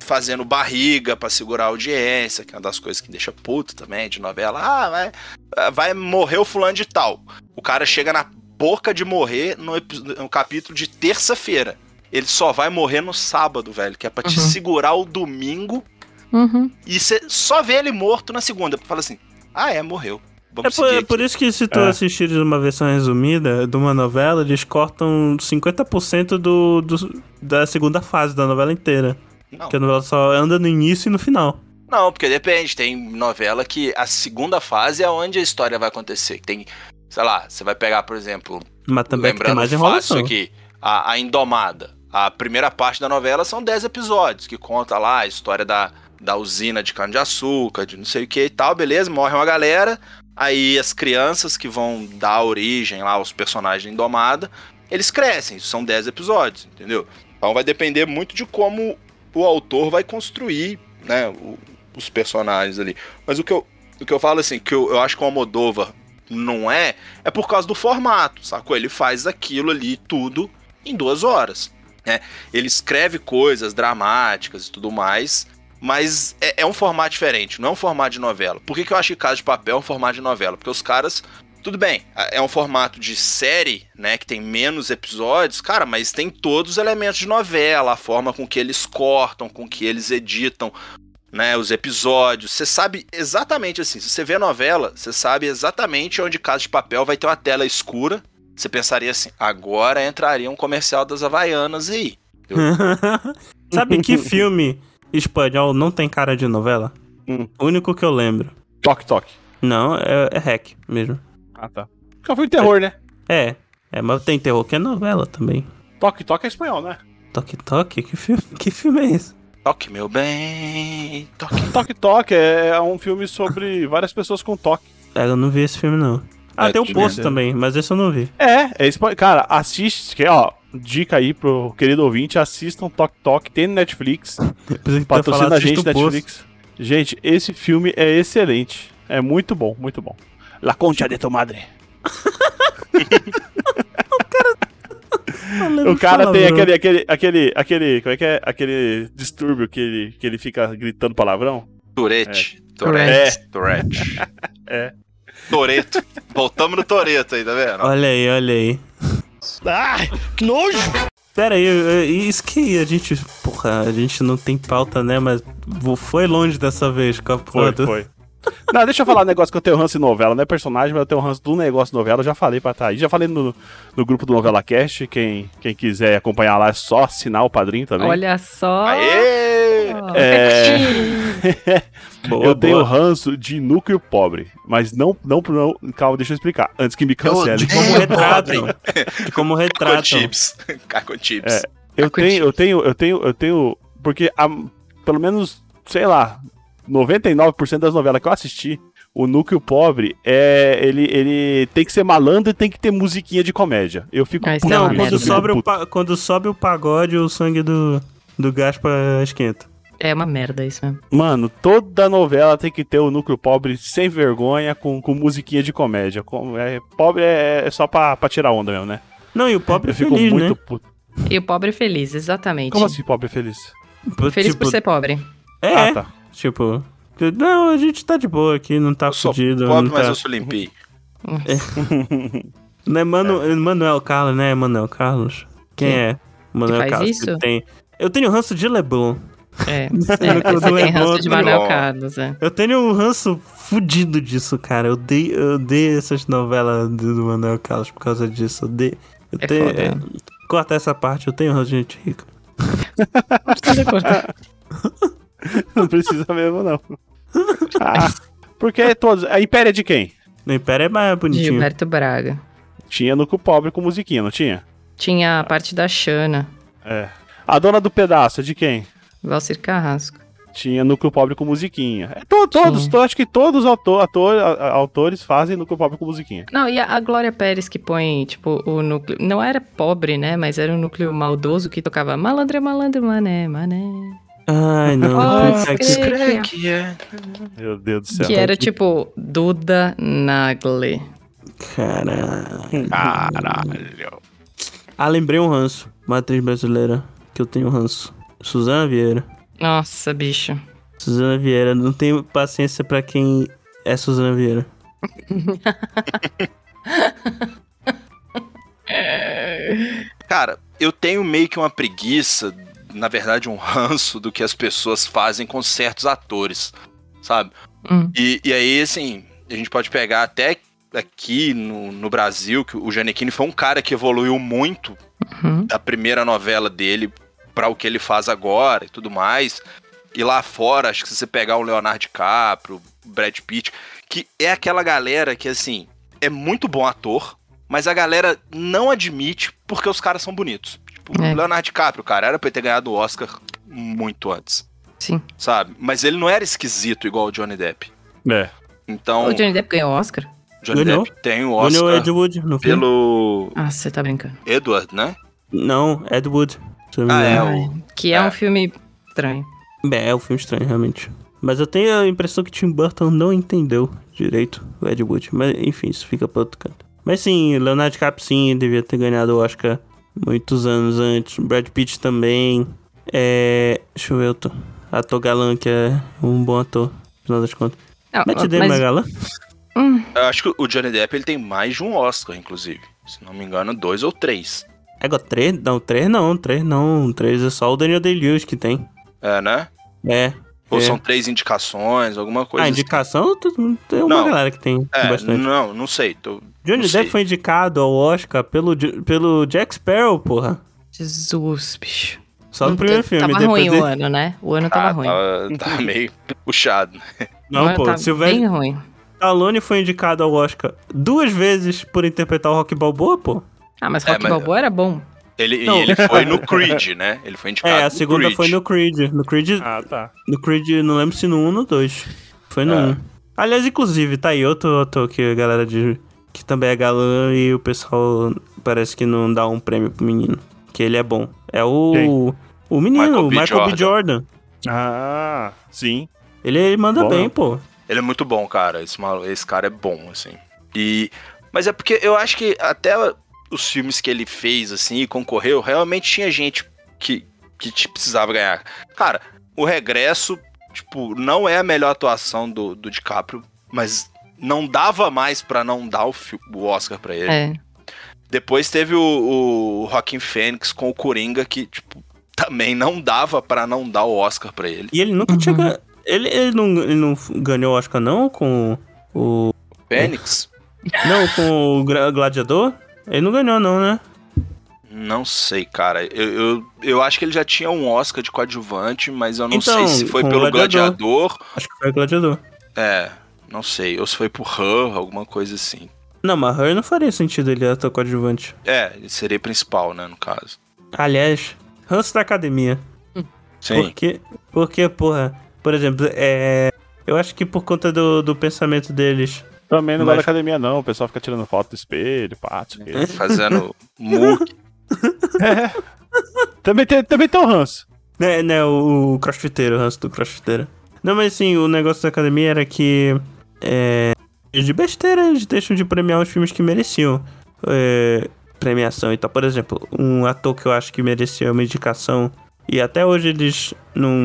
S2: fazendo barriga pra segurar a audiência, que é uma das coisas que deixa puto também de novela. Ah, vai, ah, vai morrer o fulano de tal. O cara chega na boca de morrer no, epi- no capítulo de terça-feira. Ele só vai morrer no sábado, velho, que é pra te
S3: Uhum.
S2: segurar o domingo
S3: Uhum.
S2: E você só vê ele morto na segunda. Fala assim, ah é, morreu.
S1: É
S2: Vamos
S1: por,
S2: seguir
S1: é por
S2: aqui."
S1: isso que se tu
S4: É.
S1: assistires uma versão resumida de uma novela, eles cortam 50% do, do- da segunda fase da novela inteira.
S2: Não.
S1: Que a novela só anda no início e no final.
S2: não, porque depende. Tem novela que a segunda fase é onde a história vai acontecer. Tem, sei lá, você vai pegar, por exemplo,
S1: Mas também é tem
S2: lembrando
S1: mais
S2: fácil
S1: enrolação.
S2: aqui, a, a Indomada. A primeira parte da novela são 10 episódios, que conta lá a história da, da usina de cana-de-açúcar, de não sei o que e tal, beleza, morre uma galera. Aí as crianças que vão dar origem lá aos personagens da Indomada, eles crescem, isso são 10 episódios, entendeu? Então vai depender muito de como o autor vai construir, né, o- os personagens ali. Mas o que eu, o que eu falo assim, que eu, eu acho que o Almodóvar não é, é por causa do formato, sacou? Ele faz aquilo ali tudo em duas horas. Né? Ele escreve coisas dramáticas e tudo mais, mas é, é um formato diferente, não é um formato de novela. Por que, que eu acho que Casa de Papel é um formato de novela? Porque os caras. Tudo bem, a- é um formato de série, né? Que tem menos episódios, cara, mas tem todos os elementos de novela, a forma com que eles cortam, com que eles editam, né, os episódios. Você sabe exatamente assim. Se você vê a novela, você sabe exatamente onde Casa de Papel vai ter uma tela escura. Você pensaria assim: agora entraria um comercial das Havaianas aí.
S1: Sabe que filme espanhol não tem cara de novela?
S4: Hum.
S1: O único que eu lembro.
S4: Toque, toque.
S1: Não, é, é hack mesmo.
S4: Ah, tá. Porque foi terror, né?
S1: É, é, mas tem terror que é novela também.
S4: Toque, toque é espanhol, né?
S1: Toque Toque? Que filme, que filme é esse?
S2: Toque, meu bem. Toque.
S4: Toque, toque é um filme sobre várias pessoas com toque.
S1: É, eu não vi esse filme, não. Ah,
S2: É,
S1: tem o
S2: de
S1: Poço
S4: merda.
S1: também, mas esse eu não vi.
S4: É, é espanhol. Cara, assiste, que, ó, dica aí pro querido ouvinte, assistam Tok Tok, tem no Netflix,
S1: Pensei que tu ia
S4: patrocina
S1: falar,
S4: a gente
S1: assista o Poço.
S4: Netflix. Gente, esse filme é excelente, é muito bom, muito bom. La Concha de tu Madre.
S1: Falando
S6: Ah,
S4: O cara tem
S1: palavrão.
S4: aquele, aquele, aquele, aquele, como é que é? Aquele distúrbio que ele, que ele fica gritando palavrão.
S2: Tourette.
S1: É.
S2: Tourette. Tourette.
S4: É.
S2: Toreto. Voltamos no Toreto aí, tá vendo?
S1: Olha aí, olha aí.
S6: Ai, que nojo!
S1: Pera aí, eu- eu- isso que a gente. Porra, a gente não tem pauta, né? Mas vo- foi longe dessa vez com a porra
S4: Foi,
S1: do-
S4: foi. Não, deixa eu falar um negócio que eu tenho ranço em novela, não é personagem, mas eu tenho ranço do negócio de novela, eu já falei pra Thaís, já falei no, no grupo do Novela Cast, quem, quem quiser acompanhar lá é só assinar o padrinho também.
S3: Olha só.
S2: Aê!
S4: É.
S1: Boa,
S4: eu tenho
S1: boa.
S4: ranço de núcleo pobre, mas não, não, não, calma, deixa eu explicar, antes que me cancele.
S2: Eu
S1: Como
S2: É,
S1: retratam. De como
S2: Caco
S1: retratam.
S2: Chips. Caco Chips.
S4: É. Eu tenho, eu tenho, eu tenho, eu tenho. Porque a- pelo menos, sei lá, 99% das novelas que eu assisti, o núcleo pobre é. Ele, ele tem que ser malandro e tem que ter musiquinha de comédia. Eu fico.
S3: Ah, isso
S4: puto
S3: é uma
S4: com
S1: Não, quando
S3: merda.
S4: isso, eu fico
S1: sobe, o
S4: puto.
S1: pa- quando sobe o pagode, o sangue do, do Gaspa esquenta.
S3: É uma merda isso mesmo.
S4: Mano, toda novela tem que ter o núcleo pobre sem vergonha, com, com musiquinha de comédia. Com- é, pobre é, é só pra, pra tirar onda mesmo, né?
S1: Não, e o pobre
S4: Eu fico
S1: feliz,
S4: muito
S1: né?
S4: puto.
S3: E o pobre é feliz, exatamente.
S4: Como assim, pobre feliz?
S1: Pô,
S3: Feliz
S1: tipo,
S3: por ser pobre.
S1: É,
S4: Ah, tá.
S1: tipo... que- Não, a gente tá de boa aqui, não tá
S2: Eu sou
S1: fudido.
S2: pobre,
S1: não
S2: mas
S1: tá...
S2: eu sou limpinho.
S1: Não é Manu... Manuel Carlos, né? Manuel Carlos. Quem
S3: Quem?
S1: é? Manuel
S3: faz
S1: Carlos.
S3: isso?
S1: que Tem... Eu tenho um ranço de Leblon.
S3: É. é
S1: Quando
S3: você
S1: é
S3: tem ranço
S1: bom,
S3: de Manuel
S2: ó.
S3: Carlos, é.
S1: Eu tenho um ranço fudido disso, cara. Eu odeio, eu odeio essas novelas do do Manuel Carlos por causa disso. Eu odeio. Eu
S3: É
S1: tenho,
S3: foda.
S1: é, corta essa parte, eu tenho um ranço de gente rica.
S4: tá Não precisa mesmo, não. Ah, porque todos. A Impéria é de quem?
S1: No Império é mais bonitinho.
S3: Gilberto Braga.
S4: Tinha núcleo pobre com musiquinha, não tinha?
S3: Tinha a parte da Xana,
S4: É. A dona do pedaço é de quem?
S3: Valcir Carrasco.
S4: Tinha núcleo pobre com musiquinha. É, to- todos,
S3: Sim.
S4: to- acho que todos os autor, ator- a- a- autores fazem núcleo pobre com musiquinha.
S3: Não, e a, a Glória Pérez que põe, tipo, o núcleo. Não era pobre, né? Mas era um núcleo maldoso que tocava malandro, é malandro, mané, mané.
S1: Ai, não.
S3: Pode
S1: puta que-
S3: crer.
S2: que é.
S4: Meu Deus do céu.
S3: Que era tipo Duda Nagle.
S1: Caralho.
S2: Caralho.
S1: Ah, lembrei um ranço. Uma atriz brasileira que eu tenho um ranço. Suzana Vieira.
S3: Nossa, bicho.
S1: Suzana Vieira. Não tenho paciência pra quem é Suzana Vieira.
S2: Cara, eu tenho meio que uma preguiça, na verdade, um ranço do que as pessoas fazem com certos atores, sabe?
S3: Hum.
S2: E, e aí, assim, a gente pode pegar até aqui no, no Brasil, que o Giannichini foi um cara que evoluiu muito
S3: Uhum.
S2: da primeira novela dele pra o que ele faz agora e tudo mais. E lá fora, acho que se você pegar o Leonardo DiCaprio, o Brad Pitt, que é aquela galera que, assim, é muito bom ator, mas a galera não admite porque os caras são bonitos. Tipo,
S3: É.
S2: o Leonardo DiCaprio, cara, era pra ele ter ganhado o Oscar muito antes.
S3: Sim.
S2: Sabe? Mas ele não era esquisito igual o Johnny Depp.
S4: É.
S2: Então,
S3: O Johnny Depp ganhou Oscar?
S2: Johnny
S1: Ganhou.
S2: Depp tem o
S1: Olha o
S2: Oscar
S1: Ed Wood no filme.
S2: pelo
S3: Ah, você tá brincando.
S2: Edward, né?
S1: Não, Ed Wood. se eu não me
S2: Ah, é,
S1: engano.
S2: o...
S3: Que é,
S2: É.
S3: um filme estranho.
S1: É, é um filme estranho, realmente. Mas eu tenho a impressão que Tim Burton não entendeu direito o Ed Wood. Mas, enfim, isso fica pra outro canto. Mas sim, Leonardo DiCaprio sim, devia ter ganhado o Oscar muitos anos antes. Brad Pitt também. É... Deixa eu ver outro. Ator galã, que é um bom ator, afinal das contas.
S2: Ah,
S3: Não,
S1: Matt
S3: mas-
S1: Damon é galã?
S2: Eu acho que o Johnny Depp ele tem mais de um Oscar, inclusive. Se não me engano, dois ou três.
S1: É igual três? Não, três não, três não. Três é só o Daniel Day-Lewis que tem.
S2: É, né?
S1: É.
S2: Ou
S1: é.
S2: são três indicações, alguma coisa.
S1: a
S2: assim.
S1: Ah, indicação, todo mundo- tem uma
S2: Não.
S1: galera que tem
S2: É,
S1: bastante.
S2: não, não sei. Tô...
S1: Johnny
S2: Não
S1: Depp
S2: sei.
S1: foi indicado ao Oscar pelo, J- pelo Jack Sparrow, porra.
S3: Jesus, bicho.
S1: Só no
S3: Não
S1: primeiro
S3: teve-
S1: filme.
S3: Tava
S1: depois
S3: ruim
S1: ele-
S3: o ano, né? O ano tava
S2: Ah,
S3: ruim.
S2: tava, tava meio puxado.
S3: O
S1: Não,
S3: ano
S1: pô.
S3: tava
S1: Sylvester
S3: tá bem ruim.
S1: Stallone foi indicado ao Oscar duas vezes por interpretar o Rock Balboa, pô.
S3: Ah, mas
S2: É,
S3: Rock
S2: mas-
S3: Balboa era bom.
S2: Ele,
S1: Não.
S2: E ele foi no Creed, né? Ele foi indicado
S1: É, a
S2: no
S1: segunda
S2: Creed.
S1: foi no Creed. No Creed,
S4: Ah, tá.
S1: no Creed, não lembro se no 1 ou no 2. Foi no
S2: É.
S1: 1. Aliás, inclusive, tá aí outro ator que a galera diz que também é galã e o pessoal parece que não dá um prêmio pro menino. Que ele é bom. É o. O menino,
S2: Michael
S1: o
S2: B.
S1: Michael B. Jordan.
S4: Ah, sim.
S1: Ele, ele manda
S4: Bom,
S1: bem,
S4: né?
S1: pô.
S2: Ele é muito bom, cara. Esse, malu- esse cara é bom, assim. E... Mas é porque eu acho que até os filmes que ele fez, assim, e concorreu, realmente tinha gente que, que te precisava ganhar. Cara, o Regresso, tipo, não é a melhor atuação do, do DiCaprio, mas não dava mais pra não dar o, fi- o Oscar pra ele.
S3: É.
S2: Depois teve o, o Rockin' Fênix com o Coringa, que, tipo, também não dava pra não dar o Oscar pra ele.
S1: E ele nunca
S3: Uhum.
S1: tinha ganho. Ele, ele, não, ele não ganhou Oscar, não? Com o.
S2: Fênix?
S1: Não, com o Gra- Gladiador? Ele não ganhou, não, né?
S2: Não sei, cara. Eu, eu, eu acho que ele já tinha um Oscar de coadjuvante, mas eu não
S1: Então,
S2: sei se foi
S1: com o
S2: pelo
S1: Gladiador.
S2: Gladiador.
S1: Acho que foi o Gladiador.
S2: É, não sei. Ou se foi por Her, alguma coisa assim.
S1: Não, mas Harry não faria sentido ele atuar coadjuvante.
S2: É, ele seria principal, né, no caso.
S1: Aliás, ranço da academia. Porque, porque, porra, por exemplo, é. Eu acho que por conta do, do pensamento deles.
S4: Também não
S1: Mas-
S4: vai da academia, não. O pessoal fica tirando foto do espelho, pátio.
S2: Fazendo muque.
S4: Também tem, também tem o ranço.
S1: Né, né, o, o crossfiteiro, o ranço do crossfiteiro. Não, mas assim, o negócio da academia era que. É, de besteira eles deixam de premiar os filmes que mereciam é, premiação. Então, por exemplo, um ator que eu acho que merecia uma indicação e até hoje eles não,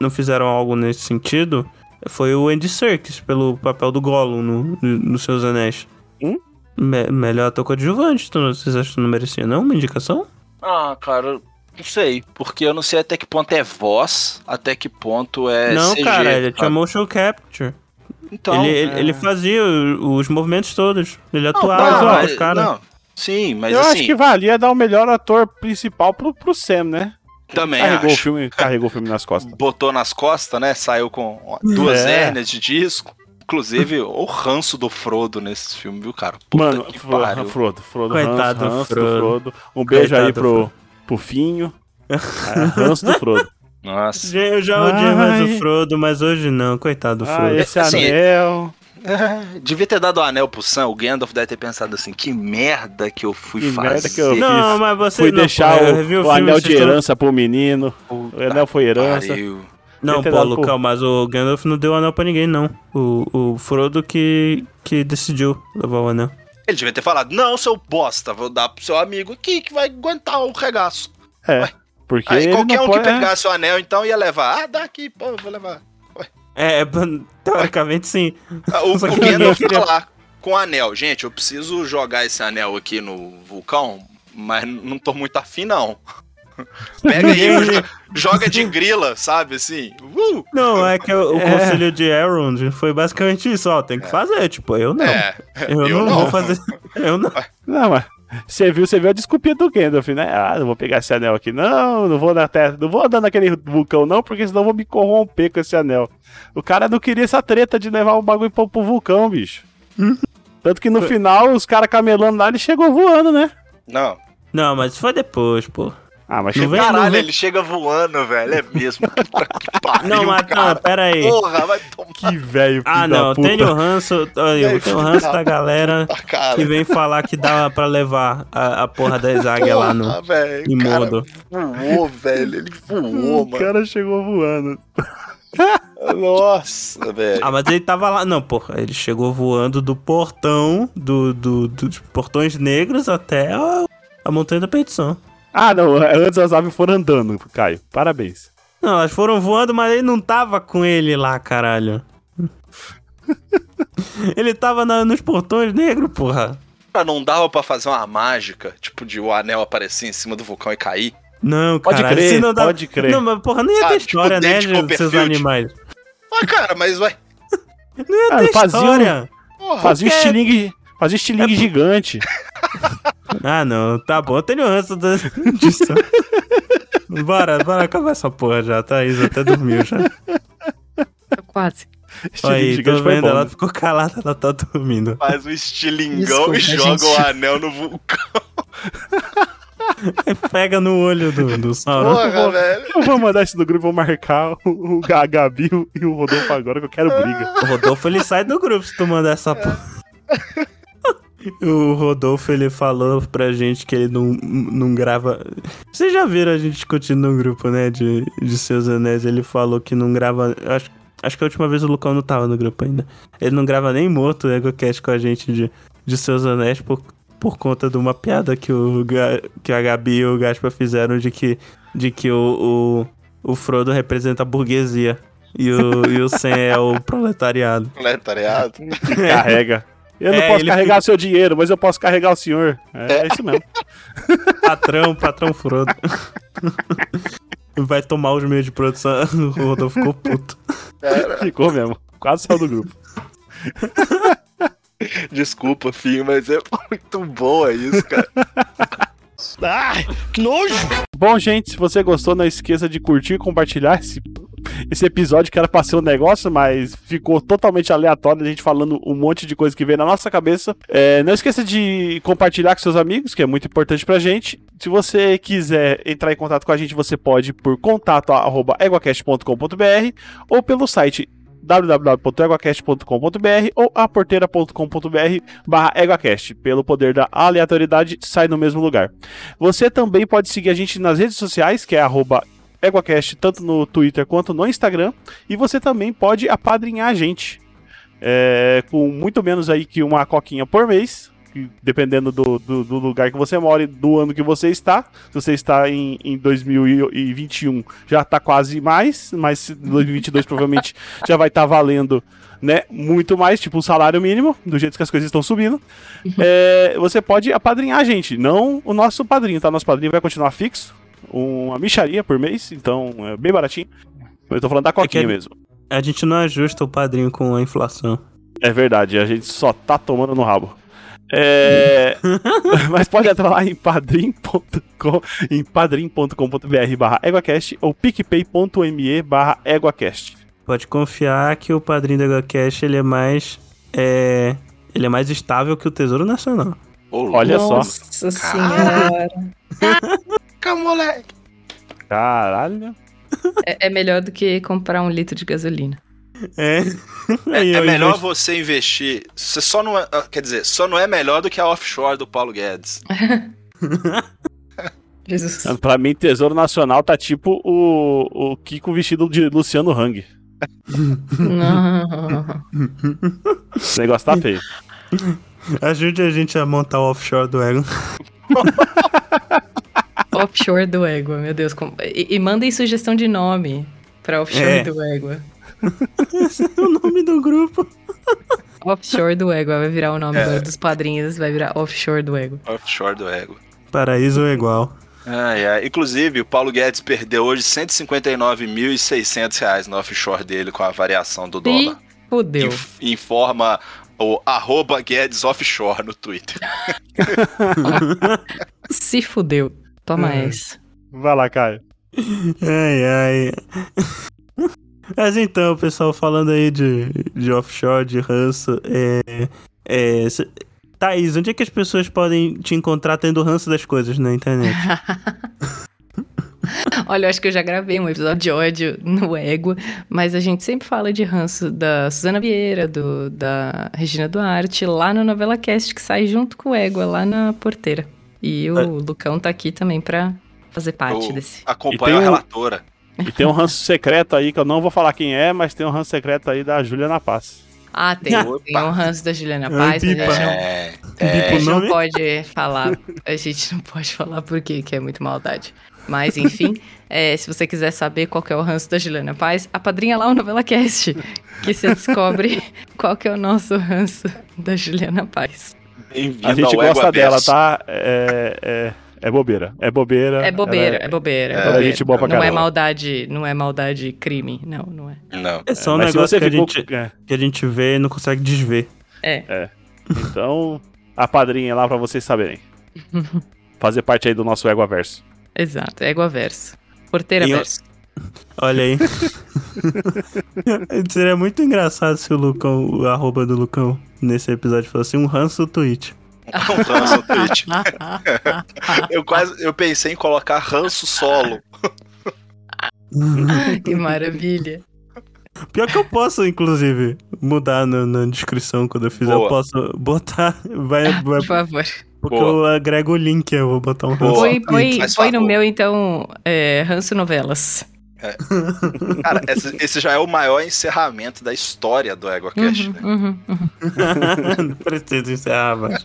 S1: não fizeram algo nesse sentido foi o Andy Serkis pelo papel do Gollum no, no, nos Seus Anéis.
S4: Hum?
S1: Me- melhor ator coadjuvante, então, vocês acham que não merecia não uma indicação?
S2: Ah, cara, eu não sei. Porque eu não sei até que ponto é voz, até que ponto é
S1: não,
S2: CG.
S1: cara, ele
S2: sabe?
S1: tinha motion capture.
S2: Então,
S1: ele, ele,
S2: é.
S1: ele fazia o- os movimentos todos. Ele atuava,
S2: Não,
S1: zoava
S2: mas-
S1: os caras.
S2: não. Sim, mas
S4: eu
S2: assim,
S4: acho que valia dar o melhor ator principal pro, pro Sam, né?
S2: também
S4: Carregou o
S2: acho.
S4: filme, carregou o filme nas costas.
S2: Botou nas costas, né? Saiu com duas
S4: É.
S2: hérnias de disco. Inclusive, o ranço do Frodo nesse filme, viu, cara? Puta
S4: Mano,
S2: que
S4: Fro-
S2: pariu.
S4: Frodo, Frodo,
S1: Coitado
S4: Coitado
S1: do Frodo.
S4: Frodo. Um beijo aí
S1: Coitado
S4: pro, pro Finho. É, Hans do Frodo.
S2: Nossa.
S1: Já- Eu já odiei mais o
S4: Ai.
S1: Frodo, mas hoje não, coitado do
S4: Ah,
S1: Frodo.
S4: esse
S2: Assim,
S4: anel.
S2: É, Devia ter dado o anel pro Sam, o Gandalf deve ter pensado assim, que merda que eu fui
S4: Que
S2: fazer.
S4: merda que eu
S1: não,
S4: fiz.
S1: mas você
S4: Fui
S1: não,
S4: deixar
S1: pô, eu
S4: o,
S1: revi
S4: o
S1: filme,
S4: anel
S1: vocês
S4: de
S1: estão-
S4: herança pro menino.
S2: Puta
S4: O anel foi herança.
S2: pariu.
S1: Não,
S4: Devia ter
S1: Paulo,
S4: dado pro-
S1: calma, mas o Gandalf não deu anel pra ninguém, não. O, o Frodo que, que decidiu levar o anel.
S2: Ele devia ter falado, não, seu bosta, vou dar pro seu amigo aqui que vai aguentar o regaço.
S4: É, Porque
S2: Aí
S4: ele
S2: qualquer
S4: não
S2: um
S4: pode,
S2: que
S4: é.
S2: pegasse o anel, então, ia levar. Ah, dá aqui, pô, eu vou levar.
S1: É, é, teoricamente sim.
S2: Ah, O,
S1: Só
S2: o
S1: que eu não
S2: Gandalf
S1: queria-
S2: tá lá com o anel. Gente, eu preciso jogar esse anel aqui no vulcão, mas não tô muito afim, não. Pega aí, joga de grila, sabe, assim. Uh!
S1: Não, é que o, o
S4: É.
S1: conselho de Elrond foi basicamente isso, ó, tem que fazer, tipo, eu não.
S2: É,
S1: eu, não, vou fazer. Eu não.
S4: Não, mas você viu, você viu a desculpinha do Gandalf, né? Ah, não vou pegar esse anel aqui. Não, não vou na terra, não vou andar naquele vulcão, não, porque senão eu vou me corromper com esse anel. O cara não queria essa treta de levar o bagulho pro, pro vulcão, bicho. Tanto que no final, os caras camelando lá, ele chegou voando, né?
S2: Não.
S1: Não, mas isso foi depois, pô.
S4: Ah, mas
S1: Não
S4: chegou.
S1: vem- não
S2: Caralho,
S1: vem-
S2: ele chega voando, velho. É mesmo. Puta que pariu,
S1: Não, mas não,
S2: cara.
S1: pera aí.
S2: Porra, vai tomar
S4: Que velho,
S1: Ah,
S4: filho da
S1: não,
S4: puta.
S1: tem o ranço. Olha, eu tenho o ranço da galera
S2: pra cara.
S1: que vem falar que dá pra levar a, a porra das águias lá no.
S2: Porra, velho.
S1: Em Hum,
S2: o cara
S1: Mordor.
S2: Voou, velho. Ele voou,
S4: O cara chegou voando.
S2: mano. Nossa, velho.
S1: Ah, mas ele tava lá. Não, porra, ele chegou voando do portão, do, do- dos portões negros até a, a Montanha da Petição.
S4: Ah, não, antes as aves foram andando, Caio. Parabéns.
S1: Não, elas foram voando, mas ele não tava com ele lá, caralho. ele tava na- nos portões negros, porra.
S2: Cara, Não dava pra fazer uma mágica, tipo, de o anel aparecer em cima do vulcão e cair.
S1: Não,
S4: Pode
S1: caralho.
S4: crer,
S1: se não dá-
S4: pode crer.
S1: Não, mas porra, não ia
S2: Ah,
S1: ter
S2: tipo,
S1: história, né,
S2: David
S1: de seus
S2: Copperfield.
S1: animais.
S2: Ah, cara, mas vai.
S1: Não ia
S4: Ah,
S1: ter
S4: fazia um-
S1: história.
S2: Porra,
S4: Fazia um
S1: porque-
S4: estilingue, fazia um estilingue gigante.
S1: Ah, não, tá bom, eu tenho ranço da- disso. bora, bora acabar essa porra já, Thaís até dormiu já.
S3: Tô tá quase.
S4: Estilingue
S1: Aí, tô
S4: gigante foi
S1: vendo,
S4: bom. né?
S1: ela ficou calada, ela tá dormindo.
S2: faz um estilingão
S3: Desculpa,
S2: e joga o
S3: gente.
S2: anel no vulcão.
S1: Aí pega no olho do, do Sauron.
S2: Porra, velho.
S4: Eu vou mandar isso no grupo, vou marcar o, o Ga- Gabi e o Rodolfo agora que eu quero briga.
S1: O Rodolfo, ele sai do grupo se tu mandar essa porra. O Rodolfo, ele falou pra gente que ele não, não grava... Vocês já viram a gente discutindo no grupo, né, de, de Seus Anéis. Ele falou que não grava... eu Acho, acho que a última vez o Lucão não tava no grupo ainda. Ele não grava nem morto o EgoCast com a gente de, de Seus Anéis por por conta de uma piada que, o, Ga- que a Gabi e o Gaspa fizeram de que, de que o, o, o Frodo representa a burguesia e o, e o Sam é o proletariado.
S2: Né, tá Proletariado.
S4: Carrega. Eu não
S1: É,
S4: posso
S1: ele
S4: carregar o seu dinheiro, mas eu posso carregar o senhor. É, é isso mesmo.
S1: Patrão, patrão Frodo. Vai tomar os meios de produção. O Rodolfo ficou puto.
S4: Ficou mesmo. Quase saiu do grupo.
S2: Desculpa, filho, mas é muito boa isso, cara.
S6: Ai, que nojo!
S4: Bom, gente, se você gostou, não esqueça de curtir e compartilhar esse, esse episódio que era pra ser um negócio, mas ficou totalmente aleatório, a gente falando um monte de coisa que veio na nossa cabeça. É, não esqueça de compartilhar com seus amigos, que é muito importante pra gente. Se você quiser entrar em contato com a gente, você pode por contato@eguacast.com.br ou pelo site www.eguacast.com.br ou aporteira.com.br barra Eguacast. Pelo poder da aleatoriedade, sai no mesmo lugar. Você também pode seguir a gente nas redes sociais, que é arroba EguaCast, tanto no Twitter quanto no Instagram. E você também pode apadrinhar a gente. É, com muito menos aí que uma coquinha por mês. que Dependendo do, do- do lugar que você mora e do ano que você está. Se você está em, em 2021, já está quase mais. Mas 2022 provavelmente já vai estar valendo né, muito mais. Tipo o salário mínimo, do jeito que as coisas estão subindo. É, você pode apadrinhar a gente, não o nosso padrinho, tá? Nosso padrinho vai continuar fixo, uma micharia por mês, então é bem baratinho. Eu tô falando da coquinha
S1: que-
S4: mesmo.
S1: A gente não ajusta o padrinho com a inflação.
S4: É verdade, a gente só tá tomando no rabo. É, Mas pode entrar lá em padrim.com, em padrim.com.br barra EguaCast ou picpay.me barra EguaCast.
S1: Pode confiar que o padrinho da Cash ele é mais. É, ele é mais estável que o Tesouro Nacional.
S4: Olha só.
S3: Nossa senhora.
S2: moleque.
S4: Caralho.
S3: É, é melhor do que comprar um litro de gasolina.
S1: É.
S2: É, é melhor você investir. Você só não é, ah, quer dizer, só não é melhor do que a offshore do Paulo Guedes.
S3: Jesus.
S1: Tá
S4: Pra mim, Tesouro Nacional tá tipo o, o Kiko vestido de Luciano Hang.
S3: Não.
S4: Esse negócio tá feio.
S1: Ajude a gente a montar o offshore do Ego.
S3: Offshore do Égua, meu Deus. como- E, e mandem sugestão de nome pra Offshore
S1: É.
S3: do Égua.
S1: Esse é o nome do grupo.
S3: Offshore do Égua vai virar o nome
S2: É.
S3: agora dos padrinhos, vai virar Offshore do Égua.
S2: Offshore do ego.
S1: Paraíso é igual.
S2: Ai, ai. Inclusive, o Paulo Guedes perdeu hoje 159.600 reais no offshore dele com a variação do
S3: Ih,
S2: dólar.
S3: fudeu.
S2: Inf- Informa o arroba Guedes Offshore no Twitter.
S3: Se fudeu. Toma
S1: É.
S3: essa.
S4: Vai lá, Caio.
S1: Ai, ai. Mas então, pessoal, falando aí de, de offshore, de ranço, é. é cê- Thaís, onde é que as pessoas podem te encontrar tendo ranço das coisas na internet?
S3: Olha, eu acho que eu já gravei um episódio de ódio no Égua, mas a gente sempre fala de ranço da Suzana Vieira, do, da Regina Duarte, lá no Novela Cast, que sai junto com o Égua, lá na porteira. E o
S1: É.
S3: Lucão tá aqui também pra fazer parte
S2: Eu-
S3: desse.
S4: E
S2: Acompanha
S4: tem
S2: a
S4: um-
S2: relatora.
S4: E tem um ranço secreto aí, que eu não vou falar quem é, mas tem um ranço secreto aí da Júlia na Paz.
S3: Ah, tem,
S2: Opa.
S3: tem o ranço da Juliana
S1: Ai,
S3: Paz, mas um a gente
S1: pipa.
S3: não
S2: É,
S3: A
S1: Bipo
S3: gente não
S1: nome?
S3: pode falar. A gente não pode falar por quê, que é muito maldade. Mas, enfim, é, se você quiser saber qual que é o ranço da Juliana Paz, apadrinha lá é o Novela Cast, que você descobre qual que é o nosso ranço da Juliana Paz.
S2: bem-vindo
S4: A gente
S2: ao
S4: gosta
S2: Égua
S4: dela,
S2: Verso.
S4: tá? É, é, é bobeira. É bobeira.
S3: É bobeira, é bobeira, é
S4: ela é
S3: bobeira.
S4: gente boa pra
S3: não é
S4: caramba.
S3: maldade, não é maldade crime, não, não é.
S2: Não.
S1: É
S4: É,
S1: só um
S4: mas se
S1: negócio
S4: você
S1: que a,
S4: ficou...
S1: gente,
S4: é,
S1: que a gente vê e não consegue desver.
S4: Então, a padrinha lá pra vocês saberem. Fazer parte aí do nosso Égua Verso.
S3: Exato, é igual verso. Porteira
S1: E
S2: um
S1: eu-
S3: verso.
S1: Olha aí. Seria muito engraçado se o Lucão, o arroba do Lucão, nesse episódio fosse um ranço tweet.
S2: Um ranço no Twitch. Eu quase eu pensei em colocar ranço solo.
S3: que maravilha.
S1: Pior que eu posso, inclusive, mudar na, na descrição quando eu fizer.
S2: Boa.
S1: Eu posso botar. Vai, vai-
S3: Por favor.
S1: porque
S2: Boa.
S1: eu agrego o link, eu vou botar um
S2: Boa.
S1: ranço
S3: Põe,
S1: tweet.
S3: põe,
S2: Faz
S3: põe no
S2: favor.
S3: meu, então, é, ranço novelas.
S2: Cara, esse, esse já é o maior encerramento da história do EgoCast, né?
S3: Uhum, uhum, uhum.
S1: não preciso encerrar, mas.